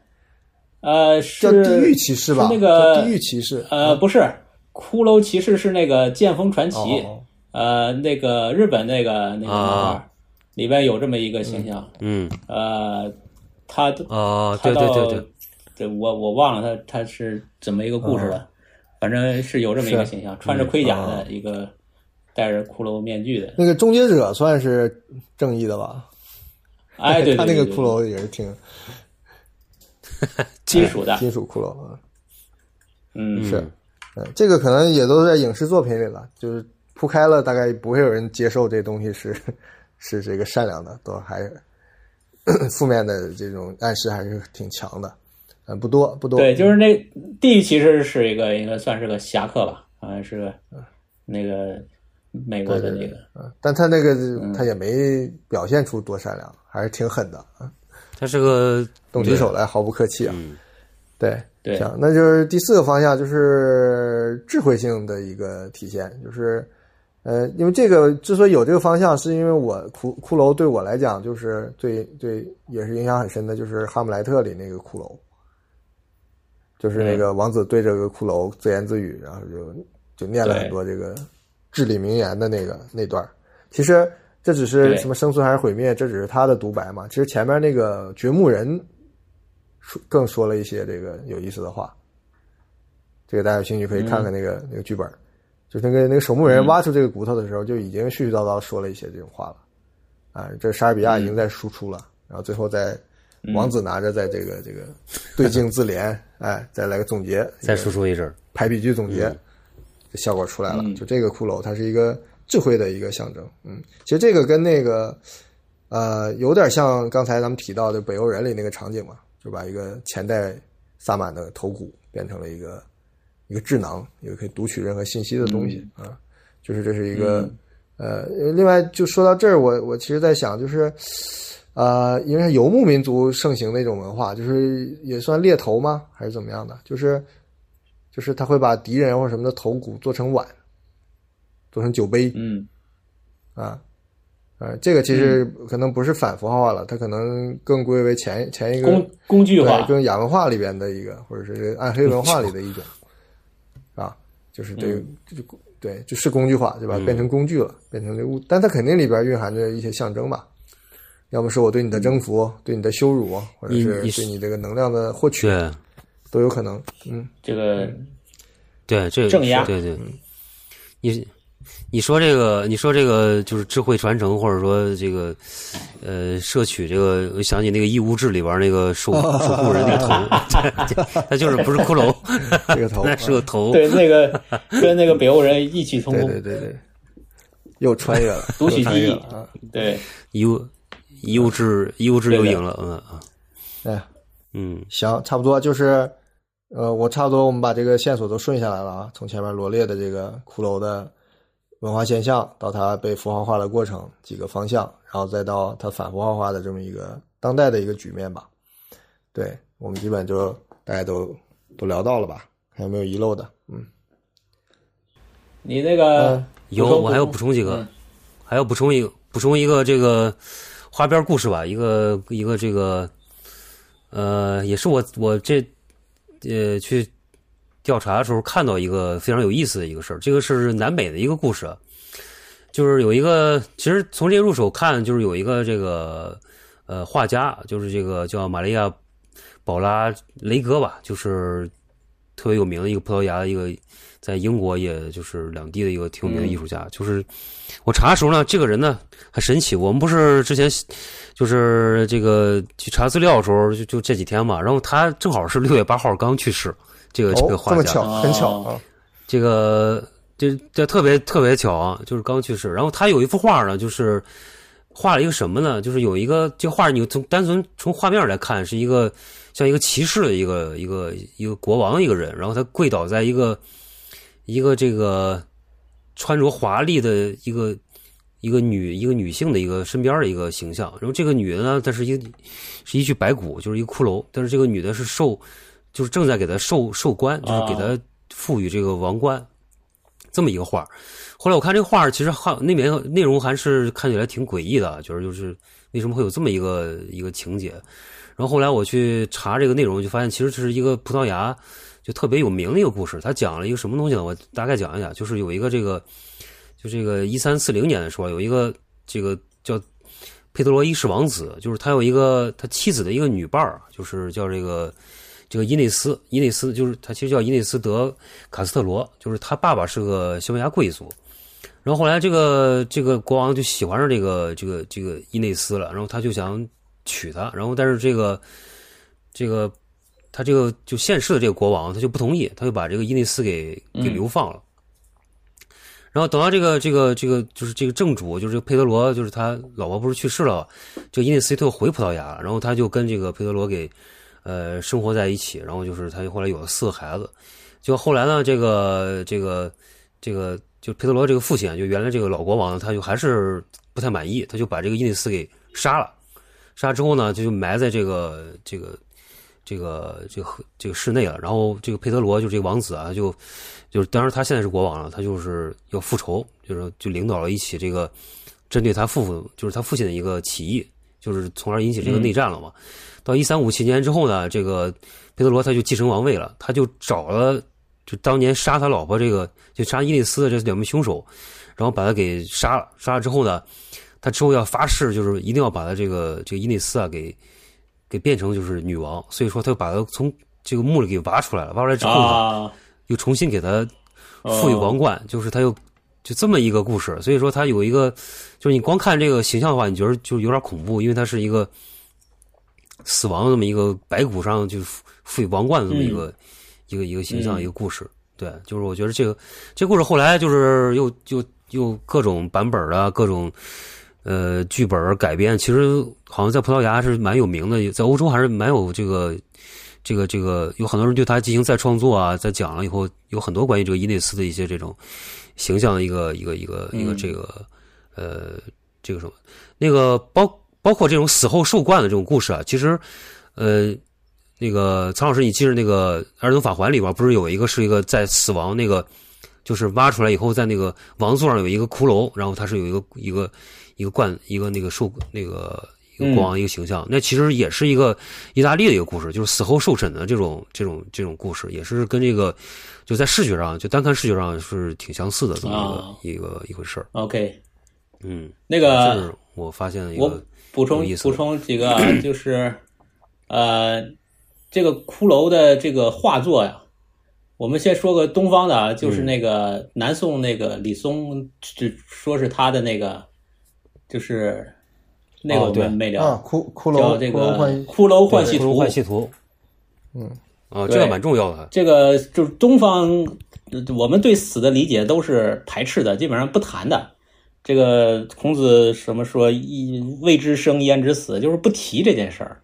呃，
啊叫
是
地狱骑士吧？
是那个
叫地狱骑士，
呃，不是，骷髅骑士是那个剑锋传奇，
哦
呃，那个日本那个那个漫画、
啊
里边有这么一个形象，
嗯，
呃，他
啊
哦，
他
对
到
对对对，
对我我忘了他他是怎么一个故事了，反正是有这么一个
嗯是啊嗯哦
形象，穿着盔甲的一个、戴着骷髅面 具的，
那个终结者算是正义的吧？
哎，对对
他
对
那
对
个骷髅也是挺
金属的，
金属骷髅啊，
嗯，
是，嗯，这个可能也都在影视作品里了，就是铺开了，大概不会有人接受这东西是 是这个善良的，都还是 负面的这种暗示还是挺强的，嗯，不多不多，
对，就是那地狱骑士是一个应该算是个侠客吧，好像是个那个美国的那个，
嗯，但他那个他也没表现出多善良，还是挺狠的，啊
他是个
动起手来毫不客气啊，
嗯
对，
对
行，那就是第四个方向，就是智慧性的一个体现，就是，呃，因为这个之所以有这个方向，是因为我骷骷髅对我来讲，就是最最也是影响很深的，就是《哈姆莱特》里那个骷髅，就是那个王子对着个骷髅自言自语，然后就就念了
对
很多这个至理名言的那个那段儿其实这只是
对
什么生存还是毁灭，这只是他的独白嘛。其实前面那个掘墓人说更说了一些这个有意思的话，这个大家有兴趣可以看看那个、那个剧本，就是那个那个守墓人挖出这个骨头的时候，就已经絮絮叨叨说了一些这种话了。啊，这莎士比亚已经在输出了，然后最后再王子拿着在这个这个对镜自怜，哎，再来个总结，
再输出一阵儿，
排比句总结，这效果出来了。就这个骷髅，它是一个智慧的一个象征。嗯，其实这个跟那个呃，有点像刚才咱们提到的北欧人里那个场景嘛，就把一个前代萨满的头骨变成了一个一个智囊，一个可以读取任何信息的东西、啊。就是这是一个、
嗯
呃，另外就说到这儿，我我其实在想，就是呃，因为是游牧民族盛行的一种文化，就是也算猎头吗？还是怎么样的？就是就是他会把敌人或者什么的头骨做成碗，做成酒杯
嗯
啊。呃，这个其实可能不是反符号化了，它可能更归为前前一个
工工具化
对，跟亚文化里边的一个，或者是暗黑文化里的一种，啊，就是这个，就对，就是工具化，对吧？变成工具了，变成这物，但它肯定里边蕴含着一些象征吧，要么是我对你的征服，对你的羞辱，或者
你
是
你
对你这个能量的获取，
对
都有可能。嗯，
这个
对，这个
正压
对对，你你说这个，你说这个就是智慧传承，或者说这个呃，摄取这个，我想起那个《义乌志》里边那 个守守护人那个头，他就是不是骷髅，
这个 头，
那是个头，
对那 个跟那个北欧人异曲同
对
工，
对对对，又穿越了，
读取
又穿
记
越
忆
了啊！
对
义乌义乌志义乌志又赢了，嗯啊，
哎，
嗯
行，差不多就是，呃，我差不多我们把这个线索都顺下来了啊，从前面罗列的这个骷髅的文化现象，到它被符号化的过程几个方向，然后再到它反符号化的这么一个当代的一个局面吧。对我们基本就大家都都聊到了吧？还有没有遗漏的？嗯，
你那个嗯
嗯
有
补充
我还要补充几个，还要补充一个补充一个这个花边故事吧，一个一个这个呃，也是我我这呃去调查的时候看到一个非常有意思的一个事儿，这个是南美的一个故事啊，就是有一个其实从这个入手看，就是有一个这个呃画家，就是这个叫玛利亚保拉雷格吧，就是特别有名的一个葡萄牙的一个。在英国，也就是两地的一个挺有名的艺术家，就是我查的时候呢，这个人呢很神奇。我们不是之前就是这个去查资料的时候，就就这几天嘛，然后他正好是六月八号刚去世，这个、这个
哦，
画
这么
家，
巧，很巧
哦
啊！
这个这这特别特别巧啊，就是刚去世。然后他有一幅画呢，就是画了一个什么呢？就是有一个这画，你从单纯从画面来看，是一个像一个骑士的一个一个一个国王一个人，然后他跪倒在一个一个这个穿着华丽的一个。一个女一个女性的一个身边的一个形象，然后这个女的呢，她是一个是一具白骨，就是一个骷髅，但是这个女的是受就是正在给他授授官，就是给他赋予这个王冠，这么一个画儿。后来我看这个画儿，其实还那边内容还是看起来挺诡异的，就是就是为什么会有这么一个一个情节。然后后来我去查这个内容，就发现其实是一个葡萄牙就特别有名的一个故事。他讲了一个什么东西呢？我大概讲一下，就是有一个这个，就这个一三四零年的时候，有一个这个叫佩德罗一世王子，就是他有一个他妻子的一个女伴儿，就是叫这个这个伊内斯，伊内斯就是他其实叫伊内斯德卡斯特罗，就是他爸爸是个西班牙贵族。然后后来这个这个国王就喜欢上这个这个这个伊内斯了，然后他就想娶她，然后但是这个这个他这个就现世的这个国王他就不同意，他就把这个伊内斯给给流放了。然后等到这个这个这个就是这个正主，就是这个佩德罗，就是他老婆不是去世了，这个伊内斯特回葡萄牙，然后他就跟这个佩德罗给呃生活在一起，然后就是他就后来有了四个孩子，就后来呢，这个这个这个就佩德罗这个父亲啊，就原来这个老国王，他就还是不太满意，他就把这个伊内斯给杀了，杀之后呢，就就埋在这个这个这个这个这个室内了，然后这个佩德罗就这个王子啊，就就是当时他现在是国王了，他就是要复仇，就是就领导了一起这个针对他父父就是他父亲的一个起义，就是从而引起这个内战了嘛。到一三五七年之后呢，这个佩德罗他就继承王位了，他就找了就当年杀他老婆这个就杀伊内斯的这两名凶手，然后把他给杀了。杀了之后呢，他之后要发誓，就是一定要把他这个这个伊内斯啊给给变成就是女王，所以说他就把他从这个墓里给挖出来了，挖出来之后呢，
啊，
又重新给他
哦
赋予王冠，就是他又就这么一个故事。所以说，他有一个就是你光看这个形象的话，你觉得就有点恐怖，因为它是一个死亡的这么一个白骨上就是赋赋予王冠的这么一个、一个一个形象、
嗯
一个故事。对，就是我觉得这个这故事后来就是又又又各种版本啊，各种呃剧本儿改编，其实好像在葡萄牙是蛮有名的，在欧洲还是蛮有这个这个这个，有很多人对他进行再创作啊，在讲了以后，有很多关于这个伊内斯的一些这种形象的一个一个一个一个
嗯
这个、呃这个什么那个包包括这种死后受冠的这种故事啊，其实呃那个曹老师，你记着那个《儿童法环》里边不是有一个是一个在死亡那个，就是挖出来以后，在那个王座上有一个骷髅，然后它是有一个一个一个冠一个那个兽那个一
嗯
个国王一个形象，那其实也是一个意大利的一个故事，就是死后受审的这种这种这种故事，也是跟这个就在视觉上就单看视觉上是挺相似的这
啊
么一个、一个一回事儿。
OK，
嗯，
那
这
个
是我发现的一
我
个
补充
有意思的
补充几个 啊，就是呃，这个骷髅的这个画作呀，我们先说个东方的啊，就是那
嗯
个南宋那个李松，就说是他的那个，就是那个
哦
我
对
们没聊，
啊，骷骷
叫
髅
这
骷髅
个
换
《骷髅幻
骷
戏
髅
图
换》。戏图，
嗯，
啊，
对
这个蛮重要的，
这个就是东方，呃我们对死的理解都是排斥的，基本上不谈的。这个孔子什么说“一未知生，焉知死”，就是不提这件事儿，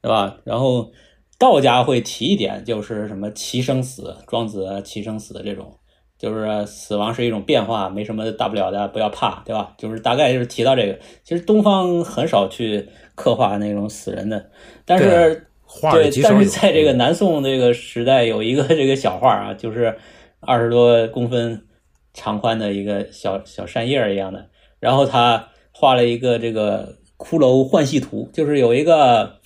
对吧？然后道家会提一点，就是什么“其生死”，庄子啊“其生死”这种，就是啊死亡是一种变化，没什么大不了的，不要怕，对吧？就是大概就是提到这个。其实东方很少去刻画那种死人的，但
对
是
画儿
对
也极，少
但是
有嗯
在这个南宋这个时代，有一个这个小画啊，就是二十多公分长宽的一个小小扇叶儿一样的，然后他画了一个这个骷髅换戏图，就是有一个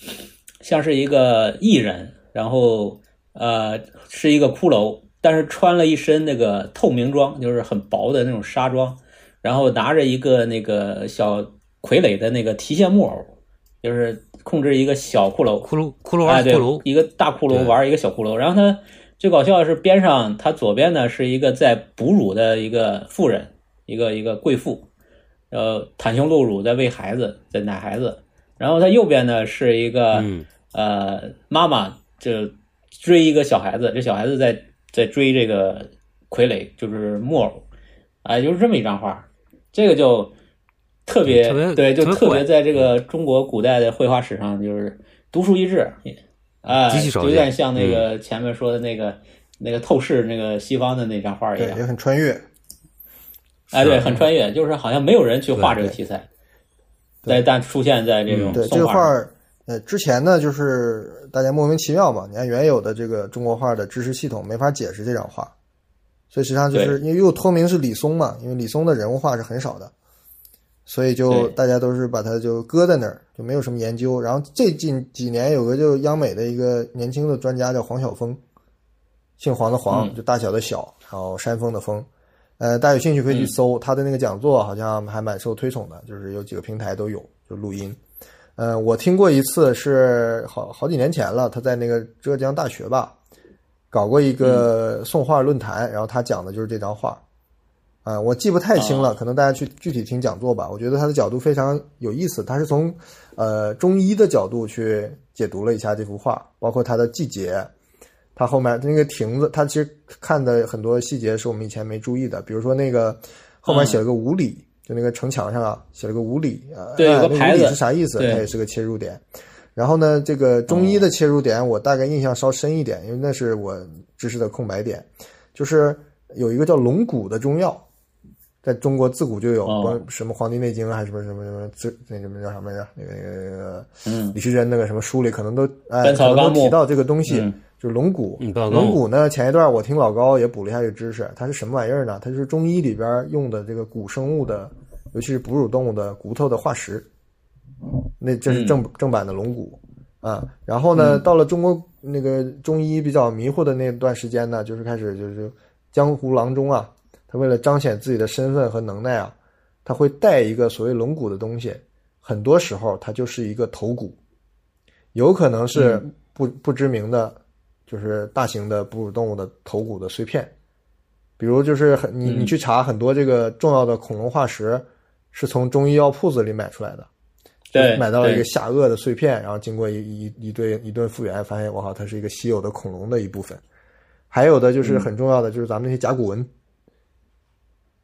像是一个艺人，然后呃是一个骷髅，但是穿了一身那个透明装，就是很薄的那种纱装，然后拿着一个那个小傀儡的那个提线木偶，就是控制一个小骷髅，
骷髅骷髅
啊，
玩
对，
骷髅，
一个大骷髅
对
玩一个小骷髅。然后他最搞笑的是边上，他左边呢是一个在哺乳的一个妇人，一个一个贵妇，呃，袒胸露乳在喂孩子，在奶孩子。然后他右边呢是一个、
嗯
呃妈妈就追一个小孩子，这小孩子在在追这个傀儡，就是木偶，啊、就是这么一张画，这个就特别
嗯特别
对，就
特别
特别
怪嗯
在这个中国古代的绘画史上就是独树一帜，
哎
啊、
极其少
就
见嗯
有点像那个前面说的那个、那个透视那个西方的那张画一
对，嗯
样
也，很穿越。
哎，对，很穿越，就是好像没有人去画这
对
个题材。但但出现在这种
嗯对这
宋
个
画
画
上，
儿，呃，之前呢，就是大家莫名其妙嘛，你按原有的这个中国画的知识系统没法解释这张画，所以实际上就是因为又脱名是李松嘛，因为李松的人物画是很少的，所以就
对
大家都是把它就搁在那儿，就没有什么研究。然后最近几年有个就央美的一个年轻的专家叫黄晓峰，姓黄的黄，
嗯
就大小的小，然后山峰的峰。呃，大家有兴趣可以去搜他的那个讲座，好像还蛮受推崇的，就是有几个平台都有，就录音。呃，我听过一次是好好几年前了，他在那个浙江大学吧，搞过一个宋画论坛，然后他讲的就是这张画。啊、我记不太清了，可能大家去具体听讲座吧。我觉得他的角度非常有意思，他是从呃中医的角度去解读了一下这幅画，包括它的季节，它后面那个亭子，他其实看的很多细节是我们以前没注意的，比如说那个后
嗯
面写了个五里，就那个城墙上啊写了个五里，呃，
对有
哎
个
那
牌
五里
子
是啥意思？它
对哦
也是个切入点。然后呢，这个中医的切入点，我大概印象稍深一点，因为那是我知识的空白点。就是有一个叫龙骨的中药，在中国自古就有，
哦
不是什么《黄帝内经》啊还是什么什么什么自那什么叫什么来着？那个那个那呃个
嗯
李时珍那个什么书里可能都哎，
本草
可能
纲目
都提到这个东西，
嗯
就是龙骨。
嗯本草纲目
龙骨呢，前一段我听老高也补了一下这个知识，它是什么玩意儿呢？它就是中医里边用的这个古生物的，尤其是哺乳动物的骨头的化石。那这
嗯
是正正版的龙骨啊。然后呢，到了中国那个中医比较迷糊的那段时间呢，就是开始就是江湖郎中啊，他为了彰显自己的身份和能耐啊，他会带一个所谓龙骨的东西，很多时候它就是一个头骨，有可能是
嗯
不不知名的，就是大型的哺乳动物的头骨的碎片。比如就是很
嗯
你你去查很多这个重要的恐龙化石，是从中医药铺子里买出来的，
对，
买到了一个
对
下颚的碎片，然后经过一一一堆一顿复原，发现我靠，它是一个稀有的恐龙的一部分。还有的
嗯
就是很重要的，就是咱们那些甲骨文，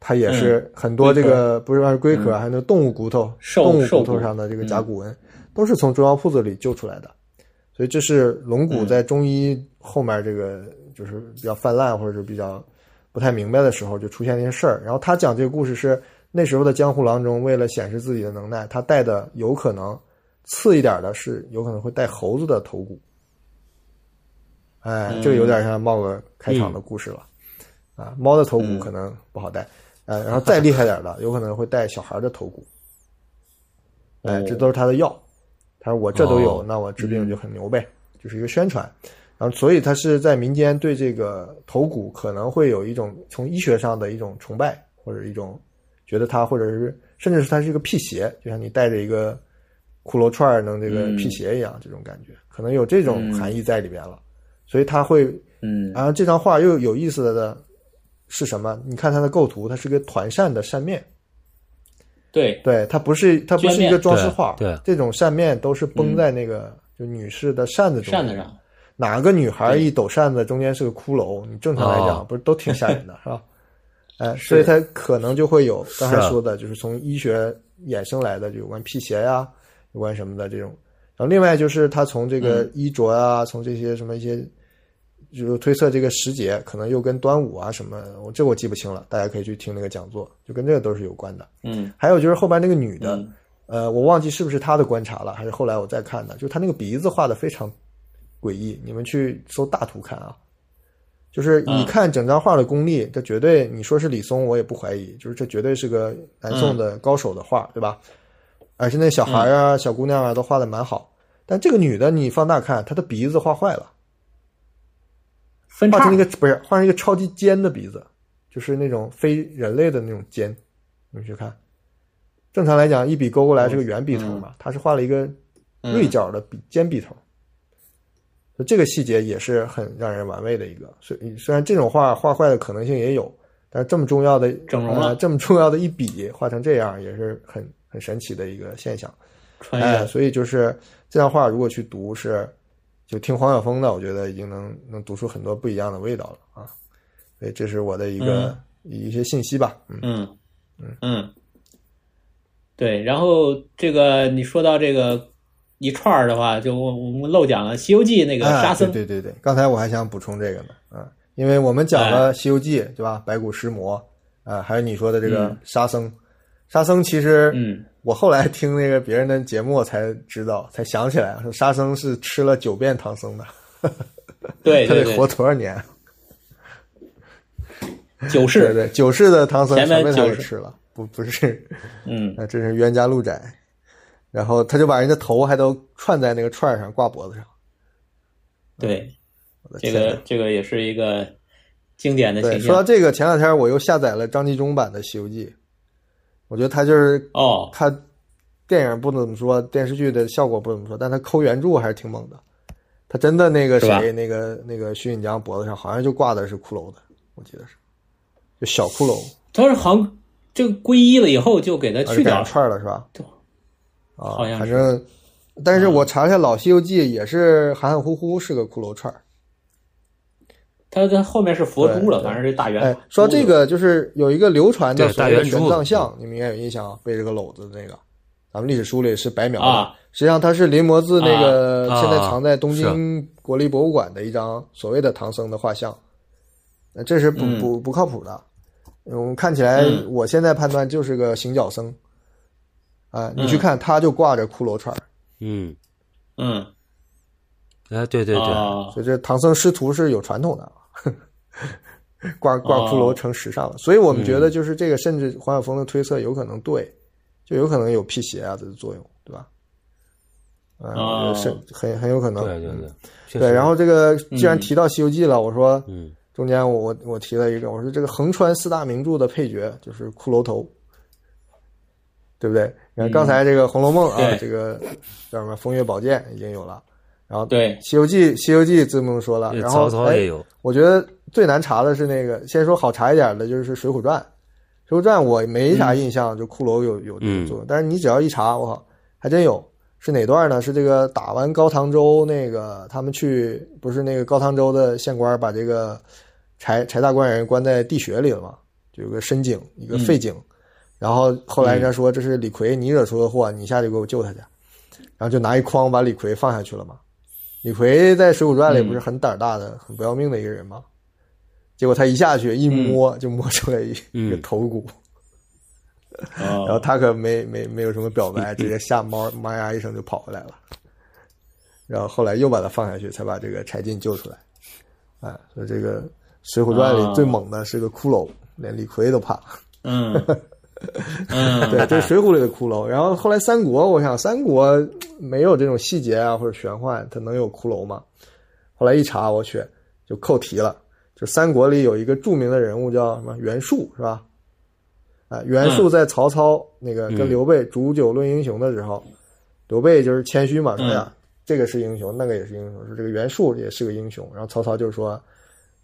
它
嗯
也是很多这个不是说是龟壳，还有那动物骨头、
兽
动物
兽
骨
骨嗯
头上的这个甲骨文，都是从中药铺子里救出来的。所以这是龙骨
嗯
在中医后面这个就是比较泛滥或者是比较不太明白的时候就出现这些事儿。然后他讲这个故事是那时候的江湖郎中为了显示自己的能耐，他带的有可能次一点的是有可能会带猴子的头骨。
嗯
哎，这个有点像茂哥开场的故事了。啊，猫的头
嗯
骨可能不好带，呃，然后再厉害点的，有可能会带小孩的头骨。哎，这都是他的药。他说我这都有，
哦
那我治病就很牛呗，就是一个宣传。然后，所以他是在民间对这个头骨可能会有一种从医学上的一种崇拜，或者一种觉得它，或者是甚至是它是一个辟邪，就像你带着一个骷髅串儿能这个
嗯
辟邪一样，这种感觉可能有这种含义在里面了。所以他会
嗯
然后啊这张画又有意思的是什么？你看它的构图，它是个团扇的扇面，
对，
对，它不是它不是一个装饰画，
绢面对对
这种扇面都是绷在那个、就女士的扇子中间
嗯扇子上，
哪个女孩一抖扇子中间是个骷髅？你正常来讲、
哦
不是都挺吓人的 是吧？哎，所以它可能就会有刚才
是啊
说的，就是从医学衍生来的，就有关辟邪呀、有关什么的这种。然后另外就是他从这
嗯
个衣着啊，从这些什么一些，就是推测这个时节可能又跟端午啊什么，我这我记不清了，大家可以去听那个讲座，就跟这个都是有关的。
嗯
还有就是后边那个女的，
嗯
呃，我忘记是不是她的观察了，还是后来我再看的，就是她那个鼻子画的非常诡异，你们去搜大图看啊。就是你
嗯
看整张画的功力，这绝对你说是李松，我也不怀疑，就是这绝对是个南宋的高手的画，对吧？而且那小孩啊、
嗯
小姑娘啊都画的蛮好，但这个女的你放大看，她的鼻子画坏了，
分
画
叉
成一个不是画成一个超级尖的鼻子，就是那种非人类的那种尖。你们去看，正常来讲，一笔勾过来是个圆笔头
嗯
嘛，他是画了一个锐角的笔尖笔头。就这个细节也是很让人玩味的一个，虽虽然这种画画坏的可能性也有，但是这么重要的
整容
呃
了
这么重要的一笔画成这样，也是很很神奇的一个现象。
穿
哎，
越，
所以就是这样话，如果去读是，就听黄晓峰的，我觉得已经能能读出很多不一样的味道了啊。所以这是我的一个、一些信息吧，嗯
嗯嗯，对。然后这个你说到这个一串儿的话，就我我们漏讲了《西游记》那个
哎
沙僧，
对对对对，刚才我还想补充这个呢，啊，因为我们讲
哎
了《西游记》，对吧？白骨石魔啊，还有你说的这个
嗯
沙僧，沙僧其实，
嗯，
我后来听那个别人的节目我才知道，才想起来，说沙僧是吃了九遍唐僧的，
对
他
对
得
对
活，多少年？
九
对
世，
对，九世的唐僧
前面
全被他
九
给
世
吃了，不不是，
嗯，
那呃真是冤家路窄。然后他就把人家头还都串在那个串儿上，挂脖子上。
对，
我的
这
天
个
哪
这个也是一个经典的
对，
形
说到
象
这个，前两天我又下载了张纪中版的《西游记》，我觉得他就是
哦，
他电影不怎么说，电视剧的效果不怎么说，但他抠原著还是挺猛的。他真的那个
是吧
谁，那个那个徐锦江脖子上好像就挂的是骷髅的，我记得是，就小骷髅，
他是好像这个皈依了以后就给他
啊
去
改
掉了，
成串儿了是吧？啊，
好像
反
是嗯
正，但是我查了一下《老西游记》，也是含含糊糊是个骷髅串儿。
他他后面是佛珠了，
对对
反正这大圆
哎
塔，
说这个就是有一个流传的
对
所
大
谓的
圆
玄
珠
奘
子
像，你们应该有印象啊，背着个篓子的那个，咱们历史书里是白描的。
啊
实际上它是临摹自那个、
啊
现在藏在东
是
京国立博物馆的一张所谓的唐僧的画像，那这是不、
嗯
不不靠谱的。嗯，看起来
嗯
我现在判断就是个行脚僧。啊，你去
嗯
看，他就挂着骷髅串儿，
嗯，
嗯，
哎，对对对，
啊
所以这唐僧师徒是有传统的啊，挂挂骷髅
哦
成时尚了。所以我们觉
嗯
得就是这个，甚至黄晓峰的推测有可能对，就有可能有辟邪啊的作用，对吧？啊，我觉得
哦
是很很有可能。
对对
嗯
对，确
对，
实
然后这个既然
嗯
提到《西游记》了，我说
嗯，
中间我我我提了一个，我说这个横穿四大名著的配角就是骷髅头，对不对？
嗯
然后刚才这个《红楼梦》啊，
对
这个叫什么《风月宝鉴》已经有了，然后
对
《西游记》《西游记》字幕说了，
这
然
曹
后
操也有
哎，我觉得最难查的是那个，先说好查一点的就是水浒传《水浒传》，《我没啥印象，就骷髅有有这个作用，但是你只要一查，我靠，还真有。是哪段呢？是这个打完高唐州那个，他们去不是那个高唐州的县官把这个柴柴大官人关在地穴里了嘛？就有个深井，一
嗯
个废井。然后后来人家说这是李逵，你惹出的祸，你下去给我救他去。然后就拿一筐把李逵放下去了嘛。李逵在《水浒传》里不是很胆大
嗯
的、很不要命的一个人嘛？结果他一下去一摸，就摸出来一
嗯哦
个头骨。
然
然后他可没没没有什么表
嗯
白，直接吓猫妈呀一声就跑回来了。然后后来又把他放下去，才把这个柴进救出来。哎，所以这个《水浒传》
啊
里最猛的是个骷髅，连李逵都怕。
嗯 嗯，
对， 这是《水浒》里的骷髅。然后后来三国，我想三国没有这种细节啊或者玄幻，它能有骷髅吗？后来一查，我去就扣题了。就三国里有一个著名的人物叫什么袁术是吧？啊，袁
嗯
术在曹操那个
嗯
跟刘备煮酒论英雄的时候，刘备就是谦虚嘛，说
嗯
呀这个是英雄，那个也是英雄，说这个袁术也是个英雄。然后曹操就说，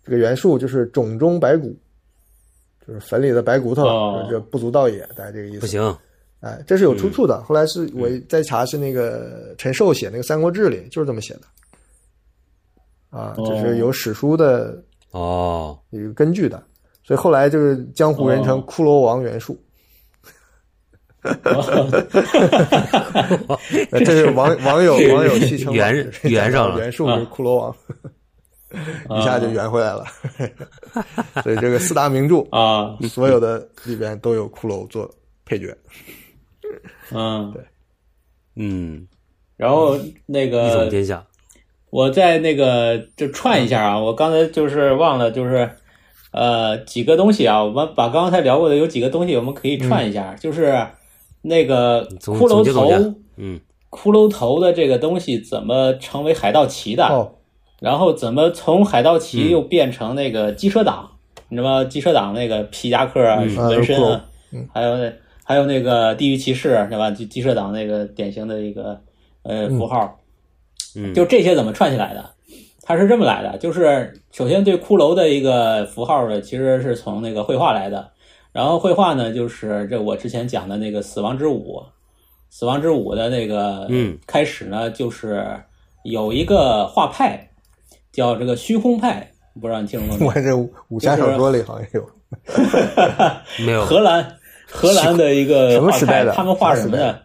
这个袁术就是冢中白骨，就是坟里的白骨头，
哦
就是这不足道也，大概这个意思。
不行，嗯
哎，这是有出处的。后来是我在查是那个陈寿写那个《三国志》里就是这么写的，啊，
哦
这是有史书的
哦，
有一个根据的，所以后来就是江湖人称
哦
骷髅王袁 术，呃这是 网网友
是
网友戏称嘛
圆
就是
圆上了啊
袁术就是骷髅王，一下
嗯
就圆回来 了。所以这个四大名著，
啊，
所有的里边都有骷髅做配角。
嗯，
嗯，
然后那
一统
个
天下，
我再那个就串一下啊，我刚才就是忘了，就是呃几个东西啊，我们把刚才聊过的有几个东西我们可以
嗯
串一下，就是那个
总
骷髅
总结
头
总结嗯，
骷髅头的这个东西怎么成为海盗旗的，
哦，
然后怎么从海盗旗又变成那个机车党，你知道吗？机车党那个皮夹克啊、
嗯
纹身啊
啊，嗯
还有那还有那个地狱骑士，对吧？就机车党那个典型的一个呃符号。
嗯，
就这些怎么串起来的？它是这么来的，就是首先对骷髅的一个符号呢，其实是从那个绘画来的。然后绘画呢，就是这我之前讲的那个《死亡之舞》，《死亡之舞》的那个
嗯
开始呢，就是有一个画派叫这个虚空派，不知道你听说过
我
没？
这武侠小说里好像有。
没 有
荷兰荷兰的一个
什么
画
时代
派
的
他们画什么
什么时代
呢？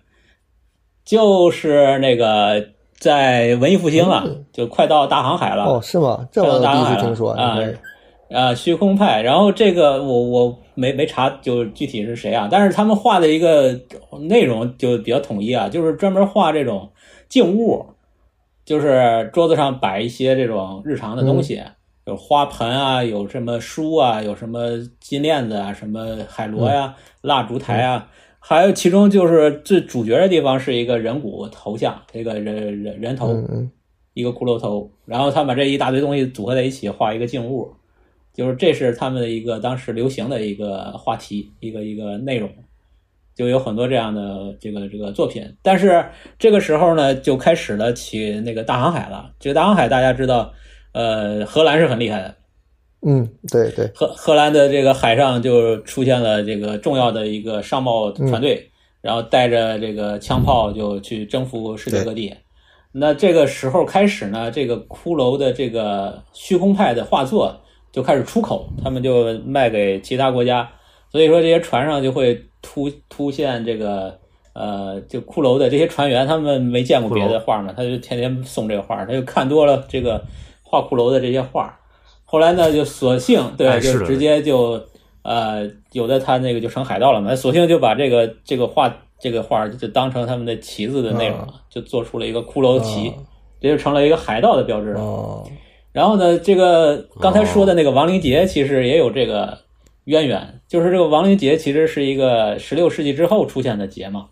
就是那个在文艺复兴了，就快到大航海了。
嗯哦，是吗？这我第一次听说。
啊
你看
啊，虚空派。然后这个我我没没查，就具体是谁啊？但是他们画的一个内容就比较统一啊，就是专门画这种静物，就是桌子上摆一些这种日常的东西，有花盆啊，有什么书啊，有什么金链子啊，什么海螺呀、蜡烛台啊。还有，其中就是最主角的地方是一个人骨头像，这个人人人头，
嗯嗯，
一个骷髅头，然后他把这一大堆东西组合在一起画一个静物，就是这是他们的一个当时流行的一个话题，一个一个内容，就有很多这样的这个这个作品。但是这个时候呢，就开始了起那个大航海了。这个大航海大家知道，呃，荷兰是很厉害的，
嗯，对对，
荷荷兰的这个海上就出现了这个重要的一个商贸船队，然后带着这个枪炮就去征服世界各地。那这个时候开始呢，这个骷髅的这个虚空派的画作就开始出口，他们就卖给其他国家，所以说这些船上就会突突现这个呃，就骷髅的这些船员，他们没见过别的画嘛，他就天天送这个画，他就看多了这个画骷髅的这些画，后来呢，就索性对，
哎是
就
的
直接就呃，有的他那个就成海盗了嘛，索性就把这个这个画这个画就当成他们的旗子的内容了，就做出了一个骷髅旗
啊，
这就成了一个海盗的标志了。
哦，
然后呢，这个刚才说的那个亡灵节其实也有这个渊源，就是这个亡灵节其实是一个十六世纪之后出现的节嘛。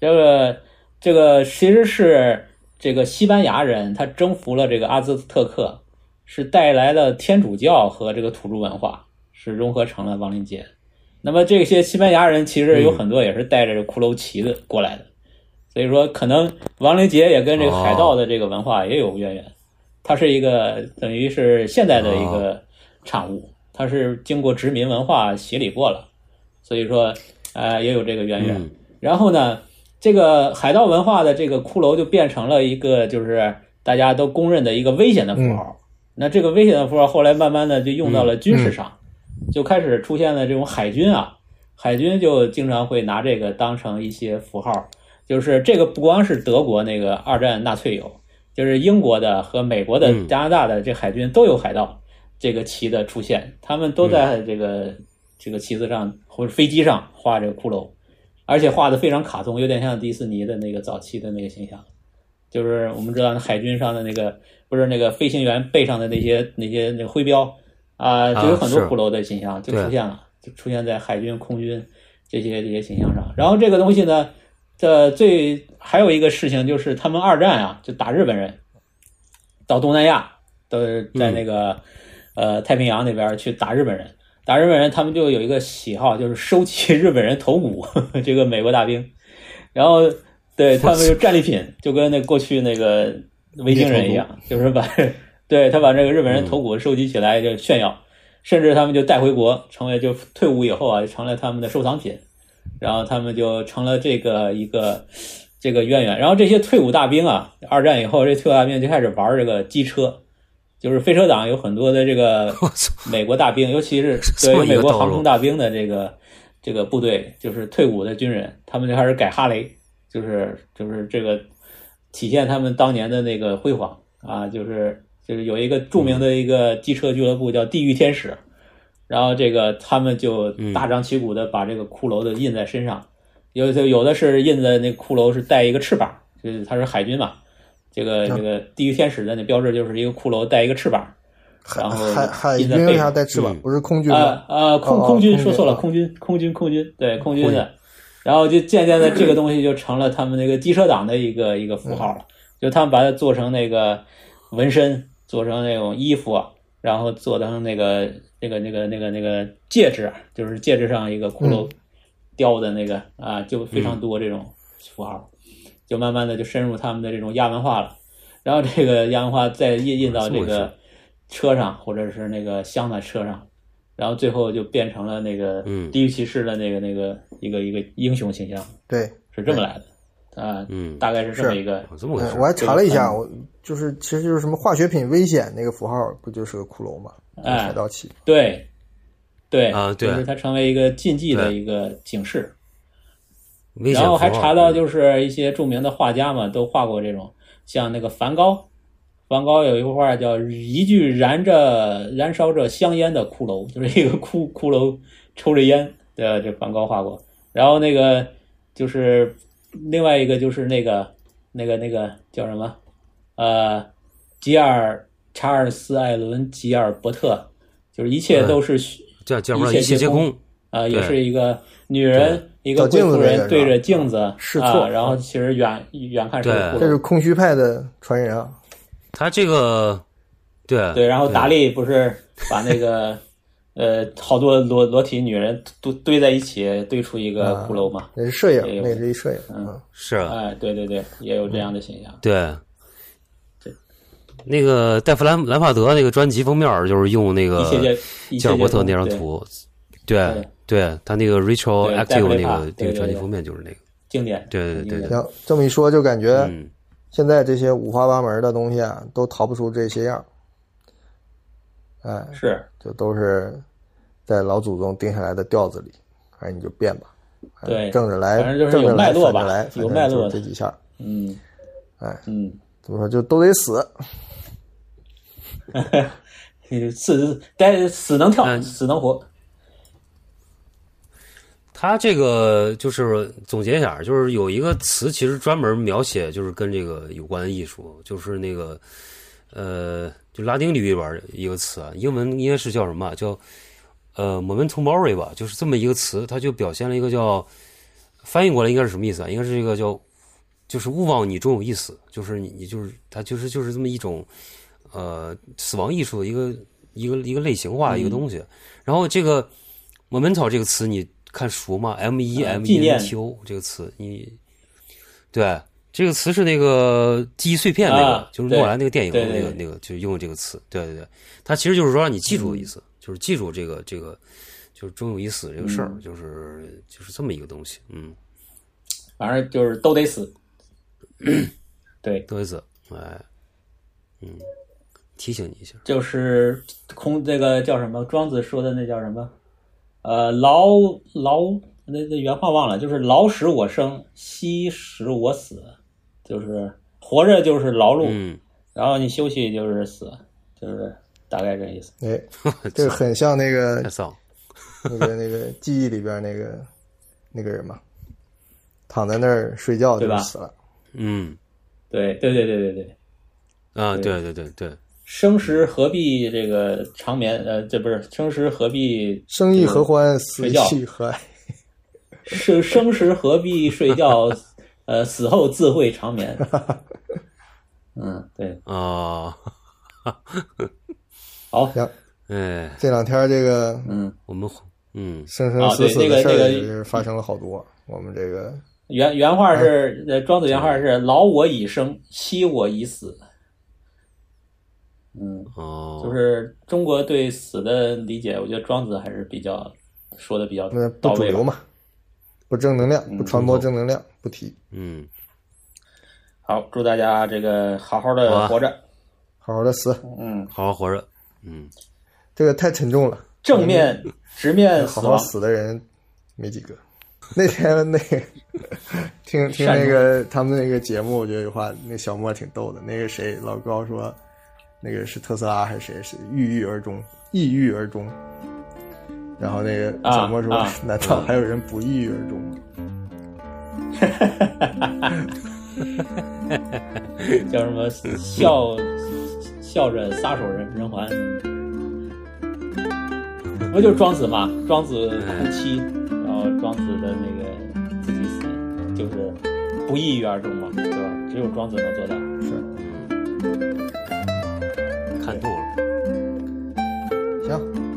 这个这个其实是这个西班牙人他征服了这个阿兹特克，是带来了天主教和这个土著文化，是融合成了亡灵节。那么这些西班牙人其实有很多也是带着这骷髅旗子过来的，所以说可能亡灵节也跟这个海盗的这个文化也有渊源。它是一个等于是现代的一个产物，它是经过殖民文化洗礼过了，所以说呃也有这个渊源。
嗯
然后呢，这个海盗文化的这个骷髅就变成了一个就是大家都公认的一个危险的符号。那这个危险的符号后来慢慢的就用到了军事上，就开始出现了这种海军啊，海军就经常会拿这个当成一些符号。就是这个不光是德国那个二战纳粹有，就是英国的和美国的、
嗯
加拿大的这海军都有海盗这个旗的出现，他们都在这个、这个旗子上或者飞机上画这个骷髅，而且画的非常卡通，有点像迪士尼的那个早期的那个形象。就是我们知道海军上的那个，不是那个飞行员背上的那些那些那个徽标啊、就有很多
啊是
骷髅的形象就
对
出现了，就出现在海军、空军这些这些形象上。然后这个东西呢，这最还有一个事情就是他们二战啊，就打日本人，到东南亚，都是
嗯
在那个、呃太平洋那边去打日本人。打日本人，他们就有一个喜好，就是收集日本人头骨， 这个美国大兵，然后对他们就战利品，就跟那过去那个维京人一样，就是把 对他把这个日本人头骨收集起来就炫耀，甚至他们就带回国，成为就退伍以后啊，成了他们的收藏品，然后他们就成了这个一个这个渊源。然后这些退伍大兵啊，二战以后这退伍大兵就开始玩这个机车，就是飞车党有很多的这个
我操，
美国大兵，尤其是
这
对
么
于
一个
美国
道
航
路
空大兵的这个这个部队，就是退伍的军人，他们就开始改哈雷，就是就是这个体现他们当年的那个辉煌啊，就是就是有一个著名
嗯
的一个机车俱乐部叫地狱天使，然后这个他们就
嗯
大张旗鼓的把这个骷髅的印在身上，有就有的是印的那骷髅是带一个翅膀，就是他是海军嘛。这个
嗯
这个地狱天使的那标志就是一个骷髅带一个翅膀，
海
然后
海海
印
军
在背
为
上
啥带翅膀？
嗯
不是空军
呃
吗？
呃，空
哦哦
空军
空
说错了，
军
空军空军空军，对空军的，然后就渐 渐的这个东西就成了他们那个机车党的一个一个符号了，就他们把它做成那个纹身，做成那种衣服，啊然后做成那个那个那个那个那个戒指，啊就是戒指上一个骷髅雕的那个啊，就非常多这种符号，就慢慢的就深入他们的这种亚文化了。然后这个亚文化再印印到这
这么回
个车上，或者是那个箱子车上，然后最后就变成了那个
嗯
地狱骑士的那个那个一个一个英雄形象，
对，
是这么来的啊，
嗯
大概是这么一个
哦这么回
对
事
呃嗯我
儿，
还查了一下，我就是其实就是什么化学品危险那个符号，不就是个骷髅吗？
哎
海盗旗。
对对
啊对
就是它成为一个禁忌的
对
一个警示。
危险
然后还
符号嗯
查到就是一些著名的画家嘛，都画过这种，像那个梵高，梵高有一幅画叫《一具燃着燃烧着香烟的骷髅》，就是一个骷骷髅抽着烟的，这梵高画过。然后那个就是另外一个就是那个那个那个叫什么？呃，吉尔查尔斯艾伦吉尔伯特，就是一切都是虚
叫叫什么
一切
一切皆
皆空
空，
啊，也
对
是一个女人，一个贵妇人对着镜子
啊试错
啊，然后其实远远看是个骷
这是
髅，
空虚派的传人啊，
他这个对
对，然后达利不是把那个呃好多裸裸体女人堆堆在一起，堆出一
啊
个骷髅嘛，
那是摄
也
影，
有
那也是一摄影。嗯，
是
哎，对对对，也有这样的形象，
对，那个戴夫兰兰帕德那个专辑封面儿就是用那
一
个
切皆一
吉
切
尔伯
皆
特
空
那张
对
图，对对，他那个 Rachel
对戴
Active
夫
那
雷帕
个那
对对
个专辑
对
封面就是那个，
经典，
对对对
经典
对
行，这么一说就感觉
嗯，
现在这些五花八门的东西啊，都逃不出这些样儿。哎，
是
就都是在老祖宗定下来的调子里，反正你就变吧。哎
对
正着来，
反正就是
正着
有脉
来，
络
反
吧
着来，
有
反
脉
正就
络
是
的
这几下儿，
嗯，
哎
嗯。
怎么说就都得死。
死但死能跳，
嗯
死能活，
他这个就是总结一下，就是有一个词其实专门描写就是跟这个有关的艺术，就是那个呃，就拉丁语里边儿一个词啊，英文应该是叫什么啊叫呃 momentum mori 吧，就是这么一个词，它就表现了一个叫翻译过来应该是什么意思啊？应该是一个叫就是勿忘你终有一死，就是你你就是它就是就是这么一种呃死亡艺术的一个一个一个类型化的一个东西。然后这个 momentum 这个词你看熟吗？M E
呃
M
纪
E
念
N T O 这个词你对。这个词是那个记忆碎片那个，
啊
就是诺兰那个电影
对
那
对
个
对嗯
那个，就用这个词。对对对，它其实就是说让你记住的意思，就是记住这个这嗯个，就是终有一死这个事儿，就是就是这么一个东西。嗯，
反正就是都得死。对，
都会死，哎，嗯，提醒你一下，
就是空这个叫什么？庄子说的那叫什么？呃，老老那那原话忘了，就是老使我生，夕使我死，就是活着就是劳碌，
嗯，
然后你休息就是死，就是大概这意思。
哎，
这
这很像那 个
太丧，
那个那个记忆里边那个那个人嘛，躺在那儿睡觉就
对吧
死了。
嗯
对对对对对对，
啊，对对对对，
生时何必这个长眠？呃，这不是生时何必
生亦何欢，死
睡觉
亦何哀。
生生时何必睡觉？呃，死后自会长 眠。嗯，对，
啊，
好，
行，
哎，
这两天这个
嗯，
我们嗯
生生
啊
死
对
死
那
的
个
事儿
那个
也是发生了好多。我们这个
原原话是
哎
呃，庄子原话是“老我已生，昔我已死”。嗯，
哦，
就是中国对死的理解，我觉得庄子还是比较说的比较
那
到
不主
位嗯
流
吧。
嘛，不正能量，不传播正能量，不提，
嗯，
好，祝大家这个好好
好啊
的活着，
好好的死。
嗯，
好好活着，嗯，
这个太沉重了，
正面直面死
好
亡
好，死的人没几个。 那天那个听听那个他们那个节目，我觉得有话，那小莫挺逗的。那个谁老高说，那个是特斯拉还是谁是郁郁而终，抑郁而终。然后那个
啊
小莫说：“
啊
难道还有人不抑郁而终吗？”
叫什么笑笑着撒手人人寰，不就是庄子嘛？庄子哭泣，然后庄子的那个自己死，就是不抑郁而终嘛，对吧？只有庄子能做到。
看透了，
行，
啊
啊
嗯